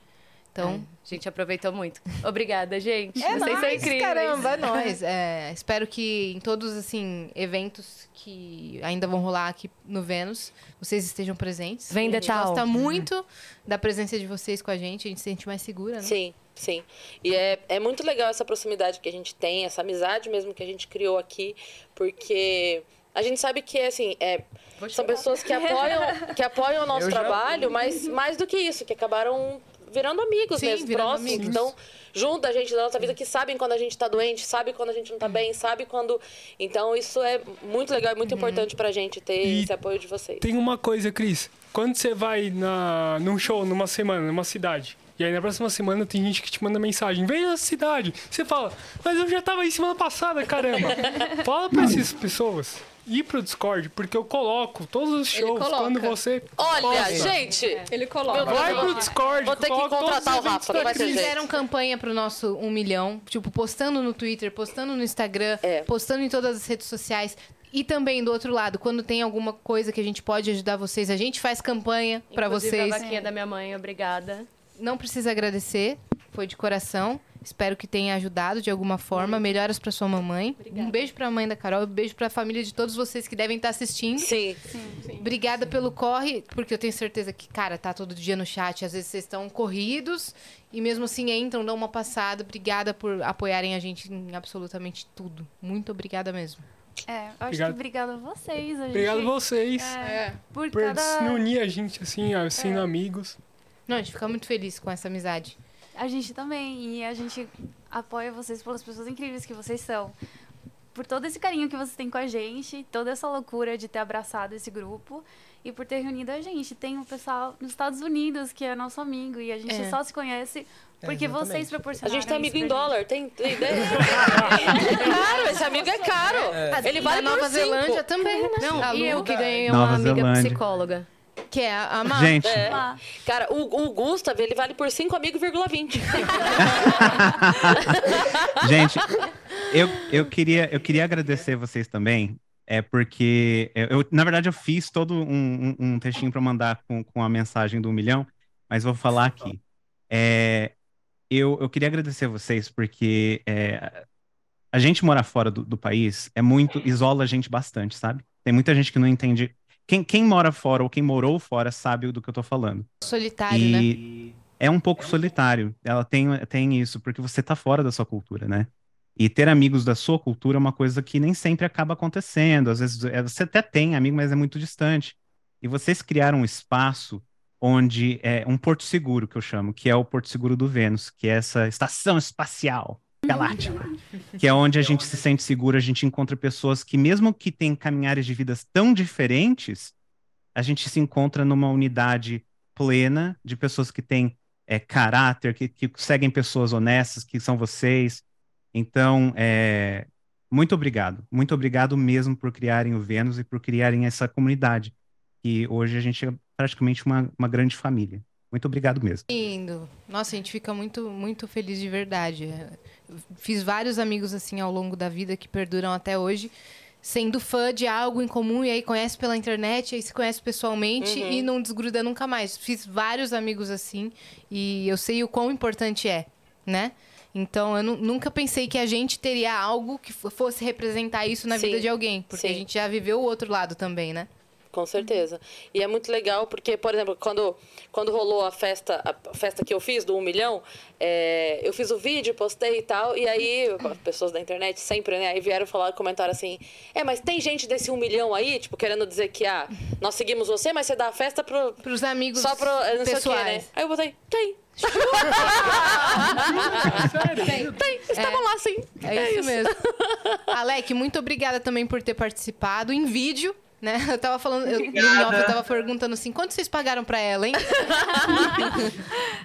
Então, É, A gente aproveitou muito. Obrigada, gente. É Vocês são nóis, incríveis. caramba, é nóis. É, espero que em todos, assim, eventos que ainda vão rolar aqui no Vênus, vocês estejam presentes. Vem a gente Detal. gosta muito da presença de vocês com a gente, a gente se sente mais segura, né? Sim, sim. E é, é muito legal essa proximidade que a gente tem, essa amizade mesmo que a gente criou aqui, porque a gente sabe que, assim, é, são pessoas que apoiam, que apoiam o nosso Eu já- trabalho, mas mais do que isso, que acabaram virando amigos Sim, mesmo, virando próximos, amigos. que estão junto a gente da nossa vida, que sabem quando a gente tá doente, sabem quando a gente não tá bem, sabe quando... Então, isso é muito legal, é Uhum. muito importante pra gente ter E esse apoio de vocês. Tem uma coisa, Cris. Quando você vai na, num show, numa semana, numa cidade, e aí na próxima semana tem gente que te manda mensagem, vem na cidade. Você fala, mas eu já tava aí semana passada, caramba. fala pra essas pessoas ir pro Discord, porque eu coloco todos os Ele shows coloca. quando você. Olha, posta. gente! É. Ele coloca. Vai pro Discord, Vou ter que coloca todos os contratar o eventos Rafa, da não vai ter Cris. Fizeram campanha pro nosso um milhão, tipo, postando no Twitter, postando no Instagram, É. postando em todas as redes sociais. E também, do outro lado, quando tem alguma coisa que a gente pode ajudar vocês, a gente faz campanha pra Inclusive, vocês. A vaquinha da minha mãe, obrigada. Não precisa agradecer, foi de coração. Espero que tenha ajudado de alguma forma. Melhoras pra sua mamãe. Um beijo pra mãe da Carol, um beijo pra família de todos vocês que devem estar assistindo. Sim. Obrigada pelo corre, porque eu tenho certeza que, cara, tá todo dia no chat. Às vezes vocês estão corridos e mesmo assim entram, dão uma passada. Obrigada por apoiarem a gente em absolutamente tudo. Muito obrigada mesmo. É, eu acho Obrigado. que obrigado a vocês. A gente... Obrigado a vocês. É, Por, Por se cada... unir a gente assim, ó, É. sendo amigos. Não, a gente fica muito feliz com essa amizade. A gente também. E a gente apoia vocês pelas pessoas incríveis que vocês são. Por todo esse carinho que vocês têm com a gente, toda essa loucura de ter abraçado esse grupo e por ter reunido a gente. Tem um pessoal nos Estados Unidos que é nosso amigo e a gente É. só se conhece porque vocês A proporcionaram. gente tem amigo isso em pra dólar, tem, tem ideia? é caro, esse amigo é caro. É. Ele vale Na por Nova cinco. Zelândia também, né? Não, A e Lu. eu que ganhei uma Nova amiga Zelândia. psicóloga. Que é a Má. Gente. Cara, o, o Gustav, ele vale por 5 amigo,20. Gente, eu, eu, queria, eu queria agradecer vocês também, é porque eu, eu- na verdade eu fiz todo um, um, um textinho para mandar com, com a mensagem do um milhão, mas vou falar aqui. É, eu, eu queria agradecer vocês porque é, a gente morar fora do, do país é muito isola a gente bastante, sabe? Tem muita gente que não entende. Quem, quem mora fora ou quem morou fora sabe do que eu tô falando. Solitário, né? E é um pouco solitário. Ela tem, tem isso, porque você tá fora da sua cultura, né? E ter amigos da sua cultura é uma coisa que nem sempre acaba acontecendo. Às vezes é, você até tem amigo, mas é muito distante. E vocês criaram um espaço onde é um porto seguro, que eu chamo, que é o porto seguro do Vênus, que é essa estação espacial galáctica que é onde a gente se sente seguro, a gente encontra pessoas que, mesmo que tenham caminhares de vidas tão diferentes, a gente se encontra numa unidade plena de pessoas que têm é, caráter, que, que seguem pessoas honestas, que são vocês. Então, é, muito obrigado. Muito obrigado mesmo por criarem o Vênus e por criarem essa comunidade, que hoje a gente é praticamente uma, uma grande família. Muito obrigado mesmo. Lindo. Nossa, a gente fica muito, muito feliz de verdade. É, Fiz vários amigos assim ao longo da vida que perduram até hoje, sendo fã de algo em comum e aí conhece pela internet, aí se conhece pessoalmente Uhum. e não desgruda nunca mais. Fiz vários amigos assim e eu sei o quão importante é, né? Então, eu nu- nunca pensei que a gente teria algo que fo- fosse representar isso na Sim. vida de alguém, porque a gente já viveu o outro lado também, né? Com certeza. E é muito legal porque, por exemplo, quando, quando rolou a festa, a festa que eu fiz do 1 milhão, é, eu fiz o vídeo, postei e tal, e aí pessoas da internet sempre, né, aí vieram falar, comentaram assim, é, mas tem gente desse 1 milhão aí, tipo, querendo dizer que, ah, nós seguimos você, mas você dá a festa pro... Pros amigos Só pro, eu não sei o quê, né? pessoais. Aí eu botei, tem. tem, tem, estavam lá sim. É É isso mesmo. Alec, muito obrigada também por ter participado em vídeo. Né? Eu tava falando, eu, em Obrigada. off, eu tava perguntando assim, quanto vocês pagaram pra ela, hein?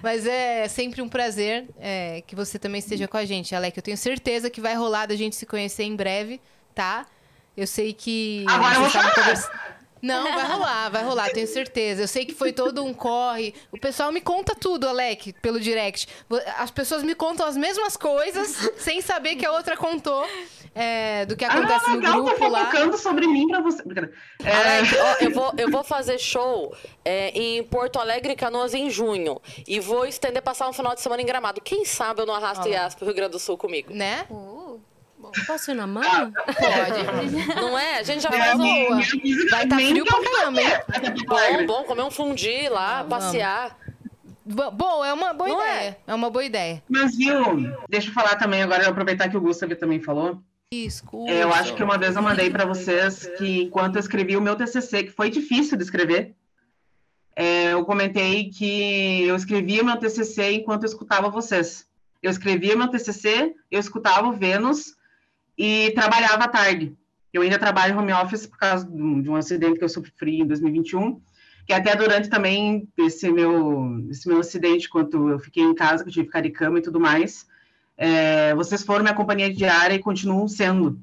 Mas é sempre um prazer é, que você também esteja com a gente, Alec. Eu tenho certeza que vai rolar da gente se conhecer em breve, tá? Eu sei que. Agora eu vou vocês estavam chorar. Não, vai rolar, vai rolar, tenho certeza. Eu sei que foi todo um corre. O pessoal me conta tudo, Alec, pelo direct. Vo- As pessoas me contam as mesmas coisas, sem saber que a outra contou é, do que acontece ah, no legal, tô grupo lá. fofocando sobre mim pra você. Brincadeira. É, Alec, ó, eu, vou, eu vou fazer show é, em Porto Alegre e Canoas em junho. E vou estender passar um final de semana em Gramado. Quem sabe eu não arrasto Olha lá. Yas pro Rio Grande do Sul comigo. Né? Posso ir na mão? Pode. Não é? A gente já É, faz minha- uma. minha Vai tá frio pra caramba, hein? Bom, bom, comer um fundi lá, passear. Bo- Bom, é uma boa ideia. É. uma boa ideia. Mas viu, deixa eu falar também agora, eu aproveitar que o Gustavo também falou. Escuta. É, Eu acho que uma vez eu mandei pra vocês que enquanto eu escrevi o meu TCC, que foi difícil de escrever, é, eu comentei que eu escrevia o meu TCC enquanto eu escutava vocês. Eu escrevia meu TCC, eu escutava o Vênus e trabalhava à tarde. Eu ainda trabalho home office por causa de um de um acidente que eu sofri em 2021, que até durante também esse meu, esse meu acidente, quando eu fiquei em casa, que eu tive que ficar de cama e tudo mais, é, vocês foram minha companhia diária e continuam sendo.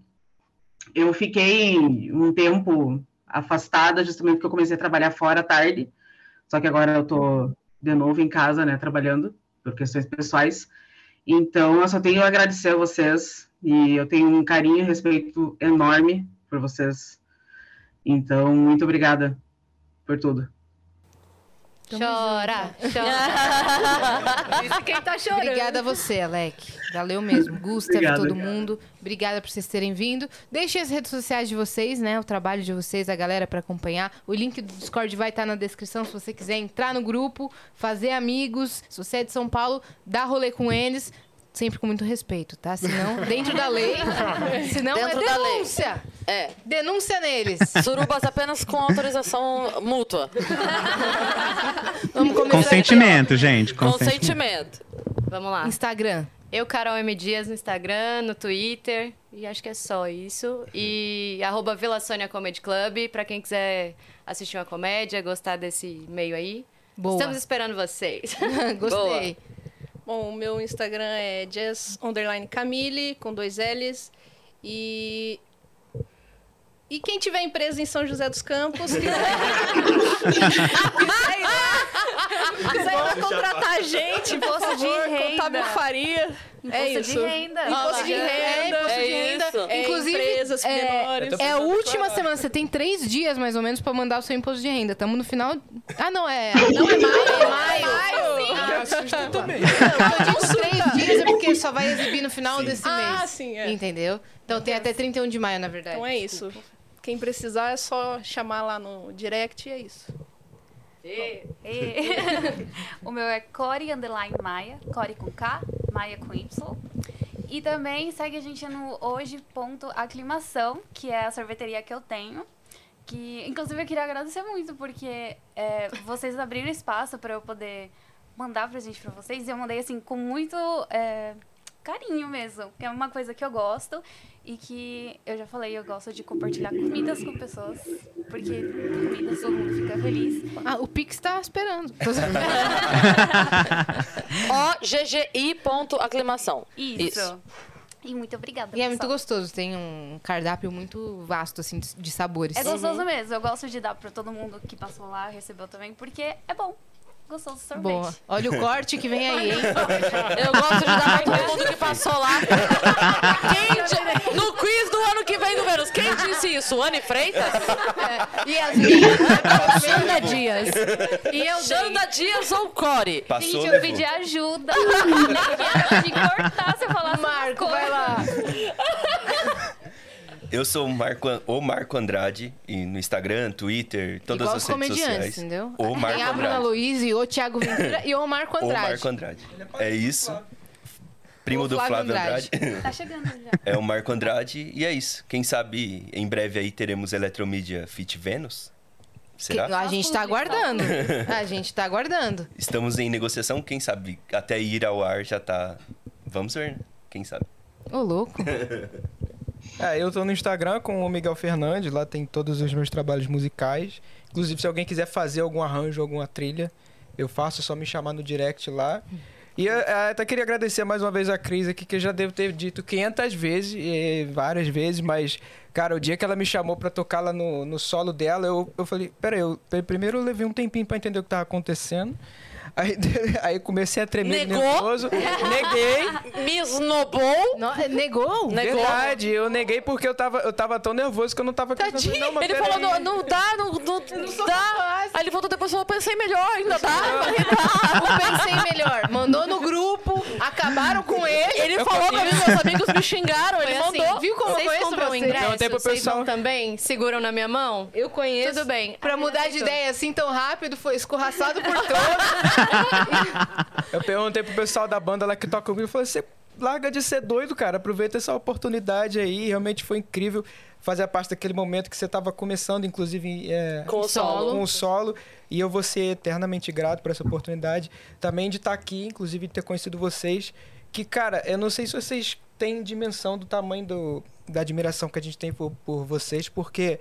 Eu fiquei um tempo afastada, justamente porque eu comecei a trabalhar fora à tarde, só que agora eu tô de novo em casa, né, trabalhando por questões pessoais. Então, eu só tenho a agradecer a vocês e eu tenho um carinho e respeito enorme por vocês. Então, muito obrigada por tudo. Chora, chora. Isso quem tá chorando. Obrigada a você, Alec. Valeu mesmo. Gustav, Obrigado, todo cara. mundo. Obrigada por vocês terem vindo. Deixem as redes sociais de vocês, né? O trabalho de vocês, a galera pra acompanhar. O link do Discord vai estar na descrição se você quiser entrar no grupo, fazer amigos. Se você é de São Paulo, dá rolê com eles. Sempre com muito respeito, tá? Senão, dentro da lei. Senão Dentro é da lei. denúncia. É. Denúncia neles. Surubas apenas com autorização mútua. Vamos começar. Consentimento, gente. Consentimento. Consentimento. Vamos lá. Instagram. Eu, Carol M. Dias, no Instagram, no Twitter. E acho que é só isso. E arroba Vila Sônia Comedy Club, pra quem quiser assistir uma comédia, gostar desse meio aí. Boa. Estamos esperando vocês. Gostei. Bom, o meu Instagram é jazz underline Camille, com dois L's. E. E quem tiver empresa em São José dos Campos, quiser, quiser, ir lá, quiser ir lá contratar a gente, por Imposto de favor, renda. contabilfaria. é Imposto de isso. renda. Imposto de Olha lá. É, renda. imposto de renda. Inclusive, empresas é, menores. é a última semana. Você tem três dias, mais ou menos, pra mandar o seu imposto de renda. Estamos no final... Ah, não, é... Não, é maio. É maio. Ah, então Quando eu digo três dias é porque só vai exibir no final Sim. desse Ah, mês. sim, é. Entendeu? Então tem até 31 de maio, na verdade. Então é isso. Quem precisar é só chamar lá no direct e é isso. E- o meu é Core Underline Maia, Core com K, Maia com Y. E também segue a gente no hoje.aclimação, que é a sorveteria que eu tenho. Que, inclusive, eu queria agradecer muito, porque é, vocês abriram espaço para eu poder mandar presente para vocês. E eu mandei, assim, com muito é, carinho mesmo. que É uma coisa que eu gosto e que, eu já falei, eu gosto de compartilhar comidas com pessoas. Porque comidas todo mundo fica feliz. Ah, o Pix tá esperando. OGGI.aclimação. Isso. E muito obrigada. E tá é muito pessoal. gostoso. Tem um cardápio muito vasto, assim, de- de sabores. É Uhum. Uhum. gostoso mesmo. Eu gosto de dar pra todo mundo que passou lá, recebeu também, porque é bom. Gostoso do sorvete. Boa. Olha o corte que vem aí, hein? Eu gosto de dar pra Tá um todo mundo que passou lá. Quem di- No quiz do ano que vem do Vênus, quem disse isso? Anne Freitas? É. E as né, Xanda Dias. E eu Xanda Dias ou Core? Passou, Gente, eu levou. pedi ajuda. Nem que ela me cortar se eu falasse Marco, vai lá. Eu sou o Marco, An- o Marco Andrade, e no Instagram, Twitter, todas Igual as os redes comediantes, sociais. entendeu? O Marco Tem a Bruna Andrade. Luiz e o Thiago Ventura e o Marco O Andrade. Marco Andrade. É isso. Primo O do Flávio Flávio Andrade. Tá chegando já. é o Marco Andrade e é isso. Quem sabe em breve aí teremos Eletromídia Fit Vênus? Que- Será? a gente tá aguardando. A gente tá aguardando. Estamos em negociação, quem sabe até ir ao ar já tá. Vamos ver, né? quem sabe. Ô, louco. É, eu tô no Instagram com o Miguel Fernandes, lá tem todos os meus trabalhos musicais. Inclusive, se alguém quiser fazer algum arranjo, alguma trilha, eu faço, é só me chamar no direct lá. E eu, eu até queria agradecer mais uma vez a Cris aqui, que eu já devo ter dito 500 vezes, e várias vezes, mas, cara, o dia que ela me chamou pra tocar lá no, no solo dela, eu, eu falei, peraí, eu, primeiro eu levei um tempinho pra entender o que tava acontecendo. Aí, aí comecei a tremer Negou? nervoso. Neguei. Me esnobou. negou? Negou. Verdade, eu neguei porque eu tava, eu tava tão nervoso que eu não tava Tadinho. não, mas ele peraí. falou, não, não dá, não, não, não dá. Aí ele voltou depois e falou, pensei melhor, ainda tá?" dá. Ah. Eu pensei melhor. Mandou no grupo, acabaram com ele. Ele falou pra pra mim, meus amigos me xingaram, ele Foi assim, mandou. Viu como Vocês eu conheço compram o vocês? ingresso? Perguntei pro Vocês um- pessoal. vão também? Seguram na minha mão? Eu conheço. Tudo bem. Pra A menina mudar de aceitou. ideia assim tão rápido, foi escorraçado por todos. Eu perguntei pro pessoal da banda lá que toca comigo, eu falei, você larga de ser doido, cara, aproveita essa oportunidade aí, realmente foi incrível fazer a parte daquele momento que você tava começando, inclusive... é, Com o solo. Com o solo, e eu vou ser eternamente grato por essa oportunidade, também de estar aqui, inclusive de ter conhecido vocês, que, cara, eu não sei se vocês têm dimensão do tamanho do, da admiração que a gente tem por, por vocês, porque...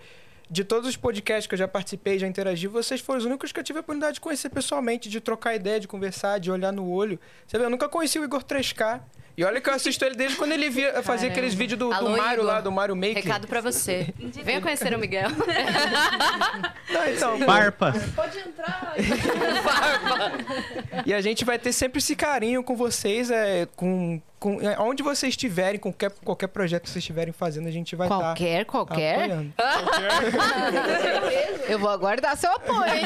De todos os podcasts que eu já participei, já interagi, vocês foram os únicos que eu tive a oportunidade de conhecer pessoalmente, de trocar ideia, de conversar, de olhar no olho. Você vê, eu nunca conheci o Igor 3K. E olha que eu assisto ele desde quando ele via, fazia Caramba. aqueles vídeos do, do Alô, Mario Igor. lá, do Mario Maker. Recado pra você. Venha conhecer o Miguel. Não, então, Farpas. Pode entrar. um E a gente vai ter sempre esse carinho com vocês, é, com, com é, onde vocês estiverem, com qualquer, qualquer projeto que vocês estiverem fazendo, a gente vai estar. Qualquer, qualquer? Apoiando. Tá Eu vou aguardar seu apoio, hein?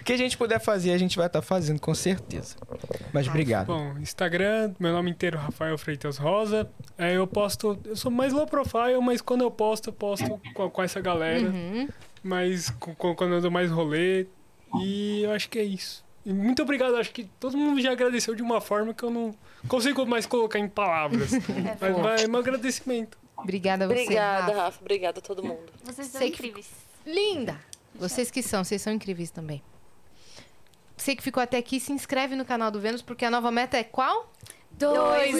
O que a gente puder fazer, a gente vai estar fazendo, com certeza. Ah, Mas obrigado. Bom, Instagram, meu nome inteiro, é Rafael Freitas Rosa. É, eu posto, eu sou mais low profile, mas quando eu posto, eu posto com, com essa galera. Uhum. Mas com- com- quando eu dou mais rolê. E eu acho que é isso. E muito obrigado, acho que todo mundo já agradeceu de uma forma que eu não consigo mais colocar em palavras. mas fofo. vai, é meu agradecimento. Obrigada a você. Obrigada, Rafa. Rafa. Obrigada a todo mundo. Vocês são Sei que incríveis. Linda! Vocês que são, vocês são incríveis também. Você que ficou até aqui, se inscreve no canal do Vênus, porque a nova meta é qual? 2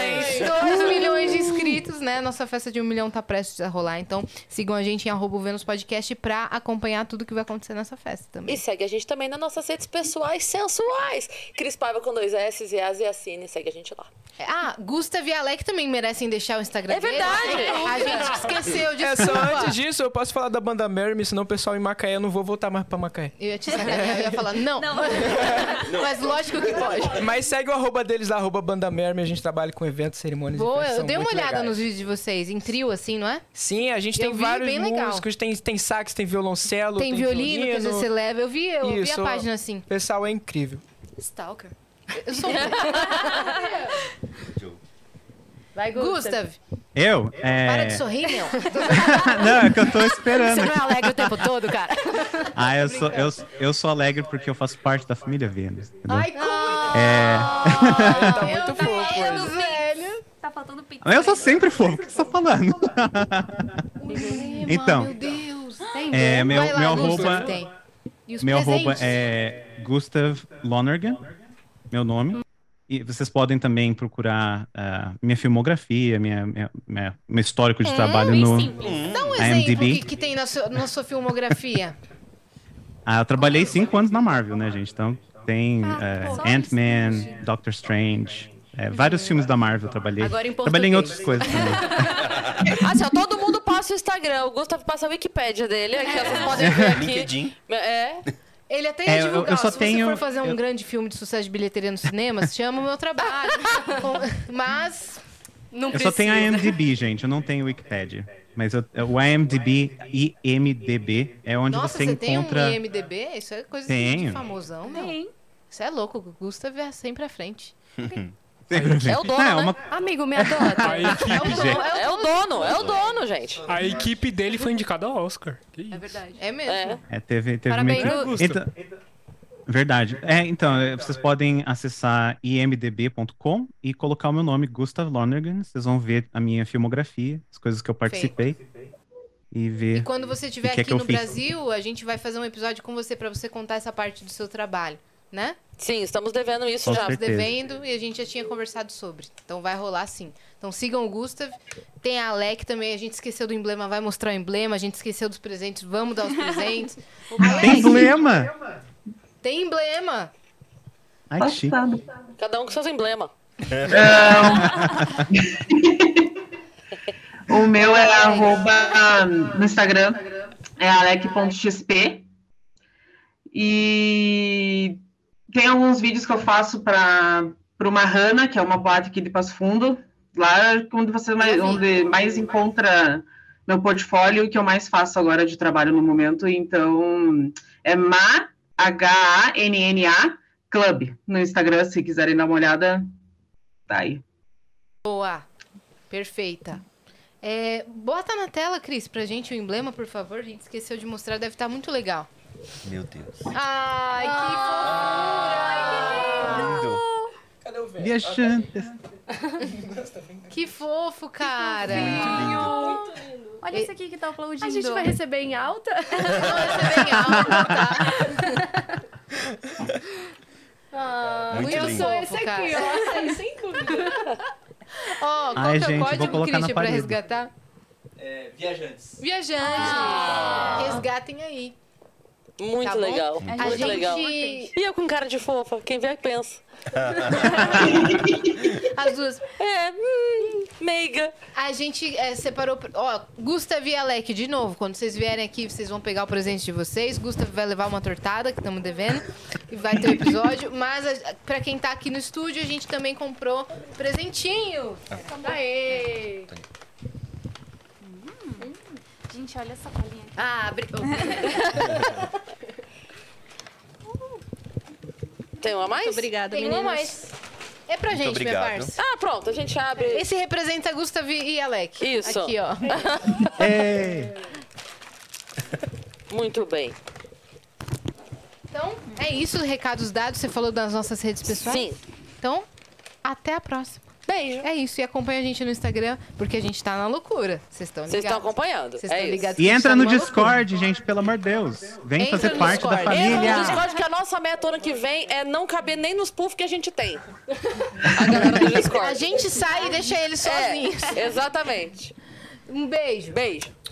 milhões! 2 milhões de inscritos, né? Nossa festa de um milhão tá prestes a rolar. Então, sigam a gente em arroba o Vênus Podcast pra acompanhar tudo que vai acontecer nessa festa também. E segue a gente também nas nossas redes pessoais sensuais. Cris Paiva com dois S e As e Assine. Segue a gente lá. Ah, Gustav e Alec também merecem deixar o Instagram É verdade. deles, né? A gente esqueceu É disso. só antes disso, eu posso falar da banda Merme, senão o pessoal em Macaé, eu não vou voltar mais pra Macaé. Eu ia te sacanear, eu ia falar, não. Mas lógico que pode. Mas segue o arroba deles lá, arroba Banda Merme. A gente trabalha com eventos, cerimônias e Boa, festas, eu são dei uma muito olhada legais. nos vídeos de vocês, em trio, assim, não é? Sim, a gente Eu tem vi, vários bem legal. músicos, tem, tem sax, tem violoncelo, Tem violino, que às vezes você leva. Eu vi, eu vi Isso, a página assim. O pessoal é incrível. Stalker. Eu sou um Vai, Gustav. Eu? É... Para de sorrir, meu. não, é que eu tô esperando. Você não é alegre o tempo todo, cara? Ah, eu sou, eu, eu sou alegre porque eu faço parte da família Vênus. entendeu? Ai, como... É. tá muito fofo. hoje. velho. Tá faltando pizza. Mas eu sou sempre fofo, o que você tá falando? então, Meu Deus. Tem É, mesmo? meu- Vai lá, meu Gustav, arroba- tem. E os meu presentes? arroba é Gustav Lonergan, meu nome. E vocês podem também procurar ah, minha filmografia, minha, minha, minha- meu histórico É, de trabalho no É, Dá um exemplo IMDb. que, que tem na sua, na sua filmografia. Ah, eu trabalhei cinco anos na Marvel, né, gente? Então tem eh, só Ant-Man, Doctor Strange, eh, vários filmes da Marvel eu trabalhei. Agora em português. trabalhei em outras coisas também. Assim, ó, todo mundo passa o Instagram. O Gustavo passa a Wikipédia dele. Aqui, ó, vocês podem ver aqui. LinkedIn. É. Ele até É, ia eu- divulgar. eu só Se tenho- você for fazer um eu- grande filme de sucesso de bilheteria nos cinemas, chama o meu trabalho. Com- Mas... Não Eu só tenho a IMDb, gente, eu não tenho Wikipedia. Mas eu- é, o IMDb, IMDB, é onde Nossa, você você tem encontra... um IMDB? Isso é coisa de Tenho. famosão, meu. Isso é louco, o Gustav é sempre à frente. É o dono, Não, é né? uma- Amigo, me adora. É o A equipe, dono, gente. é o dono, é o dono, gente. A equipe dele foi indicada ao Oscar. Que isso. É mesmo. É, teve, teve Parabéns, uma- Gu- Então- Verdade. É, então, é, vocês podem acessar imdb.com e colocar o meu nome, Gustav Lonergan. Vocês vão ver a minha filmografia, as coisas que eu participei. E ver. E quando você estiver o que é aqui que eu no fiz. Brasil, a gente vai fazer um episódio com você pra você contar essa parte do seu trabalho. né? Sim, estamos devendo isso Com já. certeza. Devendo e a gente já tinha conversado sobre. Então vai rolar sim. Então sigam o Gustav. Tem a Alec também. A gente esqueceu do emblema, vai mostrar o emblema. A gente esqueceu dos presentes, vamos dar os presentes. O Tem Alec, emblema? Tem emblema. Ai, que chique. Cada um com seus emblemas. O meu é arroba ah, no Instagram, é alec.xp. E tem alguns vídeos que eu faço para o Marrana, que é uma boate aqui de Passo Fundo. Lá é onde você mais, onde mais encontra meu portfólio, que eu mais faço agora de trabalho no momento. Então, é ma h a n n a Club no Instagram, se quiserem dar uma olhada, tá aí. Boa. Perfeita. É, bota na tela, Cris, pra gente o emblema, por favor. A gente esqueceu de mostrar, deve estar muito legal. Meu Deus. Ai, Ah. Lindo. Cadê o velho? Viajantes. que fofo, cara. Olha esse aqui que tá aplaudindo. A gente vai receber em alta? Ah, Muito eu lindo. sou Fofo, esse aqui, cara. ó. Sem dúvida. Ó, qual Ai, que é gente, o vou código, colocar na Christian, pra parede. resgatar? É, viajantes. Viajante. Ah. Resgatem Tá. aí. Muito Tá bom? legal. A Muito gente- legal. E eu com cara de fofa. Quem vê, pensa. As duas. É, hum, meiga. A gente é, separou. Ó, Gustav e Alec, de novo. Quando vocês vierem aqui, vocês vão pegar o presente de vocês. Gustav vai levar uma tortada, que estamos devendo. E vai ter o episódio. Mas, a, pra quem tá aqui no estúdio, a gente também comprou presentinho. Aê! Hum. Gente, olha essa colinha aqui. Ah, abri... Uh. Tem um uma mais? Muito obrigada, Tem uma meninas. mais. É pra Muito gente, minha obrigado. parça. Ah, pronto, a gente abre. Esse representa Gustav e Alec. Isso. Aqui, ó. É. Muito bem. Então, é isso. Recados dados. Você falou das nossas redes pessoais? Sim. Então, até a próxima. Beijo. É isso. E acompanha a gente no Instagram, porque a gente tá na loucura. Vocês estão ligados. Vocês estão acompanhando. Vocês é estão isso. ligados. E que a gente entra tá no numa loucura. Discord, gente, pelo amor de Deus. Vem Entra fazer no parte da Discord. Entra no família. Discord que a nossa meta ano que vem é não caber nem nos puffs que a gente tem. A galera do Discord. A gente sai e deixa eles sozinhos. É, exatamente. Um beijo. Beijo.